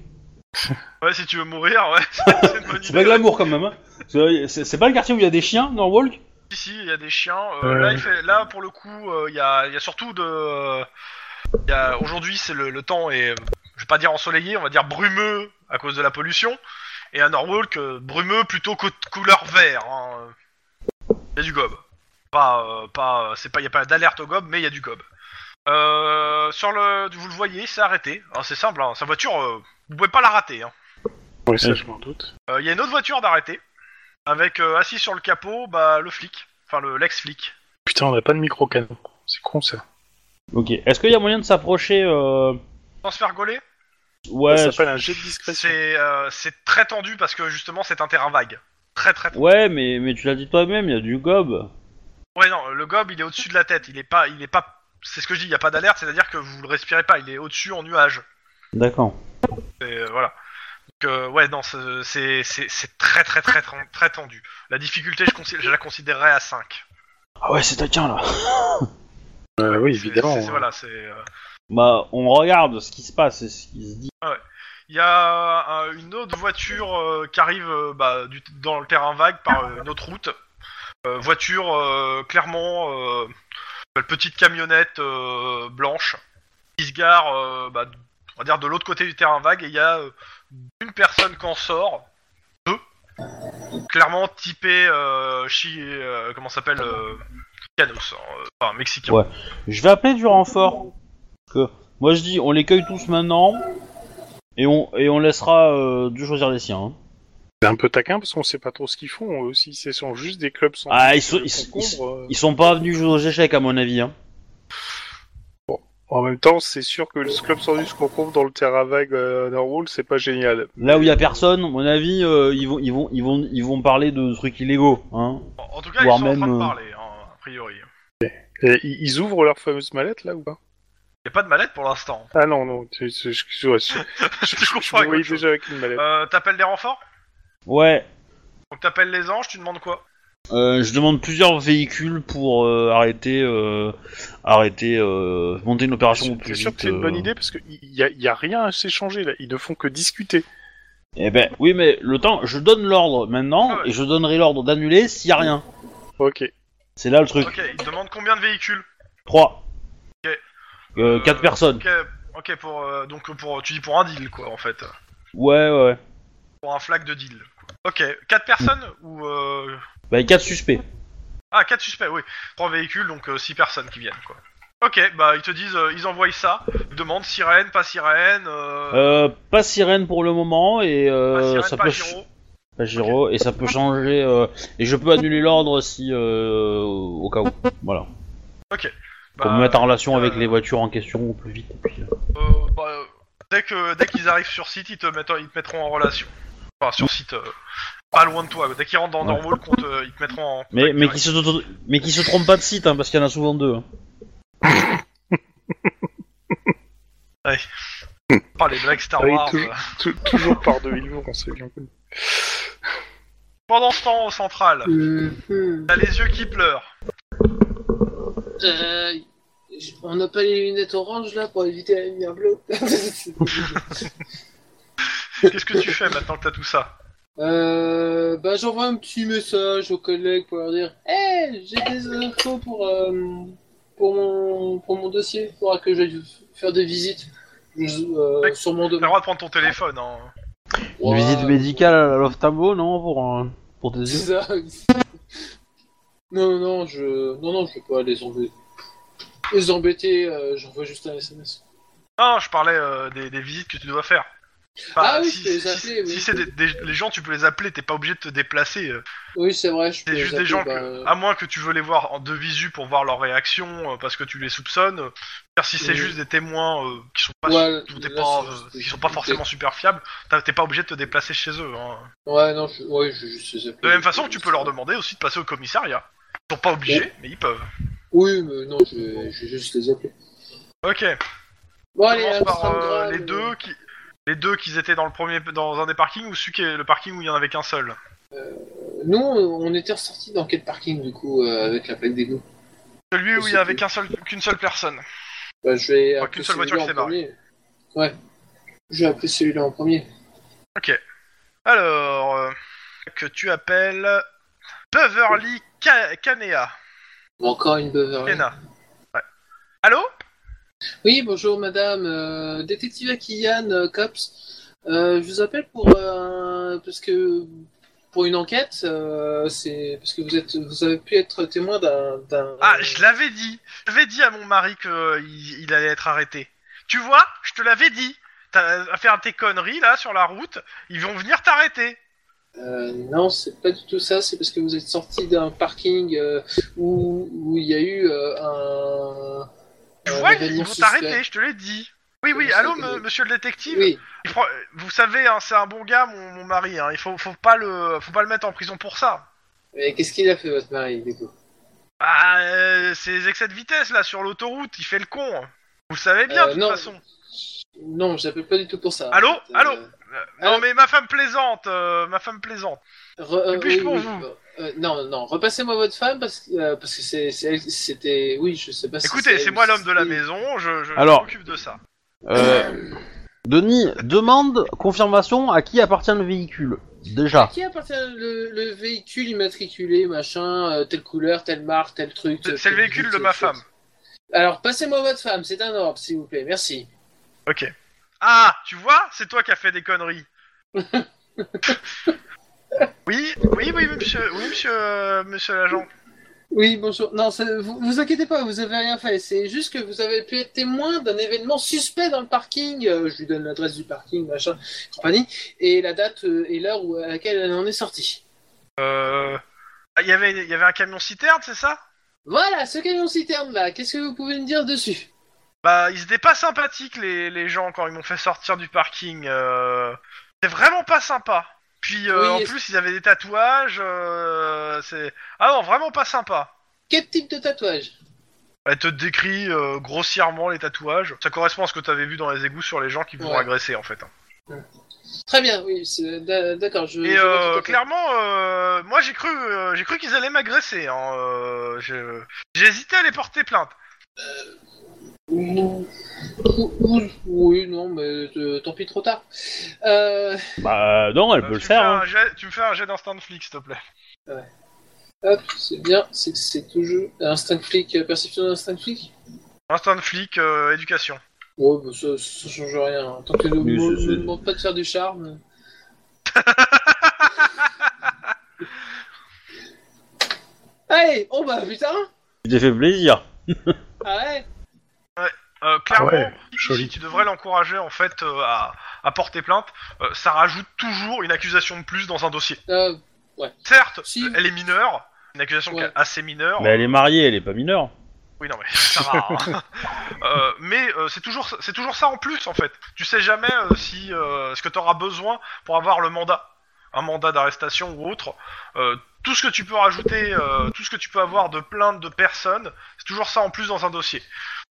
Ouais, si tu veux mourir, ouais. c'est c'est une bonne C'est pas idée. glamour quand même. hein. C'est- C'est c'est pas le quartier où il y a des chiens, Norwalk Ici, il y a des chiens. euh, Ouais. là, il fait... là, pour le coup, euh, il y, a... il y a surtout de. euh, il y a- Aujourd'hui, c'est le... le temps est. Je vais pas dire ensoleillé, on va dire brumeux à cause de la pollution. Et à Norwalk, euh, brumeux plutôt co- couleur vert. hein. Il y a du gob. Pas, euh, pas, c'est pas, il y a pas d'alerte au gob, mais il y a du gob. Euh, sur le, vous le voyez, c'est arrêté. Hein, c'est simple, hein, sa voiture, euh, vous pouvez pas la rater. hein. Oui, ça, Ouais. je m'en doute. Euh, Il y a une autre voiture d'arrêté, avec euh, assis sur le capot, bah le flic, enfin le l'ex-flic. Putain, on n'a pas de micro-canon. C'est con, ça. Ok. Est-ce qu'il y a moyen de s'approcher euh, Sans se faire gauler, Ouais. ça s'appelle un jet de discrétion. c'est euh, c'est très tendu parce que justement c'est un terrain vague. Très très. tendu. Ouais, mais, mais tu l'as dit toi-même, il y a du gob. Ouais non, le gob il est au-dessus de la tête, il est pas, il est pas. C'est ce que je dis, il y a pas d'alerte, c'est-à-dire que vous le respirez pas, il est au-dessus en nuage. D'accord. Et, euh, voilà. euh, ouais, non, c'est- c'est c'est- c'est très très très très très tendu. La difficulté, je, consi- je la considérerais à 5. Ah ouais, c'est taquin là. Euh, oui, C'est- c'est- c'est- Voilà, c'est. euh, Bah, on regarde ce qui se passe et ce qui se dit. Il y a euh, une autre voiture euh, qui arrive euh, bah, du- dans le terrain vague par euh, une autre route. Euh, voiture euh, clairement euh, une petite camionnette euh, blanche qui se gare, euh, bah, on va dire de l'autre côté du terrain vague et il y a euh, une personne qui en sort, deux, clairement typé euh, chi, euh, comment ça s'appelle, euh, Canos, hein, euh, enfin mexicain. Ouais. Je vais appeler du renfort. Que... Moi je dis, on les cueille tous maintenant et on, et on laissera euh, Dieu choisir les siens. hein. C'est un peu taquin parce qu'on sait pas trop ce qu'ils font. Eux aussi, ce sont juste des clubs sans. Ah, ils sont- sans ils sont- concombre, euh. Ils sont pas venus jouer aux échecs à mon avis. Hein. En même temps, c'est sûr que le club sans du concombre dans le terrain vague euh, Norwalk, c'est pas génial. Là où il y a personne, à mon avis, euh, ils, vont, ils, vont, ils, vont, ils vont parler de trucs illégaux. Hein. En en tout cas, ils Voire sont en même, train de euh, parler, hein, a priori. Il Et ils ils ouvrent leur fameuse mallette là ou pas n'y a pas de mallette pour l'instant. Ah non, non, tu- tu- je, je, je, je je- comprends je avec me voyais autre chose. déjà avec une mallette. Euh, t'appelles des renforts Ouais, Donc t'appelles les anges, tu demandes quoi Euh, je demande plusieurs véhicules pour euh, arrêter, euh, arrêter, euh, monter une opération au C'est plus sûr vite, que c'est une bonne euh. idée parce qu'il y a, y a rien à s'échanger là, ils ne font que discuter. Eh ben, oui, mais le temps, je donne l'ordre maintenant Ah ouais. et je donnerai l'ordre d'annuler s'il y a rien. Ok. C'est là le truc. Ok, ils te demandent combien de véhicules 3 Ok. Euh, quatre Euh, personnes. Ok, ok, pour euh, donc pour tu dis pour un deal quoi en fait, Ouais, ouais. pour un flag de deal. Ok, quatre Mm. personnes ou euh... Bah, quatre suspects. ah quatre suspects, oui, trois véhicules donc euh, six personnes qui viennent quoi. Ok, bah ils te disent, euh, ils envoient ça, ils demandent sirène, pas sirène, euh, Euh, pas sirène pour le moment et pas euh, sirène, ça pas peut. Giro. Pas Giro, et ça peut changer. euh, et je peux annuler l'ordre si. euh, au cas où. Voilà. Bah, Pour me mettre en relation euh, avec les voitures en question au plus vite. et puis, euh, euh, bah, euh, dès que dès qu'ils arrivent sur site, ils te mettent, ils te mettront en relation. Enfin sur site, euh, pas loin de toi. Dès qu'ils rentrent dans Ouais. Normal, qu'on te- euh, ils te mettront en. Mais, mais, direct. qui se, mais qui se trompe pas de site, hein, parce qu'il y en a souvent deux. hein. Par Oh, les blagues Star Ah oui, Wars. toujours. Tou- toujours par deux, ils vont, on sait bien. Pendant ce temps, au central, Mhm. t'as les yeux qui pleurent. Euh, j- on n'a pas les lunettes oranges là pour éviter la lumière bleue. Qu'est-ce que tu fais maintenant que t'as tout ça euh, bah, j'envoie un petit message aux collègues pour leur dire Hé, j'ai des infos pour, euh, pour, mon, pour mon dossier. Il faudra que j'aille f- faire des visites euh, Mec, sur mon T'as le domaine. droit de prendre ton téléphone, hein. Une Ouais, visite médicale à l'ophtalmo, non Pour, euh, pour tes yeux C'est ça. non, non, je non, non, je vais pas les embêter. Les embêter, euh, j'envoie juste un SMS. Non, je parlais euh, des, des visites que tu dois faire. Ah oui, si, je peux les si- appeler, oui. si c'est des, des- les gens, tu peux les appeler, t'es pas obligé de te déplacer. euh. Oui, c'est vrai, je peux C'est juste les des gens appeler, que, Ah bah, à moins que tu veux les voir en de visu pour voir leur réaction, euh, parce que tu les soupçonnes. euh, car si c'est Oui. juste des témoins euh, qui sont pas, Ouais, ou t'es là, pas, c'est- euh, qui sont pas forcément super fiables, t'as- t'es pas obligé de te déplacer chez eux. hein. Ouais, non, je... ouais, je vais juste les appeler. De la même façon que tu peux leur demander aussi de passer au commissariat. Ils sont pas obligés, mais ils peuvent. Oui, mais non, je vais, je vais juste les appeler. Ok. Bon, On allez, commence par Amsterdam, euh, les euh, deux qui les deux qu'ils étaient dans le premier dans un des parkings ou celui qui est le parking où il y en avait qu'un seul. Nous, on était ressortis dans quel parking, du coup, euh, avec la plaque d'égout Celui où il y C'était- avait qu'un seul qu'une seule personne. Bah, je vais Enfin, appeler qu'une seule voiture celui-là en qui s'est barrée. premier. Ouais. Je vais appeler celui-là en premier. Alors euh, que tu appelles Beverly Ca- Canea. Encore une Beverly. Kena. Ouais. Allô Oui, bonjour madame, Euh, détective Akiyan euh, Cops. Euh, je vous appelle pour euh, un- parce que pour une enquête, euh, c'est parce que vous êtes vous avez pu être témoin d'un d'un- Ah, je l'avais dit. Je l'avais dit à mon mari que il, il allait être arrêté. Tu vois, je te l'avais dit. T'as à faire tes conneries là sur la route, ils vont venir t'arrêter. Euh, non, c'est pas du tout ça, c'est parce que vous êtes sorti d'un parking euh, où où il y a eu euh, un Tu un vois, ils- événement ils vont suspect. t'arrêter, je te l'ai dit. Oui, oui, Je allô, sais, me- oui. monsieur le détective. Oui, Il prend- Vous savez, hein, c'est un bon gars, mon, mon mari. hein. Il faut, faut pas le, faut pas le mettre en prison pour ça. mais qu'est-ce qu'il a fait votre mari du coup Ah, euh, ces excès de vitesse là sur l'autoroute, il fait le con. hein. Vous le savez bien Euh, de toute non. façon. Non, j'appelle pas du tout pour ça. Allô en fait. Allô Euh, Euh, Non, mais ma femme plaisante, euh, ma femme plaisante. Re- Et puis, je oui, m'en oui, vais. euh, non, non, repassez-moi votre femme parce que euh, parce que c'est c'est elle- c'était oui, je sais pas. si Écoutez, c'est elle moi ou si l'homme de la c'était- maison, je, je, je Alors. m'occupe de ça. Euh, Denis demande confirmation à qui appartient le véhicule. Déjà. Qui appartient le, le véhicule immatriculé, machin, euh, telle couleur, telle marque, tel truc C'est- euh, c'est le tel véhicule but, de euh, ma chose. femme. Alors, passez-moi votre femme, c'est un ordre, s'il vous plaît, merci. Ok. Ah, tu vois, c'est toi qui as fait des conneries. oui, oui, oui, monsieur, oui, monsieur, euh, monsieur l'agent. Oui, bonjour. Non, c'est- vous, vous inquiétez pas, vous avez rien fait. C'est juste que vous avez pu être témoin d'un événement suspect dans le parking. Euh, je lui donne l'adresse du parking, machin, compagnie, et la date euh, et l'heure où- à laquelle elle en est sortie. Euh, ah, il y avait, il y avait un camion citerne, c'est ça Voilà, ce camion citerne là, qu'est-ce que vous pouvez me dire dessus Bah, ils étaient pas sympathiques les, les gens quand ils m'ont fait sortir du parking. euh, C'est vraiment pas sympa. Puis euh, Oui, en et- plus, ils avaient des tatouages. euh, C'est ah non, vraiment pas sympa. Quel type de tatouage Elle te décrit euh, grossièrement les tatouages. Ça correspond à ce que t'avais vu dans les égouts sur les gens qui vont Ouais. agresser en fait. hein. Très bien, oui, c'est- d'a- d'accord, je. Et je vois tout euh, à fait. clairement, euh, moi j'ai cru, euh, j'ai cru qu'ils allaient m'agresser. hein, euh, je- J'ai hésité à les porter plainte. Ouh, ouh, Oui, non, mais euh, tant pis, trop tard. Euh, Bah non, elle Euh, peut le tu, me fais faire. hein. un jet- tu me fais un jet d'instinct de flic, s'il te plaît. hop, c'est bien, c'est que c'est toujours. Instinct flic, euh, perception d'instinct flic Instinct de flic, euh, éducation. Ouais, bah ça, ça change rien. hein. Tant que nous Oui, me c'est- c'est- me demande pas de faire du charme. Allez, oh bah putain Tu t'es fait plaisir. Ah ouais Euh, clairement, Ah ouais, si- joli. si tu devrais l'encourager en fait euh, à, à porter plainte, euh, ça rajoute toujours une accusation de plus dans un dossier. Euh, Certes, Si. euh, elle est mineure, une accusation Ouais. qui est assez mineure. Mais elle est mariée, elle est pas mineure. Oui, non mais ça va. hein. Euh, mais euh, c'est toujours c'est toujours ça en plus en fait. Tu sais jamais euh, si euh, ce que t'auras besoin pour avoir le mandat, un mandat d'arrestation ou autre. Euh, tout ce que tu peux rajouter, euh, tout ce que tu peux avoir de plainte de personnes, c'est toujours ça en plus dans un dossier.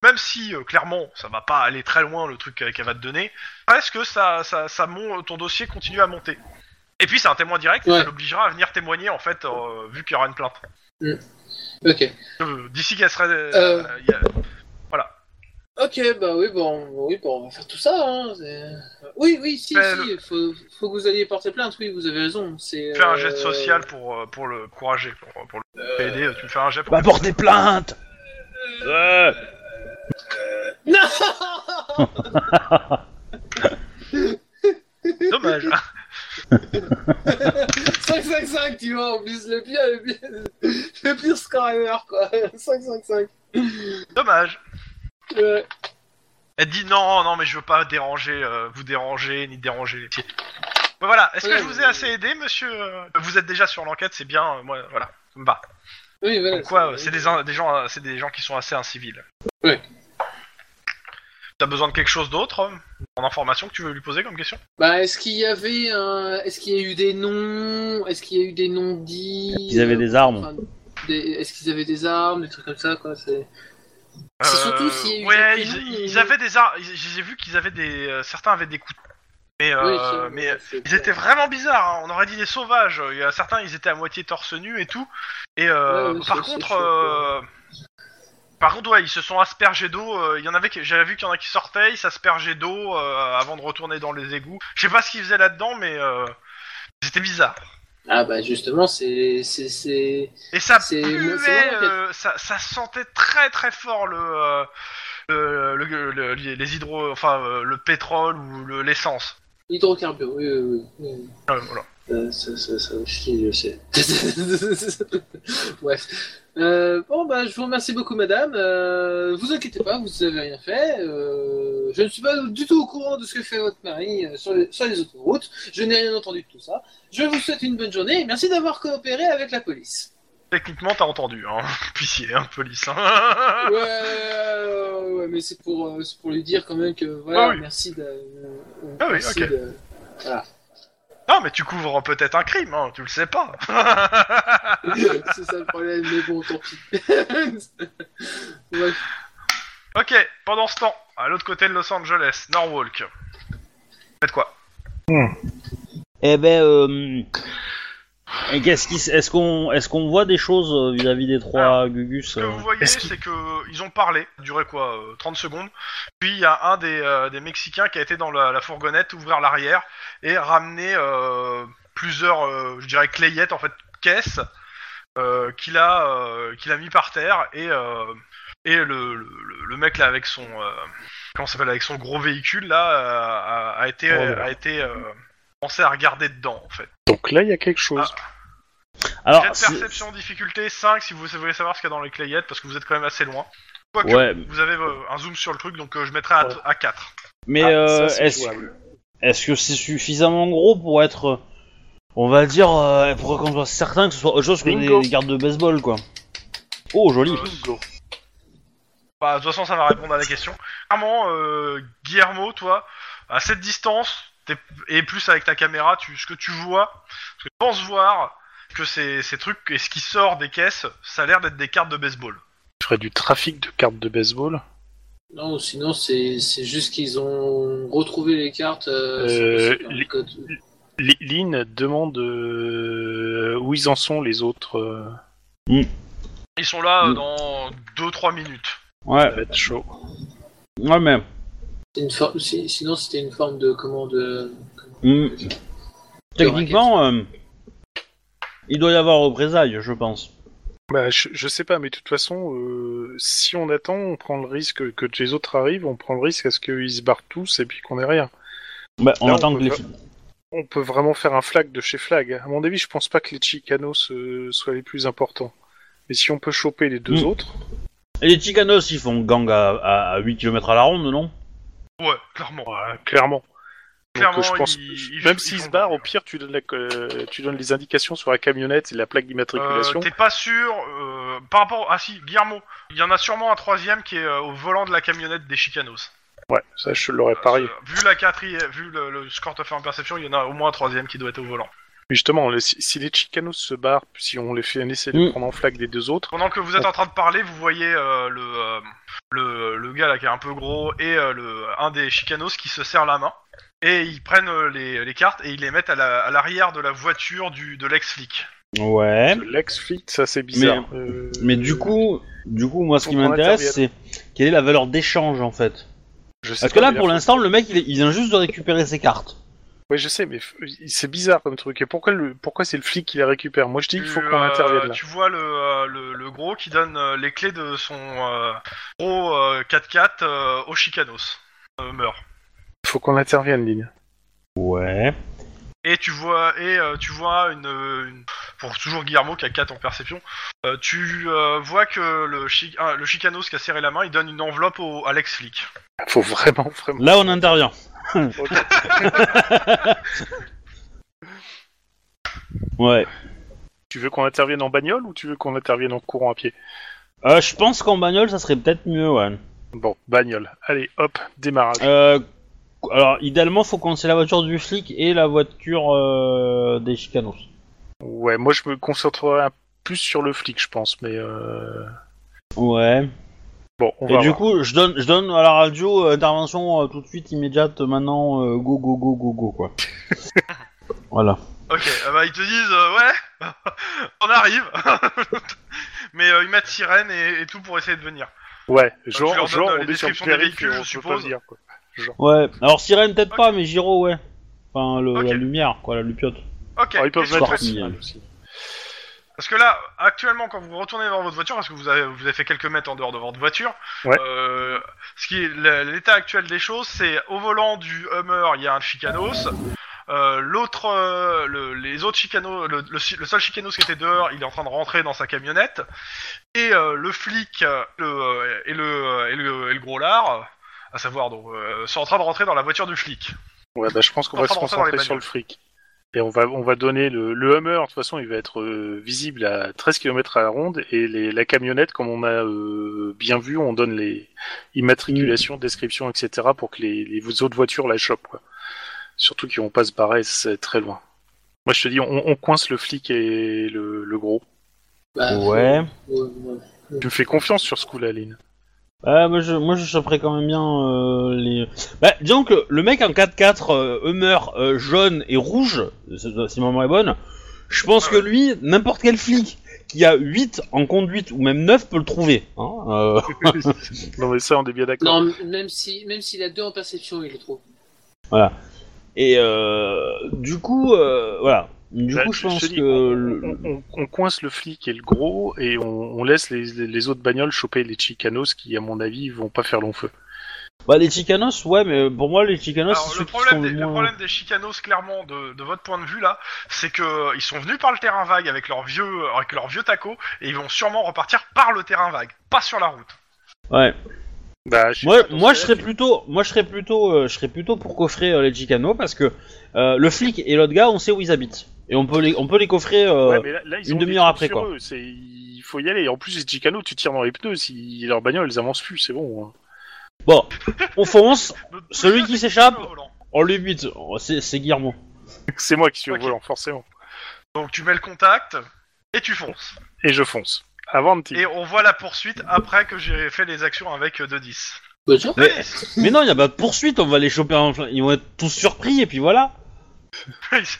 Même si euh, clairement ça va pas aller très loin le truc qu'elle qu'elle va te donner, presque ça ça ça monte, ton dossier continue à monter. Et puis c'est un témoin direct, Ouais. ça l'obligera à venir témoigner en fait euh, vu qu'il y aura une plainte. Ok. Euh, D'ici qu'elle serait euh, Euh. il y a- Ok, bah oui, bon, oui, bon, on va faire tout ça. Hein. c'est- Oui, oui, si, Mais si, faut, faut que vous alliez porter plainte, oui, vous avez raison. C'est. Tu fais un euh, jet de social pour, euh, pour le courager, pour, pour le aider. Tu me fais un jet pour. Bah porter plainte Ouais. Non Dommage. hein, 5-5-5, tu vois, en plus, le pire, le pire, le pire score ever, quoi. 5-5-5. Dommage. Ouais. Elle te dit non, non, mais je veux pas déranger, euh, vous déranger, ni déranger les petits. Bon, voilà. Est-ce que Ouais, je vous ai mais- assez aidé, monsieur euh, Vous êtes déjà sur l'enquête, c'est bien. euh, moi, voilà. Ça me va. Oui, voilà. Comme quoi, euh, c'est des, in- des gens, euh, c'est des gens qui sont assez inciviles. Ouais. T'as besoin de quelque chose d'autre euh, en information que tu veux lui poser comme question Bah, est-ce qu'il y avait un... Est-ce qu'il y a eu des noms Est-ce qu'il y a eu des noms dits Ils avaient des armes. Enfin, des- Est-ce qu'ils avaient des armes Des trucs comme ça, quoi. C'est... C'est surtout s'il y a eu Euh, ouais, des ils, prénoms, ils mais- avaient des ar- ils- J'ai vu qu'ils avaient des. euh, certains avaient des coups. de- Mais, Oui, c'est- euh, mais c'est- Ils étaient vraiment bizarres, hein. on aurait dit des sauvages. Il y a certains, ils étaient à moitié torse nu et tout. Et euh, Ouais, ouais, par c'est- contre, c'est chaud, euh, par contre, ouais, ils se sont aspergés d'eau. euh, Il y en avait, qui- j'avais vu qu'il y en a qui sortaient, ils s'aspergeaient d'eau euh, avant de retourner dans les égouts. Je sais pas ce qu'ils faisaient là-dedans, mais euh, ils étaient bizarres. Ah, bah, justement, c'est... c'est, c'est... Et ça C'est- puait, c'est vraiment euh, ça, ça sentait très très fort le, euh, le- le- le- les hydro, enfin euh, le pétrole ou le- l'essence. Hydrocarbures, oui, oui, oui. oui. Euh, voilà. Euh, ça, ça, ça aussi, je sais. Bref. Euh, bon, bah, je vous remercie beaucoup, madame. Euh, vous inquiétez pas, vous avez rien fait. Euh, je ne suis pas du tout au courant de ce que fait votre mari euh, sur, les, sur les autoroutes. Je n'ai rien entendu de tout ça. Je vous souhaite une bonne journée et merci d'avoir coopéré avec la police. Techniquement, t'as entendu, hein, policier, hein, police. hein. Ouais, ouais, ouais, mais c'est pour, euh, c'est pour lui dire quand même que voilà, Ah oui. merci de. euh, Ah oui, merci ok. de- Voilà. Non, mais tu couvres peut-être un crime, hein, tu le sais pas. c'est ça le problème, mais bon, tant pis. Bref. ok, pendant ce temps, à l'autre côté de Los Angeles, Norwalk. Faites quoi Hmm. Eh ben, euh, et qu'est-ce qui, s- est-ce qu'on, est-ce qu'on voit des choses euh, vis-à-vis des trois Gugus Ce que euh vous voyez, est-ce qu'il- c'est que ils ont parlé, ça durait quoi, euh, 30 secondes. Puis il y a un des, euh, des Mexicains qui a été dans la, la fourgonnette, ouvrir l'arrière et ramener euh, plusieurs, euh, je dirais, clayettes, en fait, caisses, euh, qu'il a, euh, qu'il a mis par terre. Et, euh, et le, le, le mec là avec son, euh, comment ça s'appelle, avec son gros véhicule là, euh, a, a été, Oh. a été euh, pensé à regarder dedans, en fait. Donc là, il y a quelque chose. Ah, Alors, Jet de c'est- perception difficulté 5 si vous voulez savoir ce qu'il y a dans les clayettes parce que vous êtes quand même assez loin. Quoique, Ouais. vous avez euh, un zoom sur le truc donc euh, je mettrai à, Ouais. à 4. mais Ah, euh, ça, c'est est-ce, jouable. est-ce que c'est suffisamment gros pour être, euh, on va dire, euh, pour qu'on soit certain que ce soit autre chose que Bingo. des, des gardes de baseball, quoi Oh, joli. Euh, Bah, de toute façon, ça va répondre à la question. Clairement, euh, Guillermo, toi, à cette distance, t'es- et plus avec ta caméra, tu, ce que tu vois, ce que tu penses voir, que ces, ces trucs et ce qui sort des caisses, ça a l'air d'être des cartes de baseball. Tu ferais du trafic de cartes de baseball Non, sinon c'est c'est juste qu'ils ont retrouvé les cartes. euh, Euh, sur- sur le les- code. Li- Lynn demande euh, où ils en sont les autres. euh, Ils sont là euh, Mm. dans 2-3 minutes. Ouais, ça va être chaud. ouais, mais C'est une forme- si- Sinon c'était une forme de comment de. hmm, techniquement, euh, il doit y avoir représailles, je pense. Bah, je, je sais pas, mais de toute façon, euh, si on attend, on prend le risque que les autres arrivent, on prend le risque à ce qu'ils se barrent tous et puis qu'on ait rien. Bah, on Là, on attend peut que les. pas- On peut vraiment faire un flag de chez flag. À mon avis, je pense pas que les Chicanos euh, soient les plus importants. Mais si on peut choper les deux Mm. autres, Et les Chicanos, ils font gang à, à, à 8 km à la ronde, non Ouais, clairement. ouais, euh, clairement. Donc, Clairement, euh, je pense, ils- ils- même ils s'ils font se barrent, pas. au pire, tu donnes, la- euh, tu donnes les indications sur la camionnette et la plaque d'immatriculation. Euh, T'es pas sûr euh, par rapport ah si Guillermo, il y en a sûrement un troisième qui est euh, au volant de la camionnette des Chicanos. ouais, ça, je l'aurais parié. Euh, vu la quatrième, vu le, le score de fait en perception, il y en a au moins un troisième qui doit être au volant. Mais justement, le- si, si les Chicanos se barrent, si on les fait un essai de Mm. prendre en flag des deux autres, Pendant que vous êtes en train de parler, vous voyez euh, le, euh, le le gars là qui est un peu gros et euh, le un des Chicanos qui se serre la main et ils prennent euh, les, les cartes et ils les mettent à la- à l'arrière de la voiture du de l'ex flic. Ouais. l'ex-flic, ça c'est bizarre. Euh, Mais du coup, du coup, moi, ce qui Pour m'intéresse, c'est quelle est la valeur d'échange en fait je sais Parce que pas, là, mais pour l'instant, le mec, il, est- il vient juste de récupérer ses cartes. Ouais, je sais, mais f- c'est bizarre comme truc. Et pourquoi, le... pourquoi c'est le flic qui les récupère Moi, je dis qu'il faut Tu, qu'on euh, intervienne là. Tu vois le, euh, le, le gros qui donne euh, les clés de son euh, gros euh, 4x4 euh, au Chicanos. Euh, meurt. Il faut qu'on intervienne, Lynn. Ouais. Et tu vois, et, euh, tu vois une, euh, une- Pour toujours Guillermo qui a 4 en perception, euh, tu euh, vois que le, chi- ah, le Chicanos qui a serré la main, il donne une enveloppe au, à l'ex-flic. Faut vraiment, vraiment. Là, on intervient. Hmm. Ok. Ouais. tu veux qu'on intervienne en bagnole ou tu veux qu'on intervienne en courant à pied Euh, je pense qu'en bagnole, ça serait peut-être mieux, ouais. Bon, bagnole. Allez, hop, démarrage. Euh, alors, idéalement, faut qu'on c'est la voiture du flic et la voiture euh, des Chicanos. Ouais, moi, je me concentrerai un- plus sur le flic, je pense, mais. Euh... Ouais. Bon, on Et va. du voir. coup, je donne, je donne à la radio euh, intervention euh, tout de suite, immédiate, maintenant, euh, go, go, go, go, go, quoi. voilà. Ok, euh, bah, ils te disent, euh, ouais, on arrive. Mais euh, ils mettent sirène et, et tout pour essayer de venir. Ouais, genre, tu leur genre donnes, euh, on les est sur le descriptions des périph' et véhicules, on je peut suppose. pas dire, quoi. Ouais. Alors, sirène, peut-être Ok. pas, mais Giro, ouais. Enfin, le- Ok. la lumière, quoi, la lupiote. Ok, Alors, ils peuvent qu'est-ce que- mettre Sorti, aussi. hein. aussi. Parce que là, actuellement, quand vous retournez dans votre voiture, parce que vous avez, vous avez fait quelques mètres en dehors de votre voiture, Ouais. euh, ce qui est l- l'état actuel des choses, c'est au volant du Hummer, il y a un Chicanos. euh, l'autre, euh, le- les autres Chicanos, le, le chi- le seul Chicanos qui était dehors, il est en train de rentrer dans sa camionnette. Et euh, le flic euh, le, euh, et, le, et, le, et le gros lard, euh, à savoir, donc, euh, sont en train de rentrer dans la voiture du flic. Ouais, bah, je pense qu'on On va se prendra ça dans les concentrer sur le bagnoles. fric. Et on va, on va donner le, le Hummer, de toute façon, il va être euh, visible à 13 km à la ronde. Et les, la camionnette, comme on a euh, bien vu, on donne les immatriculations, descriptions, etc. pour que les, les autres voitures la chopent. Quoi. Surtout qu'ils vont pas se barrer c'est très loin. Moi, je te dis, on, on coince le flic et le, le gros. Bah, Ouais. Ah, ouais, ouais. Tu me fais confiance sur ce coup-là, Lynn. Ouais, moi, je, moi, je choperais quand même bien euh, les. Bah, disons que le mec en 4x4, euh, Hummer, euh, jaune et rouge, si si ma mémoire est bonne, je pense que lui, n'importe quel flic qui a 8 en conduite ou même 9 peut le trouver. Hein euh, non, mais ça, on est bien d'accord. Non, même si même s'il a deux en perception, il le trouve. et euh, du coup, euh, voilà. Du Bah, coup, je te pense dis, que. le- on, on- on coince le flic et le gros et on, on laisse les, les- les autres bagnoles choper les chicanos qui, à mon avis, vont pas faire long feu. Bah, les Chicanos, ouais, mais pour moi, les Chicanos, Alors, c'est le ceux qui problème, sont hein. des, le le moins- problème des chicanos, clairement, de, de votre point de vue là, c'est que euh, ils sont venus par le terrain vague avec leur vieux, euh, avec leur vieux taco, et ils vont sûrement repartir par le terrain vague, pas sur la route. Ouais. Bah, je sais Moi, pas, dans moi je ce serais cas-là, plutôt, moi je serais plutôt, euh, je serais plutôt pour coffrer euh, les Chicanos parce que euh, le flic et l'autre gars, on sait où ils habitent et on peut les, on peut les coffrer. euh, Ouais, mais là, là, ils une ont des demi-heure trucs après, sur quoi. eux, c'est- Il faut y aller. Et en plus, les chicanos, tu tires dans les pneus. Si leurs bagnoles, elles avancent plus, c'est bon. hein. Bon, on fonce, Notre plus Celui vieux, qui c'est s'échappe. au volant. on le bute. Oh, c'est c'est Guillermo. C'est moi qui suis Ok. au volant, forcément. Donc tu mets le contact et tu fonces. Et je fonce. Avant de Et on voit la poursuite après que j'ai fait les actions avec euh, deux 10. Bonne chance. Mais- Allez Mais non, il y a pas de poursuite, on va les choper en plein- Ils vont être tous surpris et puis voilà.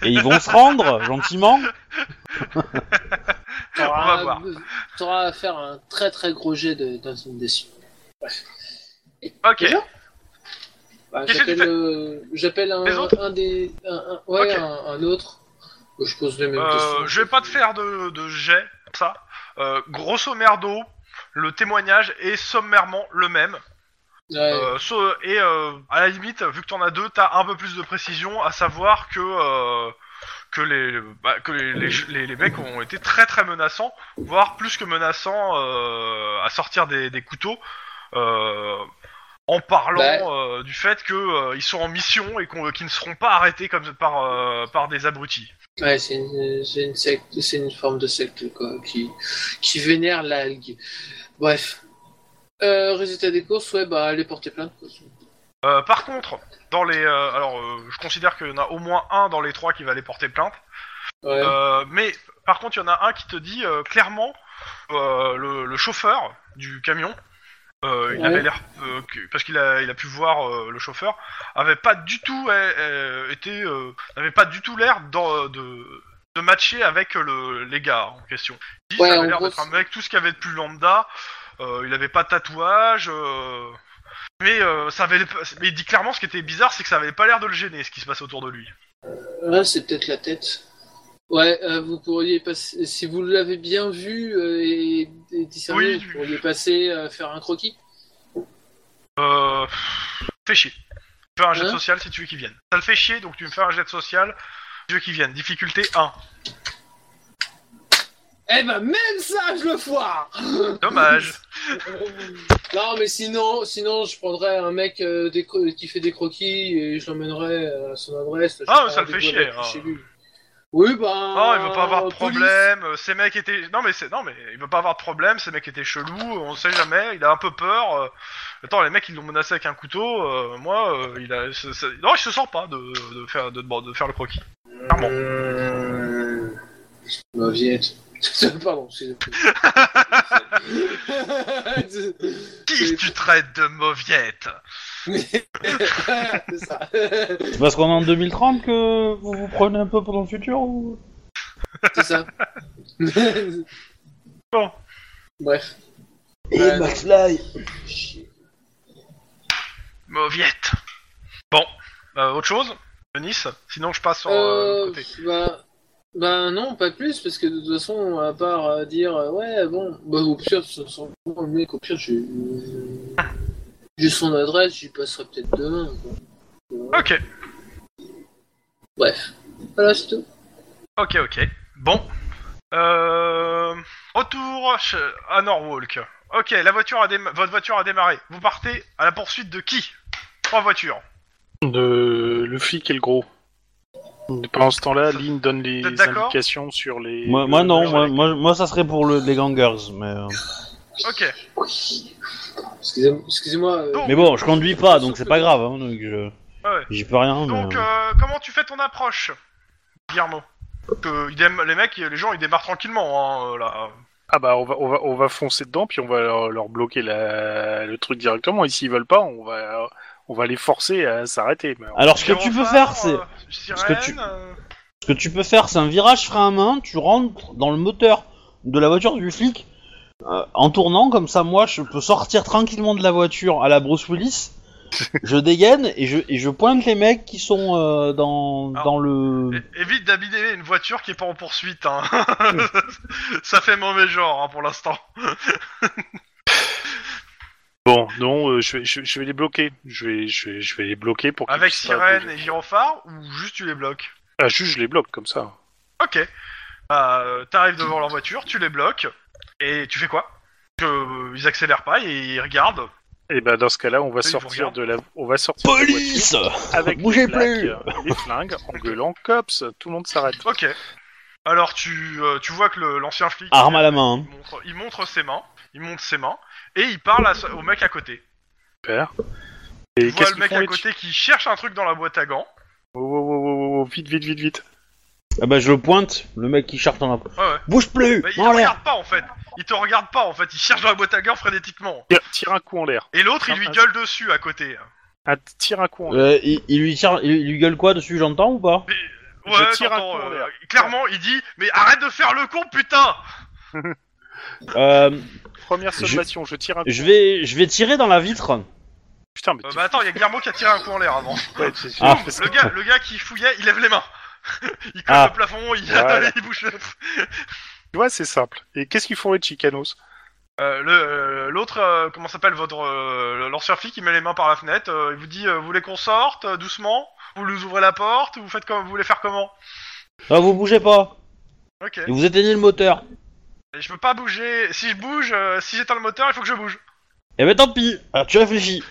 Et ils vont se rendre gentiment. On va voir. Tu auras à faire un très très gros jet de- d'intimidation. Ok. Déjà Bah, Qu'est-ce J'appelle que tu fais euh, j'appelle un, Les autres un des. Un, un- ouais, Ok. un, un autre. Je pose les mêmes Euh, questions. je vais pas te faire de, de jet, ça. Euh, grosso merdo, le témoignage est sommairement le même. Ouais. Euh, so- et euh, à la limite, vu que t'en as deux, t'as un peu plus de précision, à savoir que euh, que les bah, que les, les, les- les mecs ont été très très menaçants, voire plus que menaçants euh, à sortir des, des couteaux. euh, en parlant euh, du fait que euh, ils sont en mission et qu'on- qu'ils ne seront pas arrêtés comme par euh, par des abrutis. Ouais, c'est une, c'est une secte, c'est une forme de secte quoi, qui, qui vénère l'algue. Bref. Euh, résultat des courses, ouais, bah allez porter plainte. quoi. Euh, par contre, dans les euh, alors euh, je considère qu'il y en a au moins un dans les trois qui va les porter plainte. Ouais. Euh, mais par contre, il y en a un qui te dit euh, clairement euh, le, le chauffeur du camion. euh, il Ouais. avait l'air euh, que- parce qu'il a, il a pu voir euh, le chauffeur avait pas du tout euh, euh, été euh, n'avait pas du tout l'air d'en- de de matcher avec le, les gars en question. Il dit, Ouais, ça en avait l'air gros, d'être un c'est- mec tout ce qu'il y avait de plus lambda. euh, il avait pas de tatouage. euh, mais euh, ça avait mais il dit clairement ce qui était bizarre c'est que ça avait pas l'air de le gêner ce qui se passe autour de lui. Ouais, c'est peut-être la tête. Ouais, euh, vous pourriez passer, si vous l'avez bien vu euh, et, et discerné, Oui, vous je- pourriez passer euh, faire un croquis. Euh. pff, Fais chier. Fais un jet de Hein social si tu veux qu'ils viennent. Ça le fait chier, donc tu me fais un jet de social si tu veux qu'ils viennent. Difficulté 1. Eh ben, même ça, je le foire Dommage. Non, mais sinon, sinon je prendrais un mec euh, des cro- qui fait des croquis et je l'emmènerais euh, à son adresse. Je Ah, prends ça le fait rendez-vous chier, avec lui hein. chez lui. Oui, bah. Oh, il veut pas avoir de police. problème. euh, Ces mecs étaient. Non, mais c'est. Non, mais il veut pas avoir de problème. Ces mecs étaient chelous. On sait jamais. Il a un peu peur. euh, Attends, les mecs, ils l'ont menacé avec un couteau. euh, moi, euh, il a. c'est- c'est- Non, il se sent pas de, de faire, de, de faire le croquis. Clairement. Euh, Ma vieillette. Pardon, excusez-moi. Qui tu traites de mauviette C'est ça. C'est parce qu'on est en 2030 que vous vous prenez un peu pour dans le futur ou... C'est ça. Bon. Bref. Et Ouais. McFly Chier. Mauviette. Bon. euh, autre chose Nice Sinon, je passe sur euh, Euh, l'autre côté. bah, bah non, pas plus, parce que de toute façon, à part euh, dire euh, ouais, bon, bah, au pire, ça sent bon, le mec, au pire, j'ai j'ai son adresse, j'y passerai peut-être demain. quoi. Ok. Bref, voilà, c'est tout. Ok, ok. Bon. Euh... Retour che- à Norwalk. Ok, la voiture a déma- votre voiture a démarré. Vous partez à la poursuite de qui Trois voitures. De- Le flic et le gros. Pendant ce temps-là, Ça- Lynn donne les Vous êtes d'accord indications sur les. Moi, moi, non, Ouais, moi, ouais. moi, moi, ça serait pour le, les gangers, mais. euh, Ok. Excusez- Excusez-moi. euh, Donc, Mais bon, je conduis pas, donc c'est pas grave, hein, donc je. Ouais. J'y peux rien. donc mais... euh, comment tu fais ton approche, Guillermo Parce que ils dém- les mecs, les gens, ils démarrent tranquillement, hein, euh, là. Ah bah on va, on va, on va foncer dedans, puis on va leur, leur bloquer la- le truc directement, et s'ils veulent pas, on va, on va les forcer à s'arrêter. Mais- Alors, ce que tu peux faire, c'est. euh, Sirène, ce que tu- euh, Ce que tu peux faire, c'est un virage frein à main, tu rentres dans le moteur de la voiture du flic euh, en tournant, comme ça moi je peux sortir tranquillement de la voiture à la Bruce Willis, je dégaine et je, et je pointe les mecs qui sont euh, dans, Alors, dans le... é- Évite d'abîmer une voiture qui est pas en poursuite. Hein. Ça fait mauvais genre hein, pour l'instant. Bon, non, euh, je, vais, je, je vais les bloquer. Je vais, je vais, je vais les bloquer pour qu'ils Avec puissent pas sirène bouger. et gyrophare ou juste tu les bloques Ah, juste je les bloque comme ça. Ok. Bah, euh, t'arrives devant leur voiture, tu les bloques et tu fais quoi Que- euh, Ils accélèrent pas et ils regardent. Et ben dans ce cas-là, on va ils vous sortir regardent. de la, on va sortir de la voiture Police avec Bougez les, plaques, les flingues, en gueulant cops. Tout le monde s'arrête. Ok. Alors tu, euh, tu vois que le- l'ancien flic Arme à la main. hein. il montre, il montre ses mains, il montre ses mains et il parle à son- au mec à côté. Super. Et Tu vois qu'est-ce le qu'ils mec font à les côté qui cherche un truc dans la boîte à gants. Oh, oh, oh, oh, oh, oh, vite, vite, vite, vite. Ah bah je le pointe, le mec qui charte en la... Ouais, ouais. Bouge plus Bah, il En te l'air regarde pas en fait. Il te regarde pas en fait. Il cherche dans la boîte à gants frénétiquement. Tire, tire un coup en l'air. Et l'autre, il lui gueule dessus à côté. Ah, tire un coup en l'air. Euh, il, il lui tire, il, il lui gueule quoi dessus, j'entends ou pas Ouais, Je tire un t'entends, coup en euh, l'air. clairement, il dit Mais arrête de faire le con, putain euh, Première sommation, je... tire un coup. je, vais, je vais tirer dans la vitre. Putain, mais Euh, t'es Bah attends, il y a Guillermo qui a tiré un coup en l'air avant. fou, ouais, c'est- Ah. c'est- Le gars, le gars qui fouillait, il lève les mains. Il colle Ah. le plafond, il, Voilà. il bouge. le- Tu vois, c'est simple. Et qu'est-ce qu'ils font les chicanos Euh, le, euh, L'autre, euh, comment s'appelle votre. Euh, L'ancien flic, il met les mains par la fenêtre, euh, il vous dit euh, Vous voulez qu'on sorte euh, doucement Vous nous ouvrez la porte Vous faites comme vous voulez faire comment Ah, vous bougez pas Ok. Et vous éteignez le moteur. Et je peux pas bouger. Si je bouge, euh, si j'éteins le moteur, il faut que je bouge. Eh ben tant pis, alors tu réfléchis.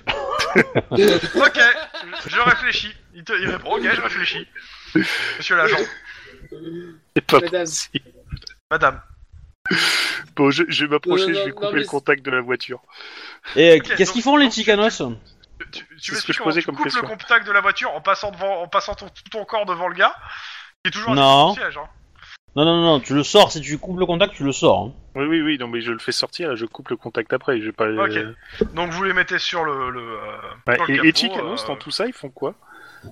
Ok, je- je réfléchis. Il, te, il répond Ok, je réfléchis. Monsieur l'agent, C'est pas Madame. possible. madame. Bon, je, je vais m'approcher, Non, non, je vais non, couper mais le c'est- contact de la voiture. Et euh, Ok, qu'est-ce donc- qu'ils font les donc- Chicanos Tu- Tu, tu C'est ce que m'expliques je comment posais tu comme coupes question. le contact de la voiture en passant devant, en passant ton, tout ton corps devant le gars. Qui est toujours à Non. l'issue du siège, hein. Non, non, non, tu le sors, si tu coupes le contact, tu le sors. hein. Oui, oui, oui, non, mais je le fais sortir et je coupe le contact après. Je vais pas. Ok. euh, Donc vous les mettez sur le. le, euh, ouais, dans le Et, capot, et Chicanos, euh, dans tout ça, ils font quoi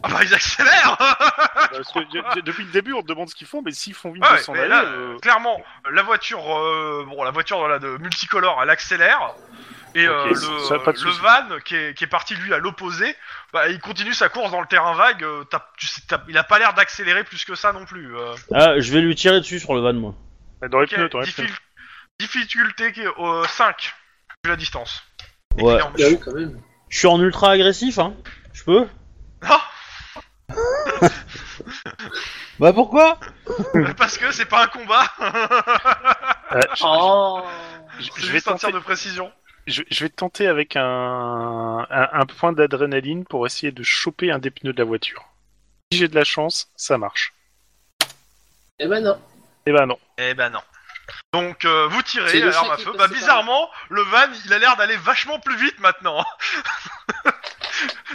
Ah bah ils accélèrent Parce que je- je- depuis le début, on te demande ce qu'ils font, mais s'ils font vite Ah, Ouais, de s'en mais aller. là, euh, clairement, la voiture, euh, bon, la voiture voilà, de multicolore, elle accélère. Et Ok, euh, le, ça, pas de le souci. van qui est, qui est parti lui à l'opposé, bah, il continue sa course dans le terrain vague. euh, t'as- tu sais, t'as- il a pas l'air d'accélérer plus que ça non plus. euh. Ah, je vais lui tirer dessus sur le van, moi. Dans les Ok, pneus, dans les pneus. difficul- difficulté qui est, euh, 5 vu la distance. Et Ouais. qu'il est en- Ah oui, quand même. Je suis en ultra agressif, hein Je peux Ah Bah pourquoi Mmh. Parce que c'est pas un combat. Euh, je- Oh je- C'est je vais juste un tir tenter- de précision. je- je vais tenter avec un, un, un point d'adrénaline pour essayer de choper un des pneus de la voiture. Si j'ai de la chance, ça marche. Eh ben non. Eh ben non. Eh ben non. Donc euh, vous C'est tirez à le l'arme chat à qui feu. est Bah passé par là. bizarrement, le van, il a l'air d'aller vachement plus vite maintenant.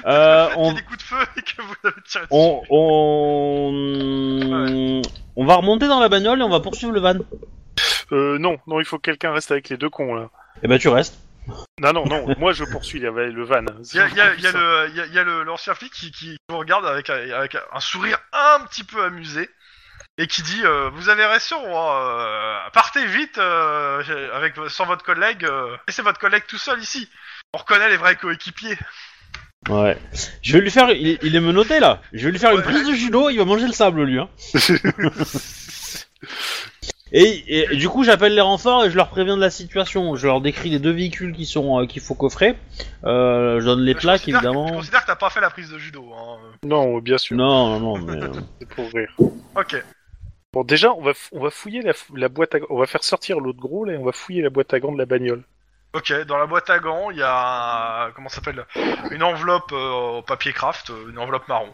euh, le fait qu'il y on, ait des coups de feu et que vous avez tiré dessus. on, on... on va remonter dans la bagnole et on va poursuivre le van. Euh, non, non, il faut que quelqu'un reste avec les deux cons là. Et bah tu restes. Non, non, non, moi je poursuis la- le van. Il y a, il y a- il y a le, il y a- il y a le- l'ancien flic qui, qui vous regarde avec, un- avec un sourire un petit peu amusé et qui dit euh, Vous avez raison, hein, euh, partez vite euh, avec, sans votre collègue, euh, laissez votre collègue tout seul ici. On reconnaît les vrais coéquipiers. Ouais. Je vais lui faire... Il, il est menotté, là. Je vais lui faire une Ouais. prise de judo, il va manger le sable, lui, hein. Et, et- et du coup, j'appelle les renforts et je leur préviens de la situation. Je leur décris les deux véhicules qui sont euh, qu'il faut coffrer. Euh, je donne les Je plaques, considère que- Je évidemment. considère que t'as pas fait la prise de judo. Hein. Non, bien sûr, Non, non, non, mais euh, c'est pour rire. Ok. Bon, déjà, on va, f- on va fouiller la, f- la boîte à On va faire sortir l'autre gros là et on va fouiller la boîte à gants de la bagnole. Ok, dans la boîte à gants, il y a un- comment ça s'appelle une enveloppe euh, en papier craft, euh, une enveloppe marron.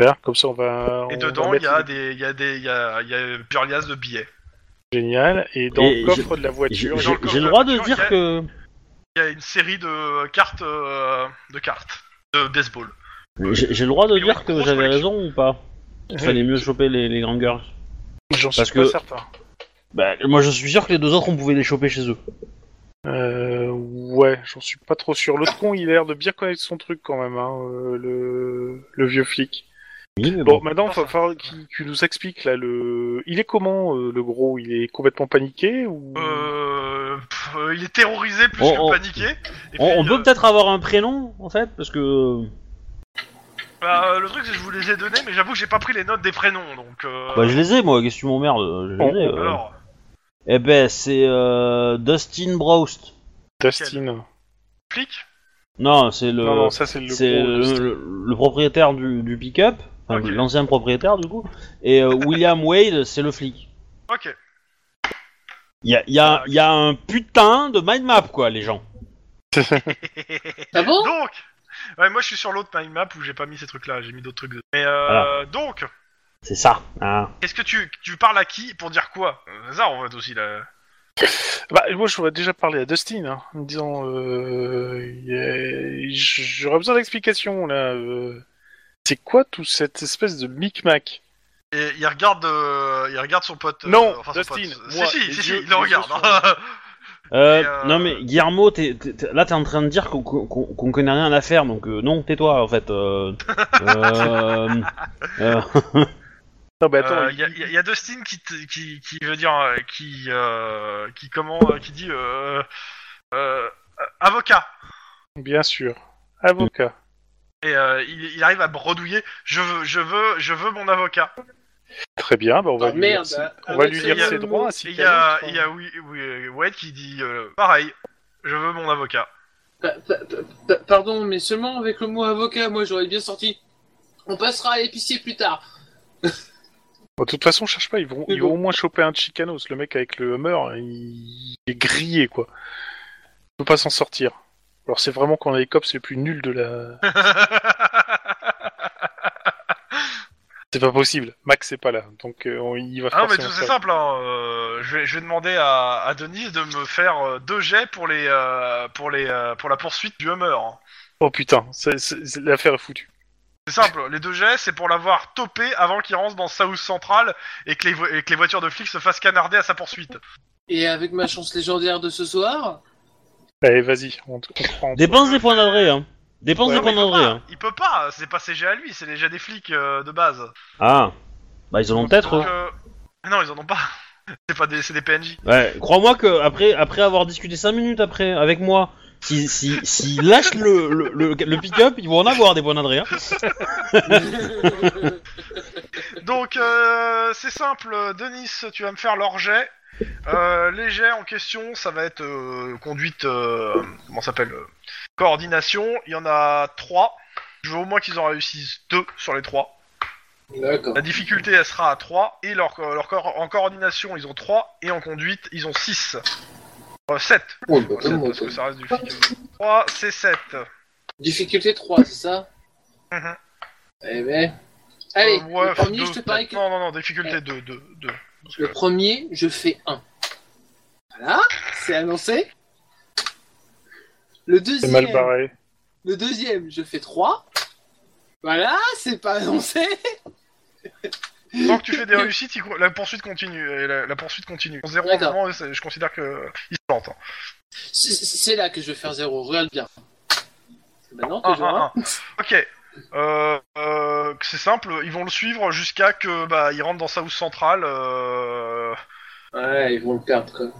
Super, comme ça on va. Et on dedans, va il y a mettre- des, il y a des, il y a, il y a plusieurs liasses de billets. Génial. Et dans Et le coffre de la j'ai voiture. j'ai- dans le corps de j'ai le la hein. droit de voiture, il y dire a- que. Il y a une série de cartes, euh, de cartes de baseball. J'ai j'ai le droit de Il y a dire une que grosse j'avais collection. raison ou pas Il fallait mieux choper les, les grandes girls. J'en suis parce pas que- certain. Bah, moi je suis sûr que les deux autres, on pouvait les choper chez eux. Euh, ouais, j'en suis pas trop sûr. L'autre con, il a l'air de bien connaître son truc quand même, hein, euh, le... le vieux flic. Oui, mais Bon, maintenant, il va falloir qu'il qu'il nous explique, là, le... Il est comment, euh, le gros Il est complètement paniqué ou... Euh, pff, euh, il est terrorisé plus On- que on- paniqué. Et On, puis, Oh, on peut euh, peut-être avoir un prénom, en fait, parce que... bah, euh, le truc, c'est que je vous les ai donnés, mais j'avoue que j'ai pas pris les notes des prénoms, donc. euh, Bah, je les ai, moi, qu'est-ce que tu m'emmerdes Je les ai, euh. alors, Eh ben, c'est euh, Dustin Broust. Dustin. flic. Non, c'est le... Non, Euh, non, ça, c'est le C'est gros. le, Dustin. le- le propriétaire du, du pick-up, enfin, Ok. l'ancien propriétaire du coup, et euh, William Wade, c'est le flic. Ok. Il y a, y Ah, a- y a un putain de mind map, quoi, les gens. Ah bon Donc, ouais, moi je suis sur l'autre mind map où j'ai pas mis ces trucs-là, j'ai mis d'autres trucs. Mais euh, Voilà. donc, C'est ça. hein. est-ce que tu, tu parles à qui pour dire quoi Euh, Hasard, on va aussi là. Bah, moi, j'aurais déjà parlé à Dustin, hein, en me disant... Euh... il est- J'aurais besoin d'explications, là. euh. C'est quoi toute cette espèce de micmac Et il regarde, euh, il regarde son pote. euh, Non, enfin, son Dustin, pote. moi, si, les si, si, si, yeux- il les le regarde. yeux hein. Euh, Et, euh, Non mais Guillermo, t'es- t'es- t'es- là t'es en train de dire qu'on qu'on- qu'on- qu'on connaît rien à l'affaire, donc euh, non, tais-toi en fait. Euh, euh, euh, Non, bah, attends, Euh, il- Il y, a- il y a- il y a Dustin qui, te- qui, qui veut dire, euh, qui, euh, qui comment, euh, qui dit, euh, euh, euh, avocat. bien sûr. Avocat. Et euh, il, il arrive à bredouiller. Je veux, je veux, je veux mon avocat. Très bien, bah, on va Ah, lui merde, dire, hein, on va avec lui ce dire jeu ses de droits, mots. ainsi Et il y qu'à a, l'autre, il y a Wi- Wi- Wade qui dit, euh, pareil. Je veux mon avocat. Pa- pa- pa- pa- Bah, Pardon, mais seulement avec le mot avocat, moi j'aurais bien sorti. On passera à l'épicier plus tard. Bon, de toute façon, cherche pas, ils vont, Mais ils vont bon. au moins choper un Chicanos. Le mec avec le Hummer, il est grillé, quoi. Il peut pas s'en sortir. Alors, c'est vraiment quand les cops, c'est le plus nul de la. C'est pas possible. Max, c'est pas là. Donc, euh, on- il va Ah non, mais forcément tout c'est faire- simple. hein, euh, je, vais, je vais demander à, à Denise de me faire euh, deux jets pour les, euh, pour les, euh, pour la poursuite du Hummer. hein. Oh putain, c'est- c'est- c'est- l'affaire est foutue. C'est simple, les deux jets, c'est pour l'avoir topé avant qu'il rentre dans South Central et que, les vo- et que les voitures de flics se fassent canarder à sa poursuite. Et avec ma chance légendaire de ce soir, Allez, vas-y, on te comprend. dépense des points d'adresse. Hein. Dépense Ouais, des points il, peut d'adresse. pas, hein. il peut pas, c'est pas ses jets à lui, c'est les jets des flics euh, de base. Ah, bah ils en ont peut-être. Donc, eux. euh, Non, ils en ont pas. C'est pas des, c'est des PNJ. Ouais, crois-moi que après, après avoir discuté 5 minutes après avec moi, si si si lâche le le, le, le pick-up, ils vont en avoir des points d'adresse. hein. Donc, euh, c'est simple, Denis, tu vas me faire leur jet. Euh, les jets en question, ça va être euh, conduite, euh, comment ça s'appelle euh, Coordination, il y en a trois. Je veux au moins qu'ils en réussissent deux sur les trois. d'accord. La difficulté, elle sera à 3, et leur, euh, leur cor- en coordination, ils ont 3, et en conduite, ils ont 6. Euh, 7, Oh, bah, comme moi, parce que quoi. ça reste du flic. 3, c'est 7. Difficulté 3, c'est ça Mhm. Euh, Eh ben. Allez, le premier, je te parie que. Non, non, non, difficulté 2, 2, 2. Le premier, je fais 1. Voilà, c'est annoncé. Le C'est deuxième, mal barré. le deuxième, je fais 3. Voilà, c'est pas annoncé. Tant que tu fais des réussites, il co- la poursuite continue. Et la, la poursuite continue. En zéro, D'accord. moment, euh, c'est- je considère que ils se plantent. hein. C'est- C'est là que je vais faire 0, regarde bien. C'est maintenant que Un, je un, vois. un. Ah, Ok. Euh, euh, c'est simple, ils vont le suivre jusqu'à que bah ils rentrent dans South Central. Euh... Ouais, ils vont le perdre quand même.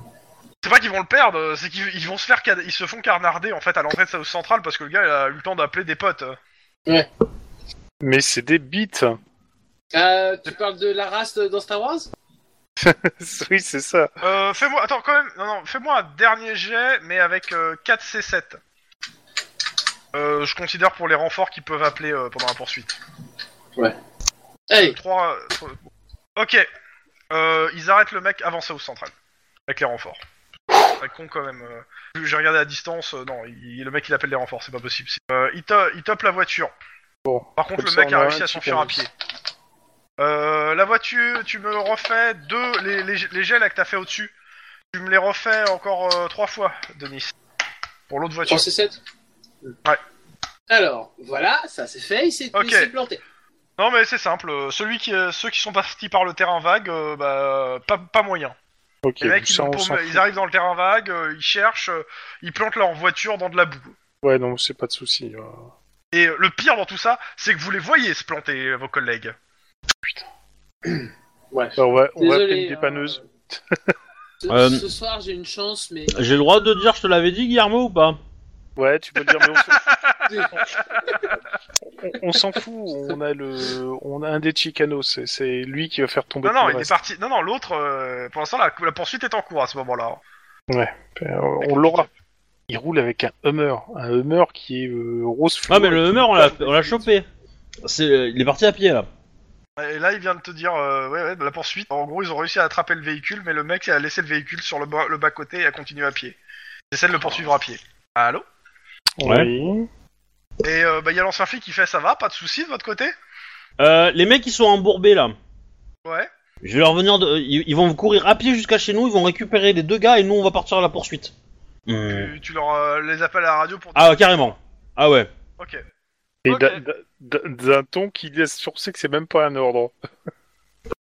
C'est pas qu'ils vont le perdre, euh, c'est qu'ils ils vont se faire, cad- ils se font carnarder en fait à l'entrée de South Central parce que le gars il a eu le temps d'appeler des potes. Mais c'est des bites. Euh, tu parles de la race de- dans Star Wars oui, c'est ça. Euh, fais-moi, attends quand même, non non, fais-moi un dernier jet mais avec euh, 4 C7. Euh, je considère pour les renforts qu'ils peuvent appeler euh, pendant la poursuite. Allez, 3... Ok, euh, ils arrêtent le mec avant South Central avec les renforts. C'est con quand même. euh. Vu que J'ai regardé à distance, euh, non, il- le mec il appelle les renforts, c'est pas possible. C'est- Euh, il, to- il tope la voiture. Bon, Par contre, Comme le ça, mec on a a réussi un à petit s'enfuir à canard. pied. Euh, la voiture, tu me refais deux, les, les, les gels là que t'as fait au-dessus, tu me les refais encore euh, trois fois, Denis. Pour l'autre voiture. 3 Oh, C7 Ouais. Alors, voilà, ça c'est fait, il s'est Ok. il s'est planté. non mais c'est simple, euh, celui qui, euh, ceux qui sont partis par le terrain vague, euh, bah, pas, pas moyen. Ok, Les mecs, ils, ça, nous on s'en paument, fout. ils arrivent dans le terrain vague, euh, ils cherchent, euh, ils plantent leur voiture dans de la boue. Ouais, non, c'est pas de souci. euh. Et euh, le pire dans tout ça, c'est que vous les voyez se planter, euh, vos collègues. Bref. Alors, Bah, on va, on va Désolé, appeler une hein. dépanneuse. Ce, Euh, ce soir, j'ai une chance, mais. J'ai le droit de dire je te l'avais dit, Guillermo, ou pas Ouais, tu peux le dire, mais on s'en fout. On, on s'en fout. On a le, on a un des Chicanos. C'est, c'est lui qui va faire tomber. Non, non, tout il le est reste. parti. Non, non, l'autre, euh, pour l'instant, la, la poursuite est en cours à ce moment-là. Euh, on l'aura. Il roule avec un Hummer, un Hummer qui est euh, rose fluo. Ah, mais le Hummer, on l'a on l'a chopé. C'est, il est parti à pied, là. Et là, il vient de te dire, euh, ouais, ouais, de la poursuite. En gros, ils ont réussi à attraper le véhicule, mais le mec a laissé le véhicule sur le, bas- le bas-côté et a continué à pied. Ils essaient de le poursuivre à pied. Allô Ouais. Oui. Et euh, bah, il y a l'ancien flic qui fait ça va, pas de soucis de votre côté Euh, les mecs, ils sont embourbés, là. Ouais. Je vais leur venir de... Ils ils vont courir à pied jusqu'à chez nous, ils vont récupérer les deux gars et nous, on va partir à la poursuite. Hmm. Tu, tu leur euh, les appelles à la radio pour. Ah, carrément. Ah ouais. Ok. Et Ok. d'un- d'un- d'un ton qui laisse sourcer que c'est même pas un ordre.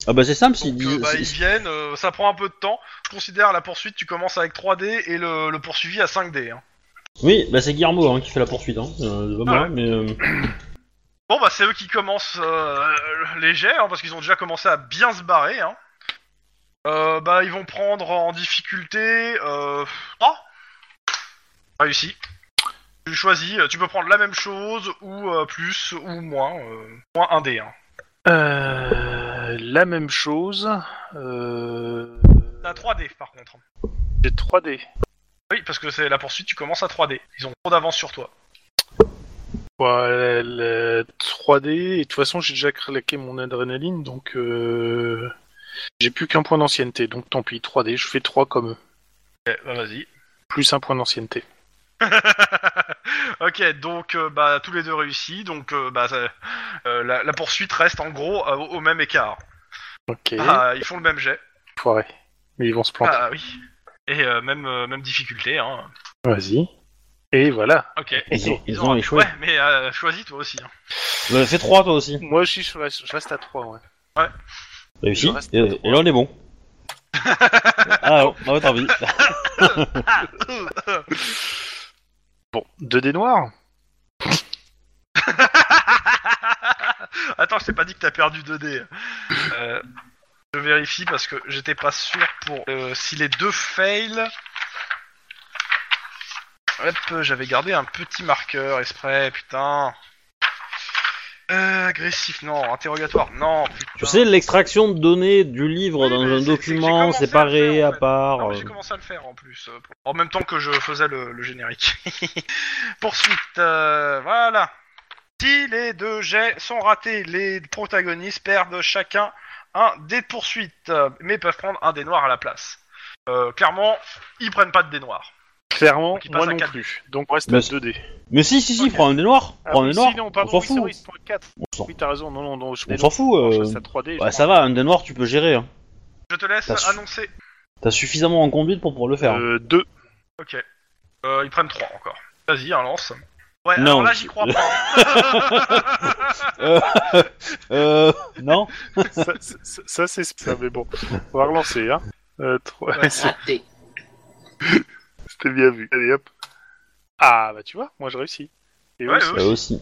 Ah bah c'est simple, s'ils Donc, euh, disent... bah, c'est- ils viennent, euh, ça prend un peu de temps. Je considère la poursuite, tu commences avec 3D et le, le poursuivi à 5D. hein. Oui, bah c'est Guillermo hein, qui fait la poursuite, hein. Euh, pas moi, Ouais. mais... euh, Bon, bah, c'est eux qui commencent euh, les jets, hein, parce qu'ils ont déjà commencé à bien se barrer. Hein. Euh, bah, ils vont prendre en difficulté. Euh... trois. Réussi. Tu choisis, euh, tu peux prendre la même chose, ou euh, plus, ou moins. euh, moins 1D. Hein. Euh, la même chose. Euh... T'as 3D par contre. J'ai 3D. Oui, parce que c'est la poursuite, tu commences à 3D. Ils ont trop d'avance sur toi. Ouais, la 3D, et de toute façon j'ai déjà claqué mon adrénaline, donc euh, j'ai plus qu'un point d'ancienneté, donc tant pis, 3D, je fais 3 comme eux, Eh, bah, vas-y. plus un point d'ancienneté. ok, donc euh, bah tous les deux réussis, donc euh, bah ça- euh, la, la poursuite reste en gros euh, au, au même écart. Ok, Ah, ils font le même jet. foiré. Mais ils vont se planter. Ah oui. Et euh, même euh, même difficulté. Hein. Vas-y. Et voilà. Ok. Ils ont, ils ont les choix. Ouais, mais euh, choisis toi aussi. hein. Euh, fais 3 toi aussi. Moi aussi je reste, je reste à 3, ouais. Réussi. Je reste Et, à et là on est bon. ah non, à votre avis. Bon, 2 dés noirs Attends, je t'ai pas dit que t'as perdu 2D. Euh, je vérifie parce que j'étais pas sûr pour euh, si les deux fails. Hop, j'avais gardé un petit marqueur exprès, putain. Euh, agressif, non. Interrogatoire, non. Putain. Tu sais, l'extraction de données du livre Oui, dans mais c'est- un c'est- j'ai document commencé à le séparé faire, en à fait. part... Non, mais j'ai euh, commencé à le faire en plus, euh, pour- en même temps que je faisais le, le générique. Poursuite, euh, voilà. Si les deux jets sont ratés, les protagonistes perdent chacun un dé de poursuite, euh, mais peuvent prendre un dé noir à la place. Euh, clairement, ils prennent pas de dé noir. Clairement, Donc, il moi passe à non quatre. plus. Donc on reste Mais à c'est- 2 dés. Mais si, si, si, Ok. prends un des noirs. Ah prends un oui, des noirs. si, non, on pardon, s'en oui, fout. c'est vrai, ils sont à 4. On s'en- Oui, t'as raison, non, non, non, je on s'en fout. non, je euh, reste à 3D. je Bah prends ça va, un des noirs tu peux gérer. hein. Je te laisse T'as su- annoncer. T'as suffisamment en conduite pour pouvoir le faire. hein. Euh, 2. Ok. Euh, ils prennent 3 encore. Vas-y, un lance. Ouais, Non. alors là, j'y crois pas. Euh, euh, non ça, ça- ça- ça, c'est ça, mais bon, on va relancer, hein. Euh, trois- Raté. C'était bien vu. Allez hop. Ah bah tu vois, moi je réussis. Et Ouais, oui, ouais. Bah aussi.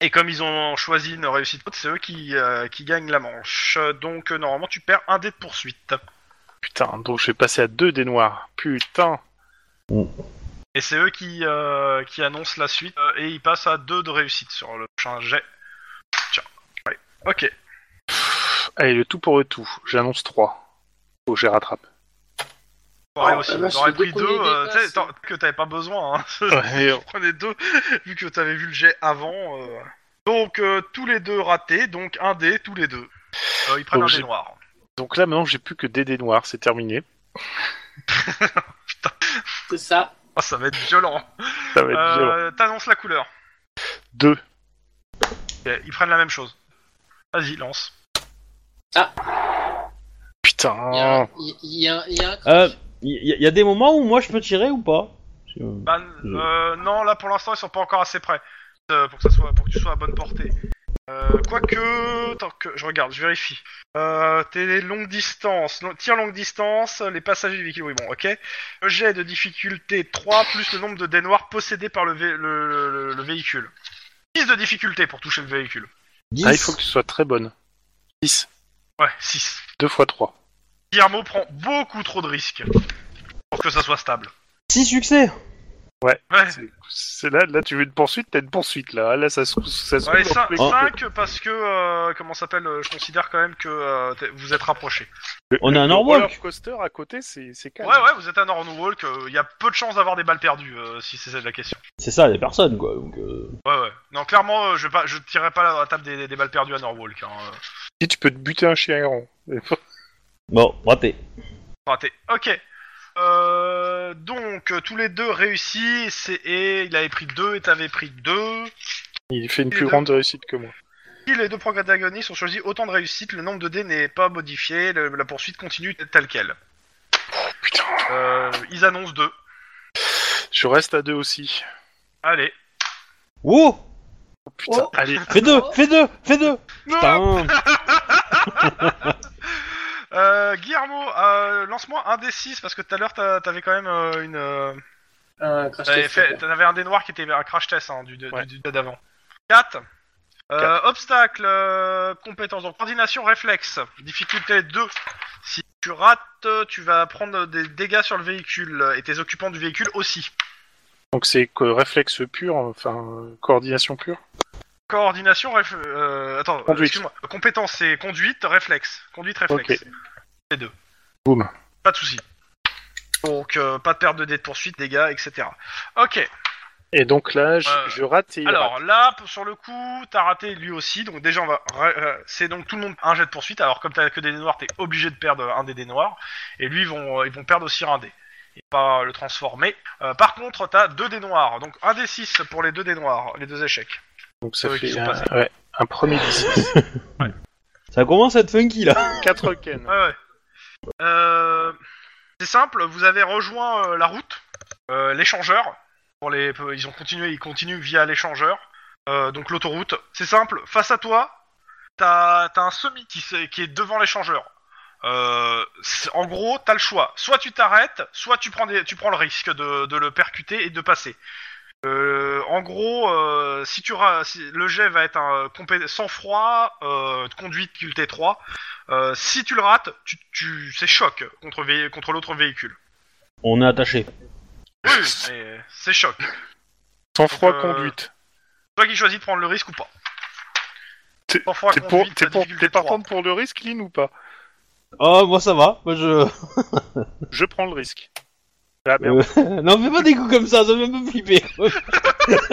Et comme ils ont choisi une réussite, haute, c'est eux qui, euh, qui gagnent la manche. Euh, Donc euh, normalement tu perds un dé de poursuite. Putain, donc je vais passer à deux des noirs. Putain. Et c'est eux qui, euh, qui annoncent la suite euh, et ils passent à deux de réussite sur le prochain jet. Tiens, ouais. Ok. Allez, le tout pour le tout. J'annonce 3. Oh, je les rattrape. Pareil Oh, aussi, la vache, t'aurais le pris deux deux, premiers euh, tu sais, dépassent. tant que t'avais pas besoin. Hein. Ouais, Tu prenais deux, vu que t'avais vu le jet avant. euh. Donc euh, tous les deux ratés, donc un dé tous les deux. Euh, ils prennent Donc, un j'ai- dé noir. donc là maintenant j'ai plus que des dés noirs, c'est terminé. C'est ça. Oh, ça va être violent. Ça va être violent. Euh, T'annonces la couleur. Deux. Ok, Ils prennent la même chose. Vas-y, lance. Il y a Putain. Ah, un- il y, a un- il y a un. Euh, y, y- y a des moments où moi je peux tirer ou pas Parce que- Bah, euh, non, là pour l'instant ils sont pas encore assez près euh, pour que ça soit, pour que tu sois à bonne portée. Euh, Quoique, tant que je regarde, je vérifie. Euh, tes longues distances, long- tir longue distance, les passages du véhicule, oui bon, ok. Le Jet de difficulté 3 plus le nombre de dés noirs possédés par le, vé- le- le- le véhicule. 10 de difficulté pour toucher le véhicule. Ah, il faut que tu sois très bonne. 6. Ouais, 6. 2 x 3. Guillermo prend beaucoup trop de risques pour que ça soit stable. 6 succès Ouais, C'est là, là, tu veux une poursuite, t'as une poursuite là. Là, ça se ça se Ouais, trouve en 5, plus- parce que, euh, comment ça s'appelle, euh, je considère quand même que euh, t'es- vous êtes rapprochés. On a un Le Norwalk roller coaster à côté, c'est c'est Ouais, calme. ouais, vous êtes à Nornwalk, il euh, y a peu de chances d'avoir des balles perdues, euh, si c'est ça la question. C'est ça, des personnes quoi. Donc, euh, Ouais, ouais. Non, clairement, euh, je, vais pas, je tirerai pas la, la table des, des- des balles perdues à Norwalk. Hein. euh. Si tu peux te buter un chien errant. Bon, raté. Raté. Ok. Euh, donc, euh, tous les deux réussis, c'est- et il avait pris 2 et t'avais pris 2. Il fait une Et plus de- grande réussite que moi. Si les deux protagonistes ont choisi autant de réussites, le nombre de dés n'est pas modifié, le- la poursuite continue telle qu'elle. Putain. Euh, ils annoncent 2. Je reste à deux aussi. Allez. Wow Oh, putain, allez. Fais deux Fais deux Fais deux Non Putain euh, Guillermo, euh, lance-moi un des 6 parce que tout à l'heure t'as- t'avais quand même euh, une. euh, Un crash T'avais test, fait- d'accord. t'avais un des noirs qui était un crash test hein, du, du- Ouais. du- du- d'avant. 4. obstacle, euh, compétence, donc coordination, réflexe, difficulté 2. Si tu rates, tu vas prendre des dégâts sur le véhicule euh, et tes occupants du véhicule aussi. Donc c'est que réflexe pur, enfin euh, coordination pure. Coordination, réf- euh, attends, euh, Conduite. excuse-moi. Compétence, c'est conduite, réflexe. Conduite, réflexe. Les deux. Boum. Pas de souci. Donc, euh, pas de perte de dés de poursuite, dégâts, etc. Ok. Et donc là, je, Euh, je rate et il rate. Alors là, pour- sur le coup, t'as raté lui aussi, donc déjà on va. ra- euh, C'est donc tout le monde un jet de poursuite. Alors comme t'as que des dés noirs, t'es obligé de perdre un des dés noirs, et lui ils vont euh, ils vont perdre aussi un dé et pas le transformer. Euh, par contre, t'as deux dés noirs, donc un des six pour les deux dés noirs, les deux échecs. Donc ça oui, euh, qui fait sont un, passés. ouais, un premier 10. Ça commence à être funky là 4 Ken. Ouais, ouais. Euh, c'est simple, vous avez rejoint euh, la route, euh, l'échangeur. Pour les, ils ont continué, ils continuent via l'échangeur, euh, donc l'autoroute. C'est simple. Face à toi, t'as t'as un semi qui, se- qui est devant l'échangeur. Euh, c'est- en gros, t'as le choix. Soit tu t'arrêtes, soit tu prends, des- tu prends le risque de, de le percuter et de passer. Euh, en gros, euh, si tu ra- si- le jet va être un euh, compé- sang-froid, euh, conduite QT3, euh, si tu le rates, tu, tu, c'est choc contre, vé- contre l'autre véhicule. On est attaché. Oui, mais c'est choc. Sans froid euh, conduite. Toi qui choisis de prendre le risque ou pas. T'es- Sans froid T'es pour, conduite, t'es la pour, difficulté t'es trois. partante pour le risque, Lynn, ou pas Oh, moi ça va. Moi je. Je prends le risque. Ah merde. Euh, non, fais pas des coups comme ça, ça me fait un peu flipper.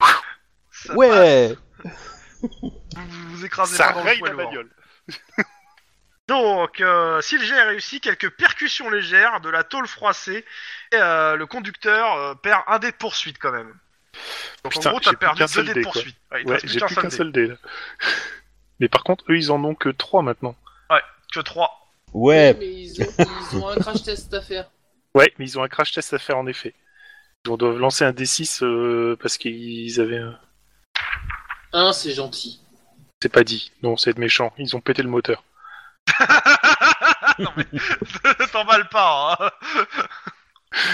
Ça passe, ouais vous vous écrasez ça pas dans le raye poids la lourd. bagnole. Donc, euh, si le jet est réussi, quelques percussions légères, de la tôle froissée, et euh, le conducteur euh, perd un dé de poursuite quand même. Donc Putain, en gros, t'as j'ai plus perdu qu'un deux seul dés de dé, quoi. poursuite. Ouais, il te Ouais, reste plus j'ai qu'un plus seul qu'un dé, seul dé là. Mais par contre, eux, ils en ont que 3 maintenant. que trois. Ouais Oui, mais ils ont, ils ont un crash test à faire. Ouais, mais ils ont un crash test à faire en effet. Ils doivent lancer un D6 euh, parce qu'ils avaient. un- Un, c'est gentil. C'est pas dit. Non, c'est de méchant. Ils ont pété le moteur. non mais, t'emballes pas. hein.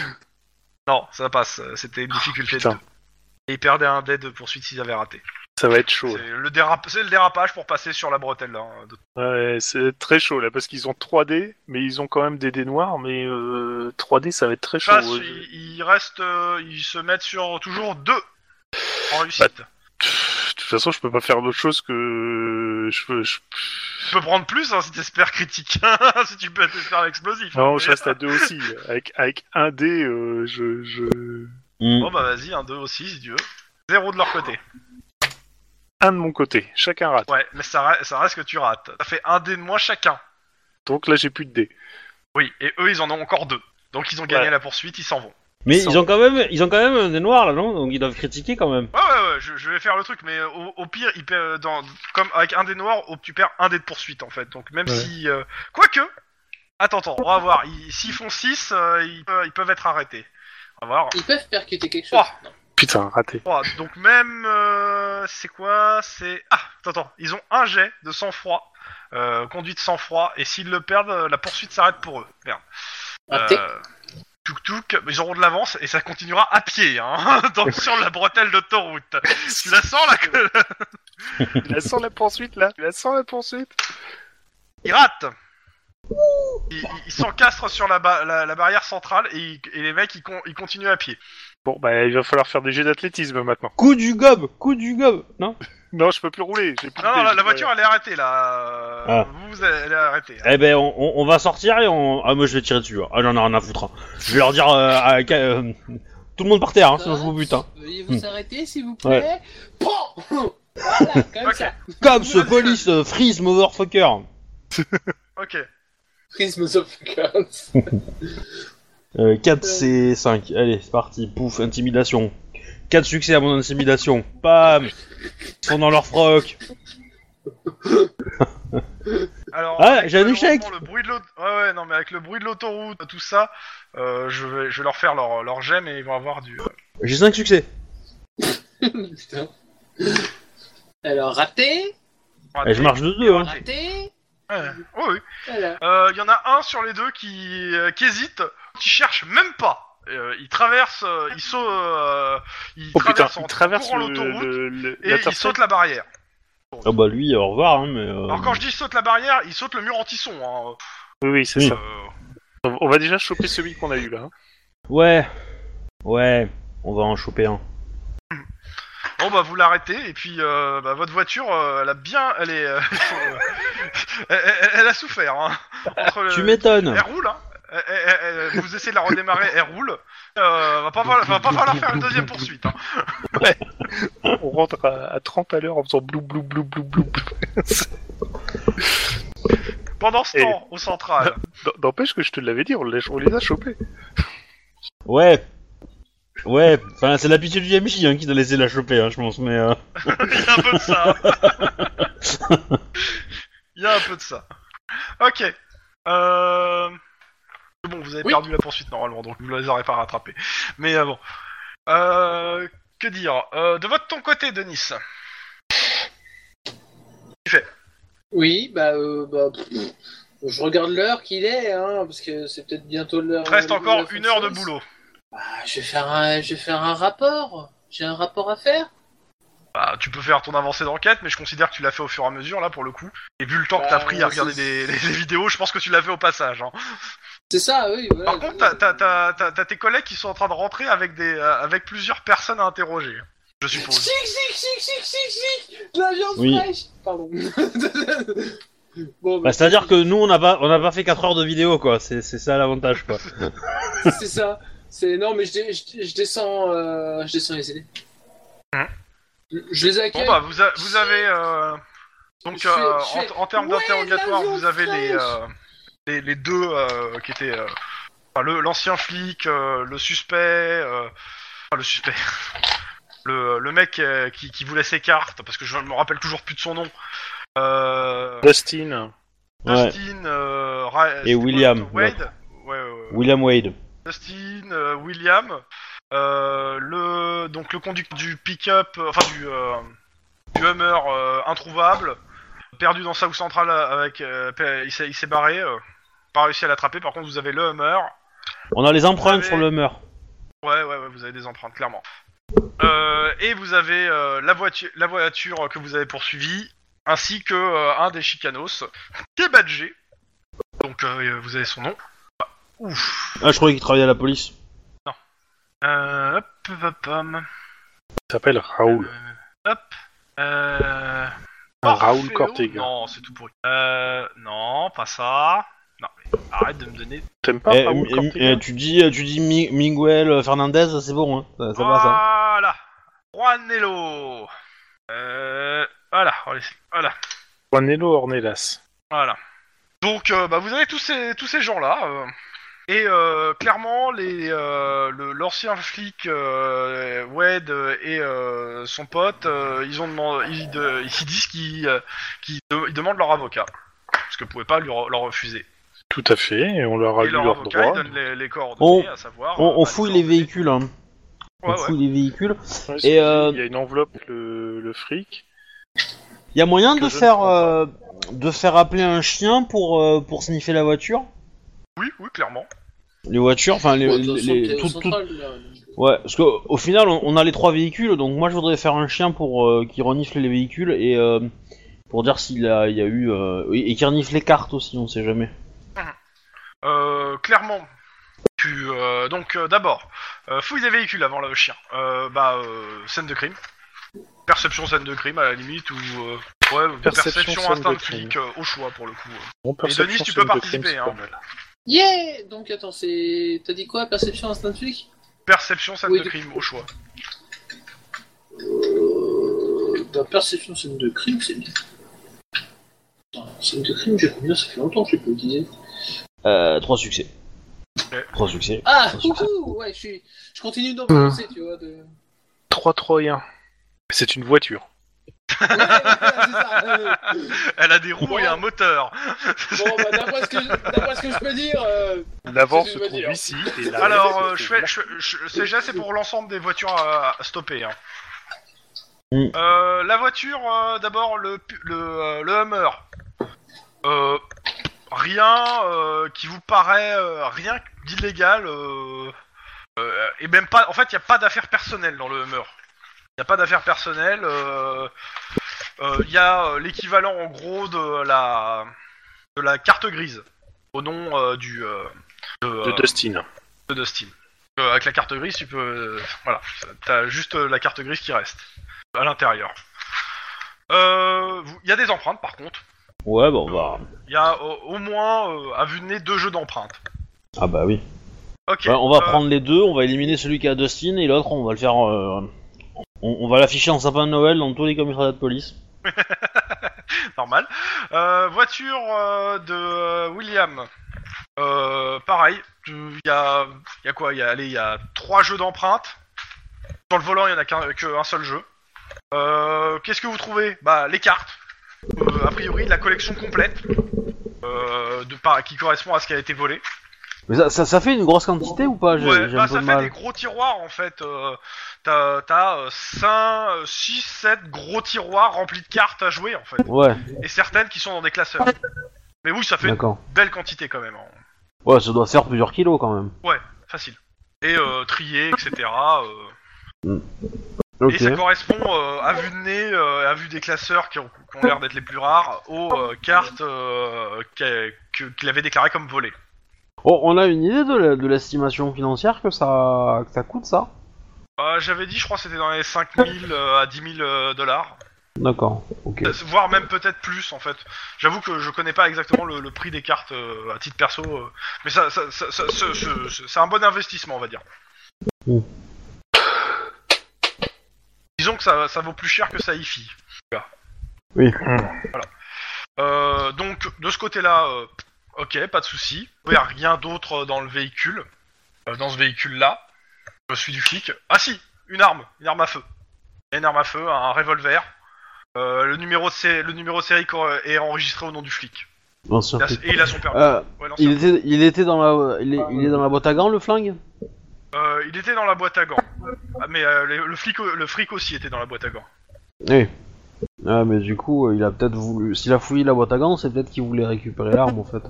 non, ça passe. C'était une difficulté. de putain. deux. Et ils perdaient un dé de poursuite s'ils avaient raté. Ça va être chaud. là. C'est le, dérap- c'est le dérapage pour passer sur la bretelle. hein, de- Ouais, c'est très chaud là parce qu'ils ont 3D, mais ils ont quand même des dés noirs. Mais euh, 3D, ça va être très chaud. Face, ouais. ils, ils restent, euh, ils se mettent sur toujours deux en réussite. Bah. Pff, De toute façon, je peux pas faire d'autre chose que. Je peux- je- tu peux prendre plus hein, si t'espères critique, si tu peux t'espères l'explosif. Non, Mais- je reste à 2 aussi. Avec, avec un dé, euh, je. je... Mm. Bon bah vas-y, un 2 aussi si tu veux. Zéro de leur côté. Un de mon côté. Chacun rate. Ouais, mais ça, re- ça reste que tu rates. Ça fait un dé de moins chacun. Donc là, j'ai plus de dés. Oui, et eux, ils en ont encore deux. Donc ils ont gagné Ouais. la poursuite, ils s'en vont. Mais Sans- ils ont, quand même, ils ont quand même des noirs là, non Donc ils doivent critiquer quand même. Ouais, ouais, ouais, je, je vais faire le truc, mais euh, au, au pire, il perd, euh, dans, comme avec un dé noir, au- tu perds un dé de poursuite en fait. Donc même Ouais. si. euh, Quoique Attends, attends, on va euh, voir. Ils- S'ils font 6, ils, pe- ils peuvent être arrêtés. On va voir. Ils peuvent percuter quelque chose. Oh. non. Putain, raté. Froid. Donc même, euh, c'est quoi C'est ah, attends, attends, ils ont un jet de sang-froid, euh, conduite sang-froid, et s'ils le perdent, euh, la poursuite s'arrête pour eux. Merde. Euh. Euh, Ah, t'es- Tuk tuk, ils auront de l'avance et ça continuera à pied, hein, dans- sur la bretelle d'autoroute. Tu la sens là que... Tu la sens la poursuite là Tu la sens la poursuite Ils ratent Ils ils- ils s'encastrent sur la, ba- la, la barrière centrale et, ils- et les mecs ils, con- ils continuent à pied. Bon, bah il va falloir faire des jets d'athlétisme maintenant. Coup du gobe, coup du gobe, non Non, je peux plus rouler. j'ai plus Non, de non, la, dés, j'ai la plus voiture elle est arrêtée là. Ah. Vous, elle est arrêtée. hein. Eh ben, on, on- on va sortir et on. Ah, moi je vais tirer dessus. hein. Ah, j'en ai rien à foutre. hein. Je vais leur dire. euh, à- qu'à- euh, tout le monde par terre, hein, sinon je vous bute. Hein. Veuillez vous Hmm. arrêter, s'il vous plaît. Pan Voilà, comme Ok. ça. Comme ce police euh, freeze motherfucker. Eh. Ok. Prism of Guns. Euh, 4 c'est 5. Allez, c'est parti. Pouf, intimidation. 4 succès à mon intimidation. Bam Ils sont dans leur froc. Alors, Ah, avec, j'ai un malheureusement, échec. Le bruit de l'aut- ouais, ouais, non, mais avec le bruit de l'autoroute, tout ça, euh, je, vais, je vais leur faire leur, leur jet, mais ils vont avoir du. euh, J'ai 5 succès. Putain. Alors, raté, Et je marche de 2. Hein. raté, Ouais. Oui, oui. voilà. Euh, Il y en a un sur les deux qui, euh, qui hésite, qui cherche même pas. Euh, il traverse, euh, il saute, euh, il Oh putain, traverse il en traverse courant le, l'autoroute le, le- et il l'intersection. saute la barrière. Ah bah lui, au revoir. Hein, mais, euh, Alors quand je dis saute la barrière, il saute le mur anti-son. Hein. Oui, oui, c'est Oui. ça. Euh, On on va déjà choper celui qu'on a eu là. hein. Ouais. Ouais. On va en choper un. Bon bah vous l'arrêtez et puis euh, bah, votre voiture euh, elle a bien elle est euh, elle, elle- elle a souffert hein. Entre le- Tu m'étonnes. elle roule hein. Elle- elle- elle- elle- vous essayez de la redémarrer elle roule euh, va pas falloir, va pas falloir faire une deuxième poursuite hein. On rentre à, à 30 à l'heure en faisant blou blou blou blou blou. blou. pendant ce Et- temps au central N- N'empêche que je te l'avais dit, on, l'a- on les a chopés. Ouais. Ouais. Enfin, c'est l'habitude du MJ hein, qui t'a laissé la choper, hein, je pense. Mais. euh, il y a un peu de ça hein. il y a un peu de ça ok euh... bon vous avez Oui. perdu la poursuite normalement donc vous ne les aurez pas rattrapés mais euh, bon euh, que dire Euh, de votre ton côté Denis Oui, bah, euh, bah pff, je regarde l'heure qu'il est, hein, parce que c'est peut-être bientôt l'heure. Il te reste euh, encore l'heure une heure de française. boulot. Bah, je vais faire un, je vais faire un rapport. J'ai un rapport à faire. Bah, tu peux faire ton avancée d'enquête, mais je considère que tu l'as fait au fur et à mesure, là, pour le coup. Et vu le temps que t'as Bah, pris à regarder des, c'est- les, les vidéos, je pense que tu l'as fait au passage. hein. C'est ça, oui. Voilà. Par contre, t'as- t'as- t'as t'as- t'as tes collègues qui sont en train de rentrer avec, des, euh, avec plusieurs personnes à interroger, je suppose. Chic, chic, chic, chic, chic, chic, de la viande Oui. fraîche. Pardon. bon, Bah, c'est à dire que nous, on n'a pas, on n'a pas fait 4 heures de vidéo, quoi. C'est c'est ça l'avantage, quoi. c'est ça. C'est non, mais je, dé- je- je descends, euh, je descends les aider. Hein Je les Bon, accueille. bah, vous, a- vous avez. euh, donc, Je fais- euh, je fais- en, en termes Ouais, d'interrogatoire, l'avion vous avez les, fraîche. euh, les, les deux euh, qui étaient. euh, enfin, le- l'ancien flic, euh, le suspect. euh, enfin, le suspect. Le, le mec euh, qui, qui voulait ses cartes, parce que je me rappelle toujours plus de son nom. Euh, Dustin. Ouais. Dustin. euh, Ra- c'était quoi, William, l'autre Wade ouais, ouais, ouais. William Wade. Dustin, euh, William. euh, le, donc le conducteur du pick-up, euh, enfin du, euh, du Hummer euh, introuvable, perdu dans South Central avec. euh, pe- il s'est il s'est barré, euh, pas réussi à l'attraper. Par contre, vous avez le Hummer. On a les Vous empreintes avez- sur le mur. Ouais, ouais, ouais, vous avez des empreintes, clairement. Euh, et vous avez euh, la, voiture, la voiture que vous avez poursuivie, ainsi que euh, un des chicanos, qui est badgé. Donc euh, vous avez son nom. Ah, Ouf. Ah, je croyais qu'il travaillait à la police. Euh, hop, hop, hop. Il s'appelle Raoul. Euh, hop. Euh... Ah, Raoul Orfeo Cortega. Non, c'est tout pourri. Euh, non, pas ça. Non, mais arrête de me donner. T'aimes pas Eh, Raoul mi- Cortega eh, tu dis, tu dis Mi- Miguel Fernandez, c'est bon, hein. Ça, ça va, ça. voilà. Juanello. Euh, voilà, on va laisser- voilà, Juanello Ornelas. voilà. Donc, euh, bah, vous avez tous ces, tous ces gens-là. euh, et euh, clairement, les, euh, le- l'ancien flic euh, Wade et euh, son pote, euh, ils ont demandé, ils, de- ils disent qu'ils, euh, qu'ils de- ils demandent leur avocat, parce que vous pouvez pas lui re- leur refuser. Tout à fait, et on leur a et lu leur leur avocat, droit. il donne les, les coordonnées, On- à savoir. Ah, On, euh, on bah, fouille les les coordonnées. véhicules, hein. on Ouais, ouais. fouille les véhicules. Ouais, Et, c'est- euh, Il y a une enveloppe, le, le fric. Il y a moyen Que de je ne faire prends pas. euh, de faire appeler un chien pour euh, pour sniffer la voiture. Oui, oui, clairement. Les voitures, enfin les, Bon, de toute façon, les- t'es au tout- tout- central, là, donc, Ouais, parce que au final, on, on a les trois véhicules, donc moi je voudrais faire un chien pour euh, qui renifle les véhicules et euh, pour dire s'il a, il y a eu euh, oui, et qui renifle les cartes aussi, on sait jamais. Euh, clairement. Tu, euh, donc euh, d'abord, euh, fouille des véhicules avant le chien. Euh, bah, euh, scène de crime. Perception scène de crime à la limite ou euh, ouais, Perception, perception, scène instinct de de flic euh, au choix pour le coup. Bon, Et Denis, tu peux participer. hein. Yeah Donc attends, c'est. T'as dit quoi Perception instant flic Perception scène Oui, de du- crime au choix. Euh. Bah, perception scène de crime, c'est bien. Attends, Scène de crime, j'ai combien Ça fait longtemps que je l'ai pas utilisé. Euh, trois succès. Ouais. Trois succès. Ah Ça, c'est Coucou Ouais, je suis. Je continue d'en penser, tu vois. De... Ouais, 3, 3 et 1. C'est une voiture. ouais, c'est ça. euh, Elle a des roues Bon. et un moteur. Bon, bah, d'après ce, que je- d'après ce que je peux dire. euh, L'avant C'est se une trouve voiture. ici. Et l'arrière Alors, se euh, trouve je là. fais, je, je- ces jets, c'est pour l'ensemble des voitures à, à stopper. hein. Mm. Euh, la voiture, euh, d'abord le, pu- le, euh, le Hummer. Euh, rien euh, qui vous paraît euh, rien d'illégal euh, euh, et même pas. En fait, il n'y a pas d'affaires personnelles dans le Hummer. Il n'y a pas d'affaires personnelles. euh, euh, Il y a euh, l'équivalent en gros de la de la carte grise au nom euh, du euh, de, De euh, Dustin. de Dustin. Euh, avec la carte grise, tu peux. euh, voilà, t'as juste euh, la carte grise qui reste à l'intérieur. Euh, vous- Il y a des empreintes par contre. Ouais, bah on va. Il y a euh, au moins, euh, à vue de nez, deux jeux d'empreintes. Ah bah oui. Ok. Ouais, Bah, on va euh, prendre les deux, on va éliminer celui qui a Dustin et l'autre, on va le faire. euh, on, on va l'afficher en sapin de Noël dans tous les commissariats de police. Normal. Euh, voiture euh, de euh, William. Euh, pareil. Il y a, y a quoi Il y a, allez, y a trois jeux d'empreintes. Sur le volant, il y en a qu'un qu'un seul jeu. Euh, Qu'est-ce que vous trouvez Bah, les cartes. Euh, a priori, de la collection complète. Euh, de par- qui correspond à ce qui a été volé. Mais ça, ça, ça fait une grosse quantité ou pas J'ai Ouais, j'ai bah, un peu ça de fait mal. des gros tiroirs en fait. Euh, T'as euh, 5, 6, 7 gros tiroirs remplis de cartes à jouer en fait. Ouais, Et certaines qui sont dans des classeurs. Mais oui, ça fait une d'accord. belle quantité quand même, hein. Ouais, ça doit faire plusieurs kilos quand même. facile. Et euh, trier, etc. euh. Ok. Et ça correspond euh, à vue de nez, euh, à vue des classeurs qui ont, qui ont l'air d'être les plus rares, aux euh, cartes euh, qu'a- que- qu'il avait déclarées comme volées. Oh, on a une idée de la- de l'estimation financière que ça, que ça coûte ça Euh, J'avais dit, je crois que c'était dans les 5000 à 10 000 euh, dollars, D'accord, ok. Euh, voire même peut-être plus en fait. J'avoue que je connais pas exactement le, le prix des cartes euh, à titre perso, euh, mais ça, ça, ça- ça- ce- ce- ce- c'est un bon investissement, on va dire. Mm. Disons que ça, ça vaut plus cher que ça IFI. Oui. Euh, donc de ce côté-là, euh, ok, pas de souci. Il n'y a rien d'autre dans le véhicule, euh, dans ce véhicule-là. Je suis du flic. Ah si, une arme, une arme à feu. Il y a Une arme à feu, un revolver. Euh, le numéro de sé- le numéro de série cor- est enregistré au nom du flic. Bien sûr. Il a- et il a son permis. Euh, Ouais, l'ancien. il, était, il était dans la, il est, il est dans la boîte à gants le flingue Euh, il était dans la boîte à gants. Ah, mais euh, le, le flic, le fric aussi était dans la boîte à gants. Oui. Ah, mais du coup, euh, il a peut-être voulu. S'il a fouillé la boîte à gants, c'est peut-être qu'il voulait récupérer l'arme en fait.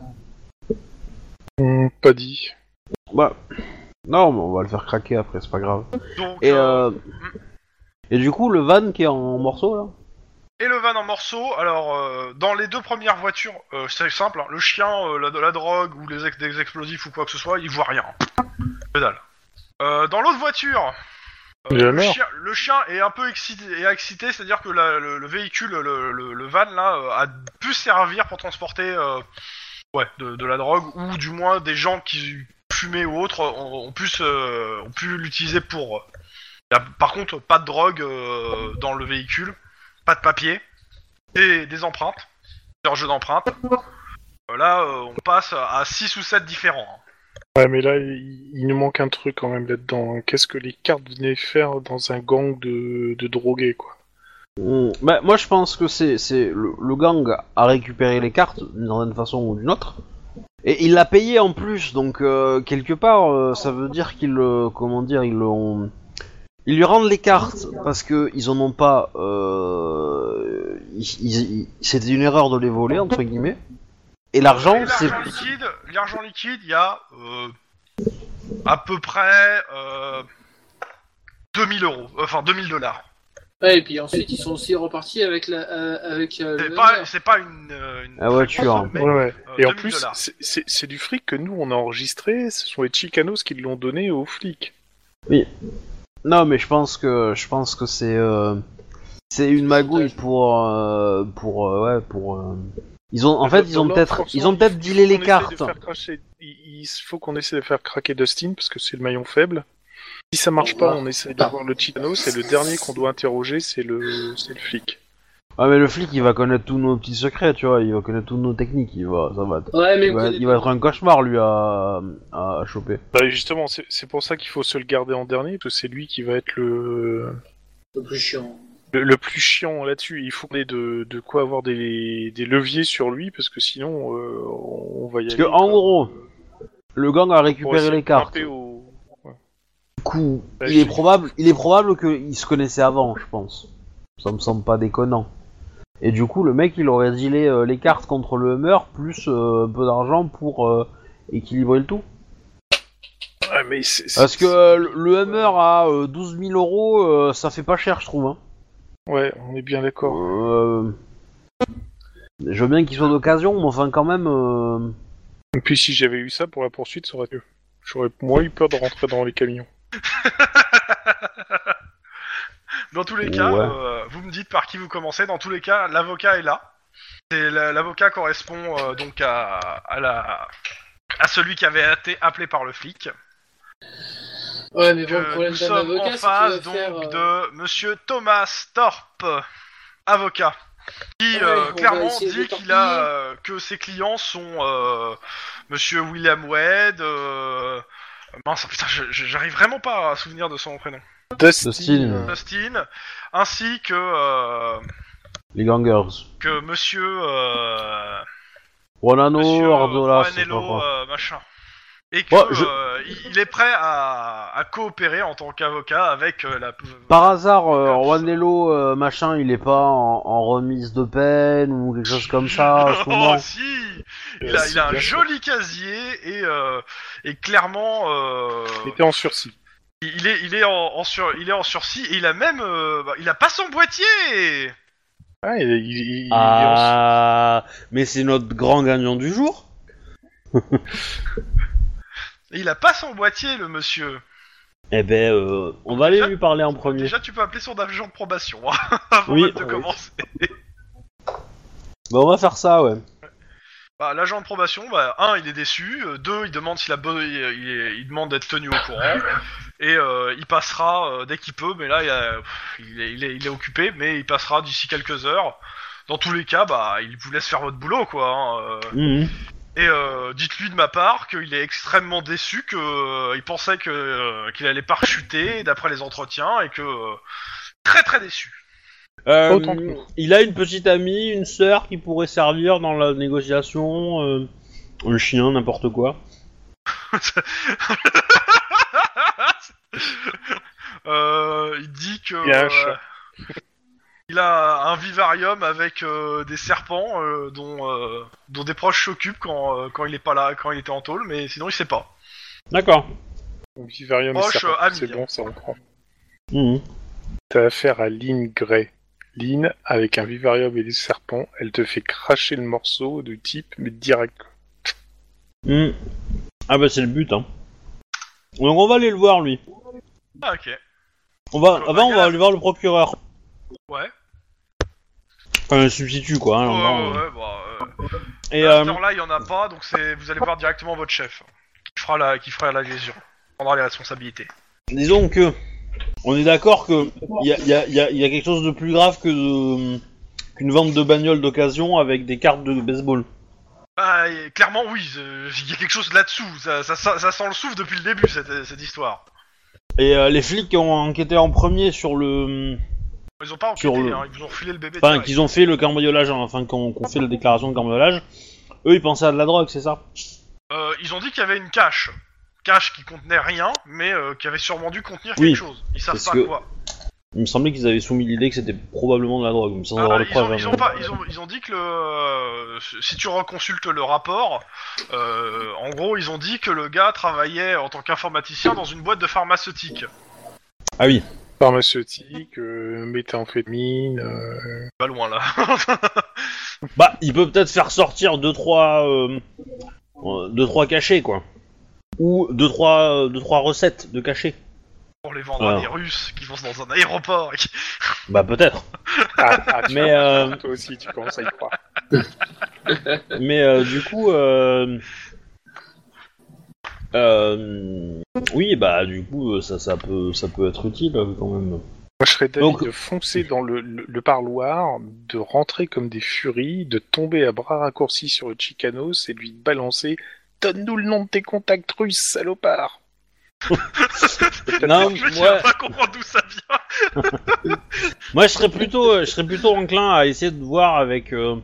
Hmm, Pas dit. Bah. Non, mais on va le faire craquer après, c'est pas grave. Donc Et euh, euh. Et du coup, le van qui est en morceaux là et le van en morceaux. Alors, euh, dans les deux premières voitures, euh, c'est simple, hein, le chien, euh, la, la drogue ou les ex- des explosifs ou quoi que ce soit, il voit rien. Que dalle. Euh, dans l'autre voiture, euh, Le le, Hummer. chien, le chien est un peu excité, est excité c'est-à-dire que la- le, le véhicule, le, le- le van là, euh, a pu servir pour transporter euh, ouais, de, de la drogue ou du moins des gens qui fumaient ou autres ont, ont pu, se- ont pu l'utiliser pour. euh, la- par contre, pas de drogue euh, dans le véhicule, pas de papier et des empreintes, plusieurs jeux d'empreintes. Euh, Là, euh, on passe à 6 ou 7 différents. hein. Ouais, mais là, il, il nous manque un truc quand même là-dedans. hein. Qu'est-ce que les cartes venaient faire dans un gang de, de drogués, quoi Hmm, bah, moi je pense que c'est c'est le, le gang a récupéré les cartes d'une certaine façon ou d'une autre et il l'a payé en plus donc euh, quelque part euh, ça veut dire qu'ils euh, comment dire ils l'ont Ils lui rendent les cartes parce que ils en ont pas. euh, ils- ils- ils- C'était une erreur de les voler entre guillemets. Et l'argent, Et c'est l'argent liquide, l'argent liquide, il y a euh, à peu près euh, 2000 euros, euh, enfin 2000 dollars. Ouais, et puis ensuite, ils sont aussi repartis avec la. euh, avec, euh, C'est le pas, vendeur. c'est pas une, euh, une La voiture. mais, euh, Et en 2000 plus, dollars. c'est- c'est c'est du fric que nous on a enregistré, ce sont les Chicanos qui l'ont donné aux flics. Non, mais je pense que je pense que c'est euh, c'est une magouille pour euh, pour euh, ouais pour. euh, Ils ont en fait ils ont peut-être ils ont peut-être dealé les On essaie de cartes. faire cracher- Il il faut qu'on essaie de faire craquer Dustin parce que c'est le maillon faible. Si ça marche pas, on essaie d'avoir le Chicano. C'est le dernier qu'on doit interroger, c'est le, c'est le flic. Ah mais le flic il va connaître tous nos petits secrets tu vois il va connaître toutes nos techniques il va ça va. Ouais, mais Il vous va, connaissez- il va être un cauchemar lui à à, à choper. Bah, justement, c'est c'est pour ça qu'il faut se le garder en dernier parce que c'est lui qui va être le le plus chiant. le, le plus chiant là-dessus. Il faut qu'on ait de, de quoi avoir des, des leviers sur lui parce que sinon euh, on, on va y Parce aller. que en gros le gang a pour essayer récupéré de les cartes. grimper au- Du coup Bah, il est je- probable il est probable qu'ils se connaissaient avant je pense. Ça me semble pas déconnant. Et du coup le mec il aurait dealé euh, les cartes contre le Hummer plus euh, un peu d'argent pour euh, équilibrer le tout. Ah, mais c'est- c'est- Parce que euh, le- le Hummer à euh, 12 000 euros euh, ça fait pas cher je trouve hein. Ouais, on est bien d'accord. Euh, Je veux bien qu'il soit d'occasion, mais enfin quand même. euh, Et puis si j'avais eu ça pour la poursuite, ça aurait mieux. J'aurais moins eu peur de rentrer dans les camions. Dans tous les cas, Ouais. euh, vous me dites par qui vous commencez. Dans tous les cas, l'avocat est là. C'est la- l'avocat correspond euh, donc à, à la à celui qui avait été appelé par le flic. Ouais, mais bon, le Euh, problème nous d'un sommes avocat, en c'est qu'il va face donc faire. euh, de Monsieur Thomas Thorpe, avocat, qui Ah Ouais, euh, on va clairement essayer de dit qu'il torpiller. a euh, que ses clients sont euh, Monsieur William Wade. euh, mince, putain, je- je- j'arrive vraiment pas à souvenir de son prénom. Dustin. Dustin. euh, euh, Austin, ainsi que euh, Les gangers. que Monsieur euh, Ronano, Monsieur euh, Ardolas, je sais pas Juanello, quoi. euh, machin. Et que Bon, je- euh, il, il est prêt à, à coopérer en tant qu'avocat avec euh, la. Par hasard, euh, Juanello, euh, machin, il est pas en, en remise de peine ou quelque chose comme ça à ce moment. Euh, oh si Il a, il a un joli casier et, euh, et clairement euh, Il était en sursis. il est il est en, en sur- il est en sursis et il a même euh, bah, il a pas son boîtier. Ah, il, il- il- il Ah, mais c'est notre grand gagnant du jour. Il a pas son boîtier le monsieur. Eh ben, euh, on va aller lui parler en premier. Déjà tu peux appeler son agent de probation hein, avant Oui, même de oui. commencer. Bah, on va faire ça, ouais. Bah, l'agent de probation, bah, un, il est déçu, euh, deux, il demande s'il a be- il, il- il demande d'être tenu au courant, et euh, il passera euh, dès qu'il peut, mais là, il, a- pff, il est, il est- il est occupé, mais il passera d'ici quelques heures. Dans tous les cas, bah, il vous laisse faire votre boulot, quoi. hein, euh. Mhm. Et euh, dites-lui de ma part qu'il est extrêmement déçu, que euh, il pensait que euh, qu'il allait parachuter d'après les entretiens, et que euh, très très déçu. Euh, Autant que nous. il a une petite amie, une sœur qui pourrait servir dans la négociation, euh, un chien, n'importe quoi. Euh, il dit que. Il y a un euh, chat. il a un vivarium avec euh, des serpents euh, dont, euh, dont des proches s'occupent quand, euh, quand il est pas là, quand il était en tôle, mais sinon il sait pas. D'accord. On vivait rien, mais Proche, ça- euh, ami, c'est hein. bon, ça on prend. Mhm. T'as affaire à Lynn Gray. Lynn, avec un vivarium et des serpents, elle te fait cracher le morceau de type, mais direct. Mhm. Ah bah c'est le but, hein. Donc on va aller le voir, lui. Ah ok. On va, Oh, avant, on va regarde. aller voir le procureur. Ouais. Enfin, le substitut, quoi. hein, Ouais, là, ouais, euh. ouais, bah, euh, Et, à euh, cette heure-là, il y en a pas, donc c'est vous allez voir directement votre chef qui fera la qui fera la liaison, qui prendra les responsabilités. disons que... On est d'accord que il y a, y a- y a- y a quelque chose de plus grave que de- qu'une vente de bagnole d'occasion avec des cartes de baseball. Bah, et clairement oui, euh, il y a quelque chose là-dessous. Ça, ça, ça- ça sent le souffle depuis le début cette, cette histoire. Et euh, les flics ont enquêté en premier sur le... Ils ont pas Sur enquêté, le- hein, ils vous ont filé le bébé. Enfin, direct. qu'ils ont fait le cambriolage, hein, enfin, qu'on qu'on fait la déclaration de cambriolage, eux ils pensaient à de la drogue, c'est ça Euh, ils ont dit qu'il y avait une cache cache qui contenait rien, mais euh, qui avait sûrement dû contenir Oui, quelque chose. Ils savent parce pas que- quoi. Il me semblait qu'ils avaient soumis l'idée que c'était probablement de la drogue, mais sans Ah, avoir de ils, ont, preuves. ils hein. ont pas, ils, ont, ils ont dit que le, euh, si tu reconsultes le rapport, euh, en gros, ils ont dit que le gars travaillait en tant qu'informaticien dans une boîte de pharmaceutique. Ah oui. Pharmaceutique, euh, méthamphétamine. euh, Pas loin là. Bah, il peut peut-être faire sortir deux trois, euh, euh, deux trois cachets quoi, ou deux trois, euh, deux trois recettes de cachets. Pour les vendre à Ah. des Russes qui vont dans un aéroport. et qui- Bah peut-être. Ah, ah, tu Mais vois, euh, toi aussi, tu commences à y croire. mais euh, du coup, euh, euh, oui bah du coup euh, ça ça peut ça peut être utile euh, quand même. Moi, je serais d'avis Donc- de foncer dans le, le- le parloir, de rentrer comme des furies, de tomber à bras raccourcis sur le Chicanos et de lui balancer Donne-nous le nom de tes contacts russes, salopard Non, Je me dis, moi- on va comprendre d'où ça vient. Moi, je serais plutôt, euh, je serais plutôt enclin à essayer de voir avec euh,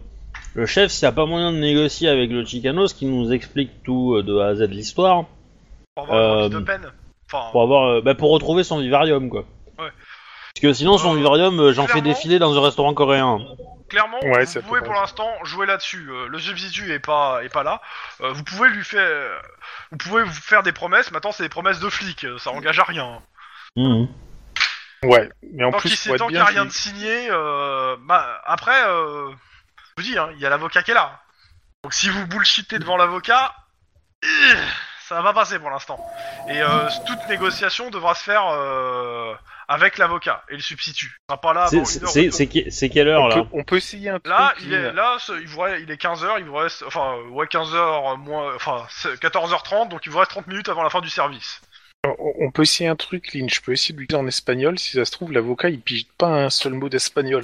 le chef s'il n'y a pas moyen de négocier avec le Chicanos qui nous explique tout euh, de A à Z de l'histoire Pour avoir Euh, une de peine. Enfin, pour avoir, euh, bah, pour retrouver son vivarium, quoi. Ouais. Parce que sinon, son Euh, vivarium, euh, j'en fais clairement- défiler dans un restaurant coréen. clairement, Ouais, vous ça pouvez peut pour pas. l'instant jouer là-dessus. Euh, le substitut est pas, est pas là. Euh, vous pouvez lui faire, vous pouvez vous faire des promesses. Maintenant, c'est des promesses de flics. euh, Ça engage à rien. euh, Mhm. Ouais, mais en Tant qu'il plus, sait- pour tant être qu'il n'y a bien, rien de je- signé, euh, bah, après, euh, je vous dis, hein, il y a l'avocat qui est là. Donc si vous bullshitez devant l'avocat, euh, ça va pas passer pour l'instant. Et euh, toute négociation devra se faire euh, avec l'avocat et le substitut. Il sera pas là C'est- avant ah, une c'est- heure ou C'est deux. c'est que- c'est quelle heure on, là peut, on peut essayer un truc. Là, il Lynn. est, là, ce- il vous reste- il est 15h, il vous reste, enfin, euh, ouais, 15h, moins, enfin, c'est 14h30, donc il vous reste 30 minutes avant la fin du service. On, on peut essayer un truc, Lynn. Je peux essayer de lui dire en espagnol. Si ça se trouve, l'avocat, il pige pas un seul mot d'espagnol.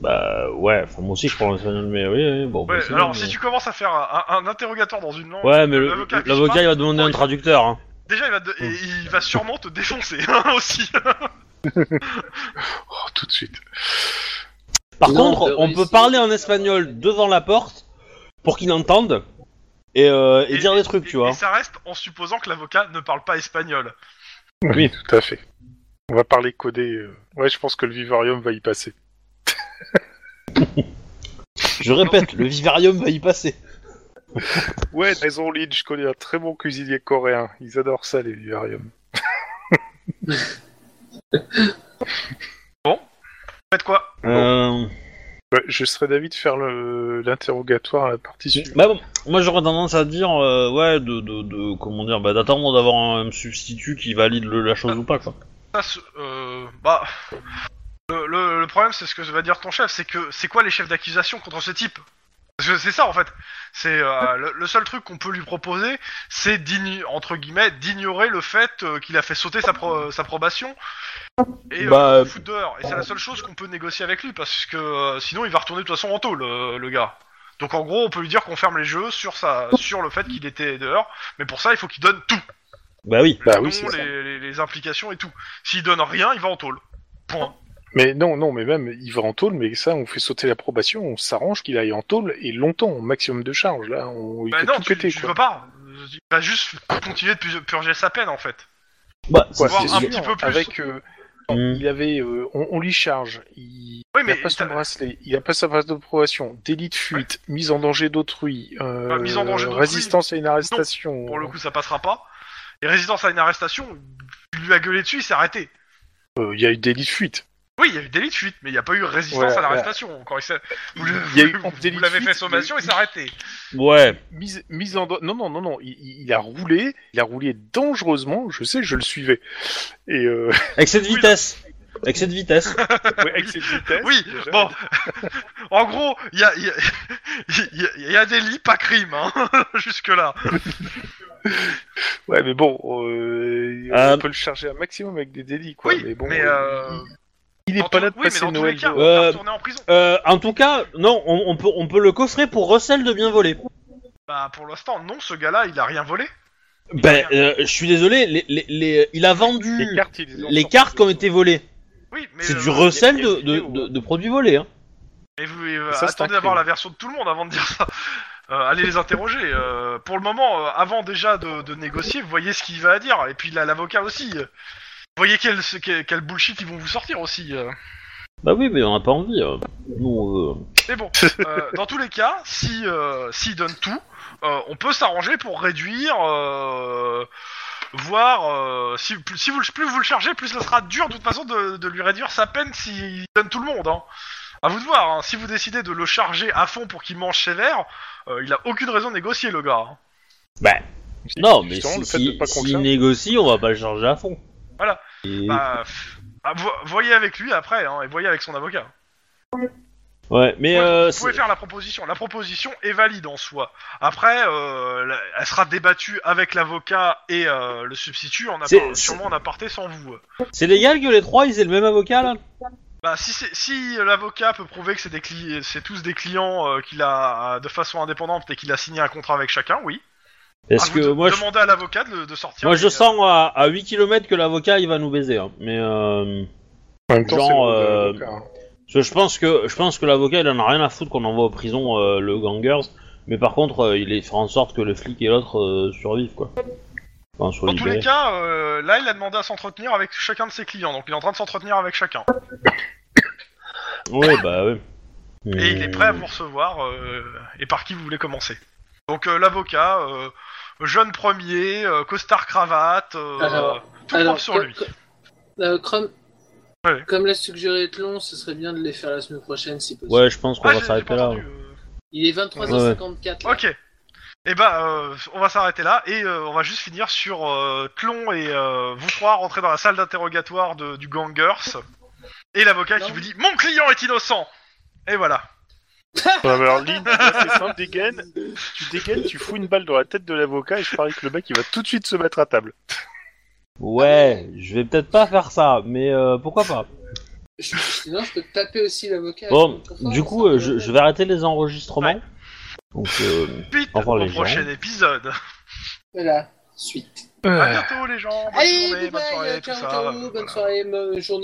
Bah ouais, enfin, moi aussi je prends l'espagnol, mais oui, oui, bon. Ouais, bah, c'est alors, bon, si mais- tu commences à faire un, un- un interrogatoire dans une langue, Ouais, mais le- l'avocat fiche l'avocat pas, il va demander un traducteur. Hein. déjà, il va, de- et il va sûrement te défoncer, hein, aussi. Oh, tout de suite. Par Non, on contre, peut on peut essayer. parler en espagnol devant la porte pour qu'il entende et, euh, et dire des trucs, et- tu vois. Et ça reste en supposant que l'avocat ne parle pas espagnol. Oui, tout à fait. On va parler codé. euh. Ouais, je pense que le vivarium va y passer. Je répète, le vivarium va y passer. Ouais, t'as raison, Lynn, je connais un très bon cuisinier coréen. Ils adorent ça, les vivariums. Faites quoi Euh... Ouais, Bah, je serais d'avis de faire le- l'interrogatoire à la partie suivante. Bah bon, moi j'aurais tendance à dire, euh, ouais, de, de, de- comment dire, bah d'attendre d'avoir un substitut qui valide le- la chose ou pas, quoi. Ça, se- euh, Bah. Le, le- le problème, c'est ce que va dire ton chef, c'est que c'est quoi les chefs d'accusation contre ce type Parce que c'est ça en fait. C'est euh, le, le seul truc qu'on peut lui proposer, c'est d'igno- entre guillemets d'ignorer le fait euh, qu'il a fait sauter sa, pro- sa probation et euh, Bah, le foutre dehors. Et c'est la seule chose qu'on peut négocier avec lui parce que euh, sinon il va retourner de toute façon en tôle, euh, le, le gars. Donc en gros, on peut lui dire qu'on ferme les jeux sur sa sur le fait qu'il était dehors, mais pour ça, il faut qu'il donne tout Bah oui. Bah le oui, nom, c'est ça. les, les- les implications et tout. S'il donne rien, il va en tôle. Point. Mais non, non, mais même, il va en tôle, mais ça, on fait sauter l'approbation, on s'arrange qu'il aille en tôle, et longtemps, au maximum de charge, là, on... il Bah peut non, tout tu, péter, tu quoi. peux pas. Euh, Il va juste continuer de pu- purger sa peine en fait. Bah, Ouais, voir c'est un sûr, petit peu plus. Avec, euh, Hmm. il avait, euh, on, on lui charge, il... Oui, il mais a pas son t'as- bracelet, il a pas sa base d'approbation, délit de fuite, mise en danger d'autrui, euh, Bah, mise en danger d'autrui, résistance à une arrestation. pour le coup, ça passera pas. Et résistance à une arrestation, il lui a gueulé dessus, il s'est arrêté. Euh, il y a eu délit de fuite. Oui, il y a eu délit de fuite, mais il n'y a pas eu résistance Ouais, à l'arrestation. Encore, il s'est- vous le- Il y a eu vous- vous délit de l'avez fuite, fait sommation, mais- il s'est arrêté. Ouais. mise, mise en dan- non non non non il, il- il a roulé il a roulé dangereusement je sais je le suivais et euh, Avec cette Oui, là. vitesse. Avec cette vitesse. ouais, avec cette vitesse Oui, déjà. bon. en gros, il y a, il y, a, il y a- il y a délit, pas crime, hein, jusque-là. ouais mais bon euh, Euh. on peut le charger un maximum avec des délits quoi oui, mais bon euh, il dans est pas tous- là de oui, mais passer dans tous Noël les cas, dehors. on va Euh, retourner en prison. Euh, en tout cas, non, on, on peut, on peut le coffrer pour recel de bien volé. Bah pour l'instant non, ce gars-là il a rien volé. Ben, euh, je suis désolé, les, les, les- il a vendu les les cartes, cartes ils les ont qui ont été volées. Oui, mais C'est euh, du recel il y a- de, il y de, a des vidéos, de- de produits volés, hein. mais vous euh, Ça, c'est un attendez d'avoir crime. la version de tout le monde avant de dire ça. euh, allez les interroger. Euh, pour le moment, euh, avant déjà de, de négocier, voyez ce qu'il va à dire. Et puis là, l'avocat aussi. euh, Voyez quel, ce- quel, quel bullshit ils vont vous sortir aussi. euh. Bah oui, mais on n'a pas envie. euh. Nous, on veut- Mais bon, euh, dans tous les cas, si euh, s'ils donnent tout, euh, on peut s'arranger pour réduire, euh, voire euh, si, plus- si vous, plus vous le chargez, plus ce sera dur de toute façon de, de lui réduire sa peine s'il donne tout le monde. Hein. À vous de voir. hein. Si vous décidez de le charger à fond pour qu'il mange sévère, euh, il a aucune raison de négocier le gars. hein. Bah, non, mais Justement, si, le fait si- de pas qu'on s'il le sache. négocie, on va pas le charger à fond. Voilà. Et- Bah, pff, ah, vo- voyez avec lui après, hein, et voyez avec son avocat. Ouais, mais Vous- euh, vous pouvez c'est- faire la proposition. La proposition est valide en soi. Après, euh, la- elle sera débattue avec l'avocat et euh, le substitut, en appar- C'est- sûrement en aparté sans vous. c'est légal que les trois ils aient le même avocat là Bah, si, c'est- si l'avocat peut prouver que c'est des cli- c'est tous des clients euh, qu'il a euh, de façon indépendante et qu'il a signé un contrat avec chacun, oui. Parce Ah, vous que de- moi je, demandez à l'avocat de, de sortir. euh, moi les- je sens à, à 8 km que l'avocat il va nous baiser. hein. Mais euh, En même temps, Genre, c'est le rôle de euh, l'avocat, hein. parce que je pense que je pense que l'avocat il en a rien à foutre qu'on envoie en prison euh, le gangers. Mais par contre, euh, il est faire en sorte que le flic et l'autre euh, survivent quoi. Enfin, soit Dans tous les libérés. cas, euh, là, il a demandé à s'entretenir avec chacun de ses clients, donc il est en train de s'entretenir avec chacun. Ouais, bah ouais. Et il est prêt à vous recevoir euh, et par qui vous voulez commencer. Donc euh, l'avocat, euh, jeune premier, euh, costard cravate, euh, Alors, tout Alors, propre sur comme- lui. comme- euh, Chrome, Ouais. comme l'a suggéré Tlon, ce serait bien de les faire la semaine prochaine si possible. Hmm. Ouais, je pense Ah, qu'on va j'ai- j'ai s'arrêter pas là. entendu, ouais. euh. Il est 23h54. là. Ok. Et bah, euh, on va s'arrêter là et euh, on va juste finir sur euh, Tlon et euh, vous trois rentrer dans la salle d'interrogatoire de- du gangers et l'avocat qui Non. vous dit mon client est innocent. Et voilà. Ouais, mais alors, Lynn, c'est simple, dégaine, tu dégaines, tu fous une balle dans la tête de l'avocat et je parie que le mec il va tout de suite se mettre à table. Ouais, je vais peut-être pas faire ça, mais euh, pourquoi pas. Je- Sinon, je peux te taper aussi l'avocat. Bon, Pour ça, du ça coup, euh, peut- je, je vais arrêter les enregistrements. Ouais. Donc, euh, Suite Au revoir, au les gens. prochain épisode. Voilà, suite. À bientôt les gens. Bonne Allez, Euh. journée, bye bonne bye, soirée, ciao, tout ça. ciao, euh, bonne voilà. soirée, bonne journée.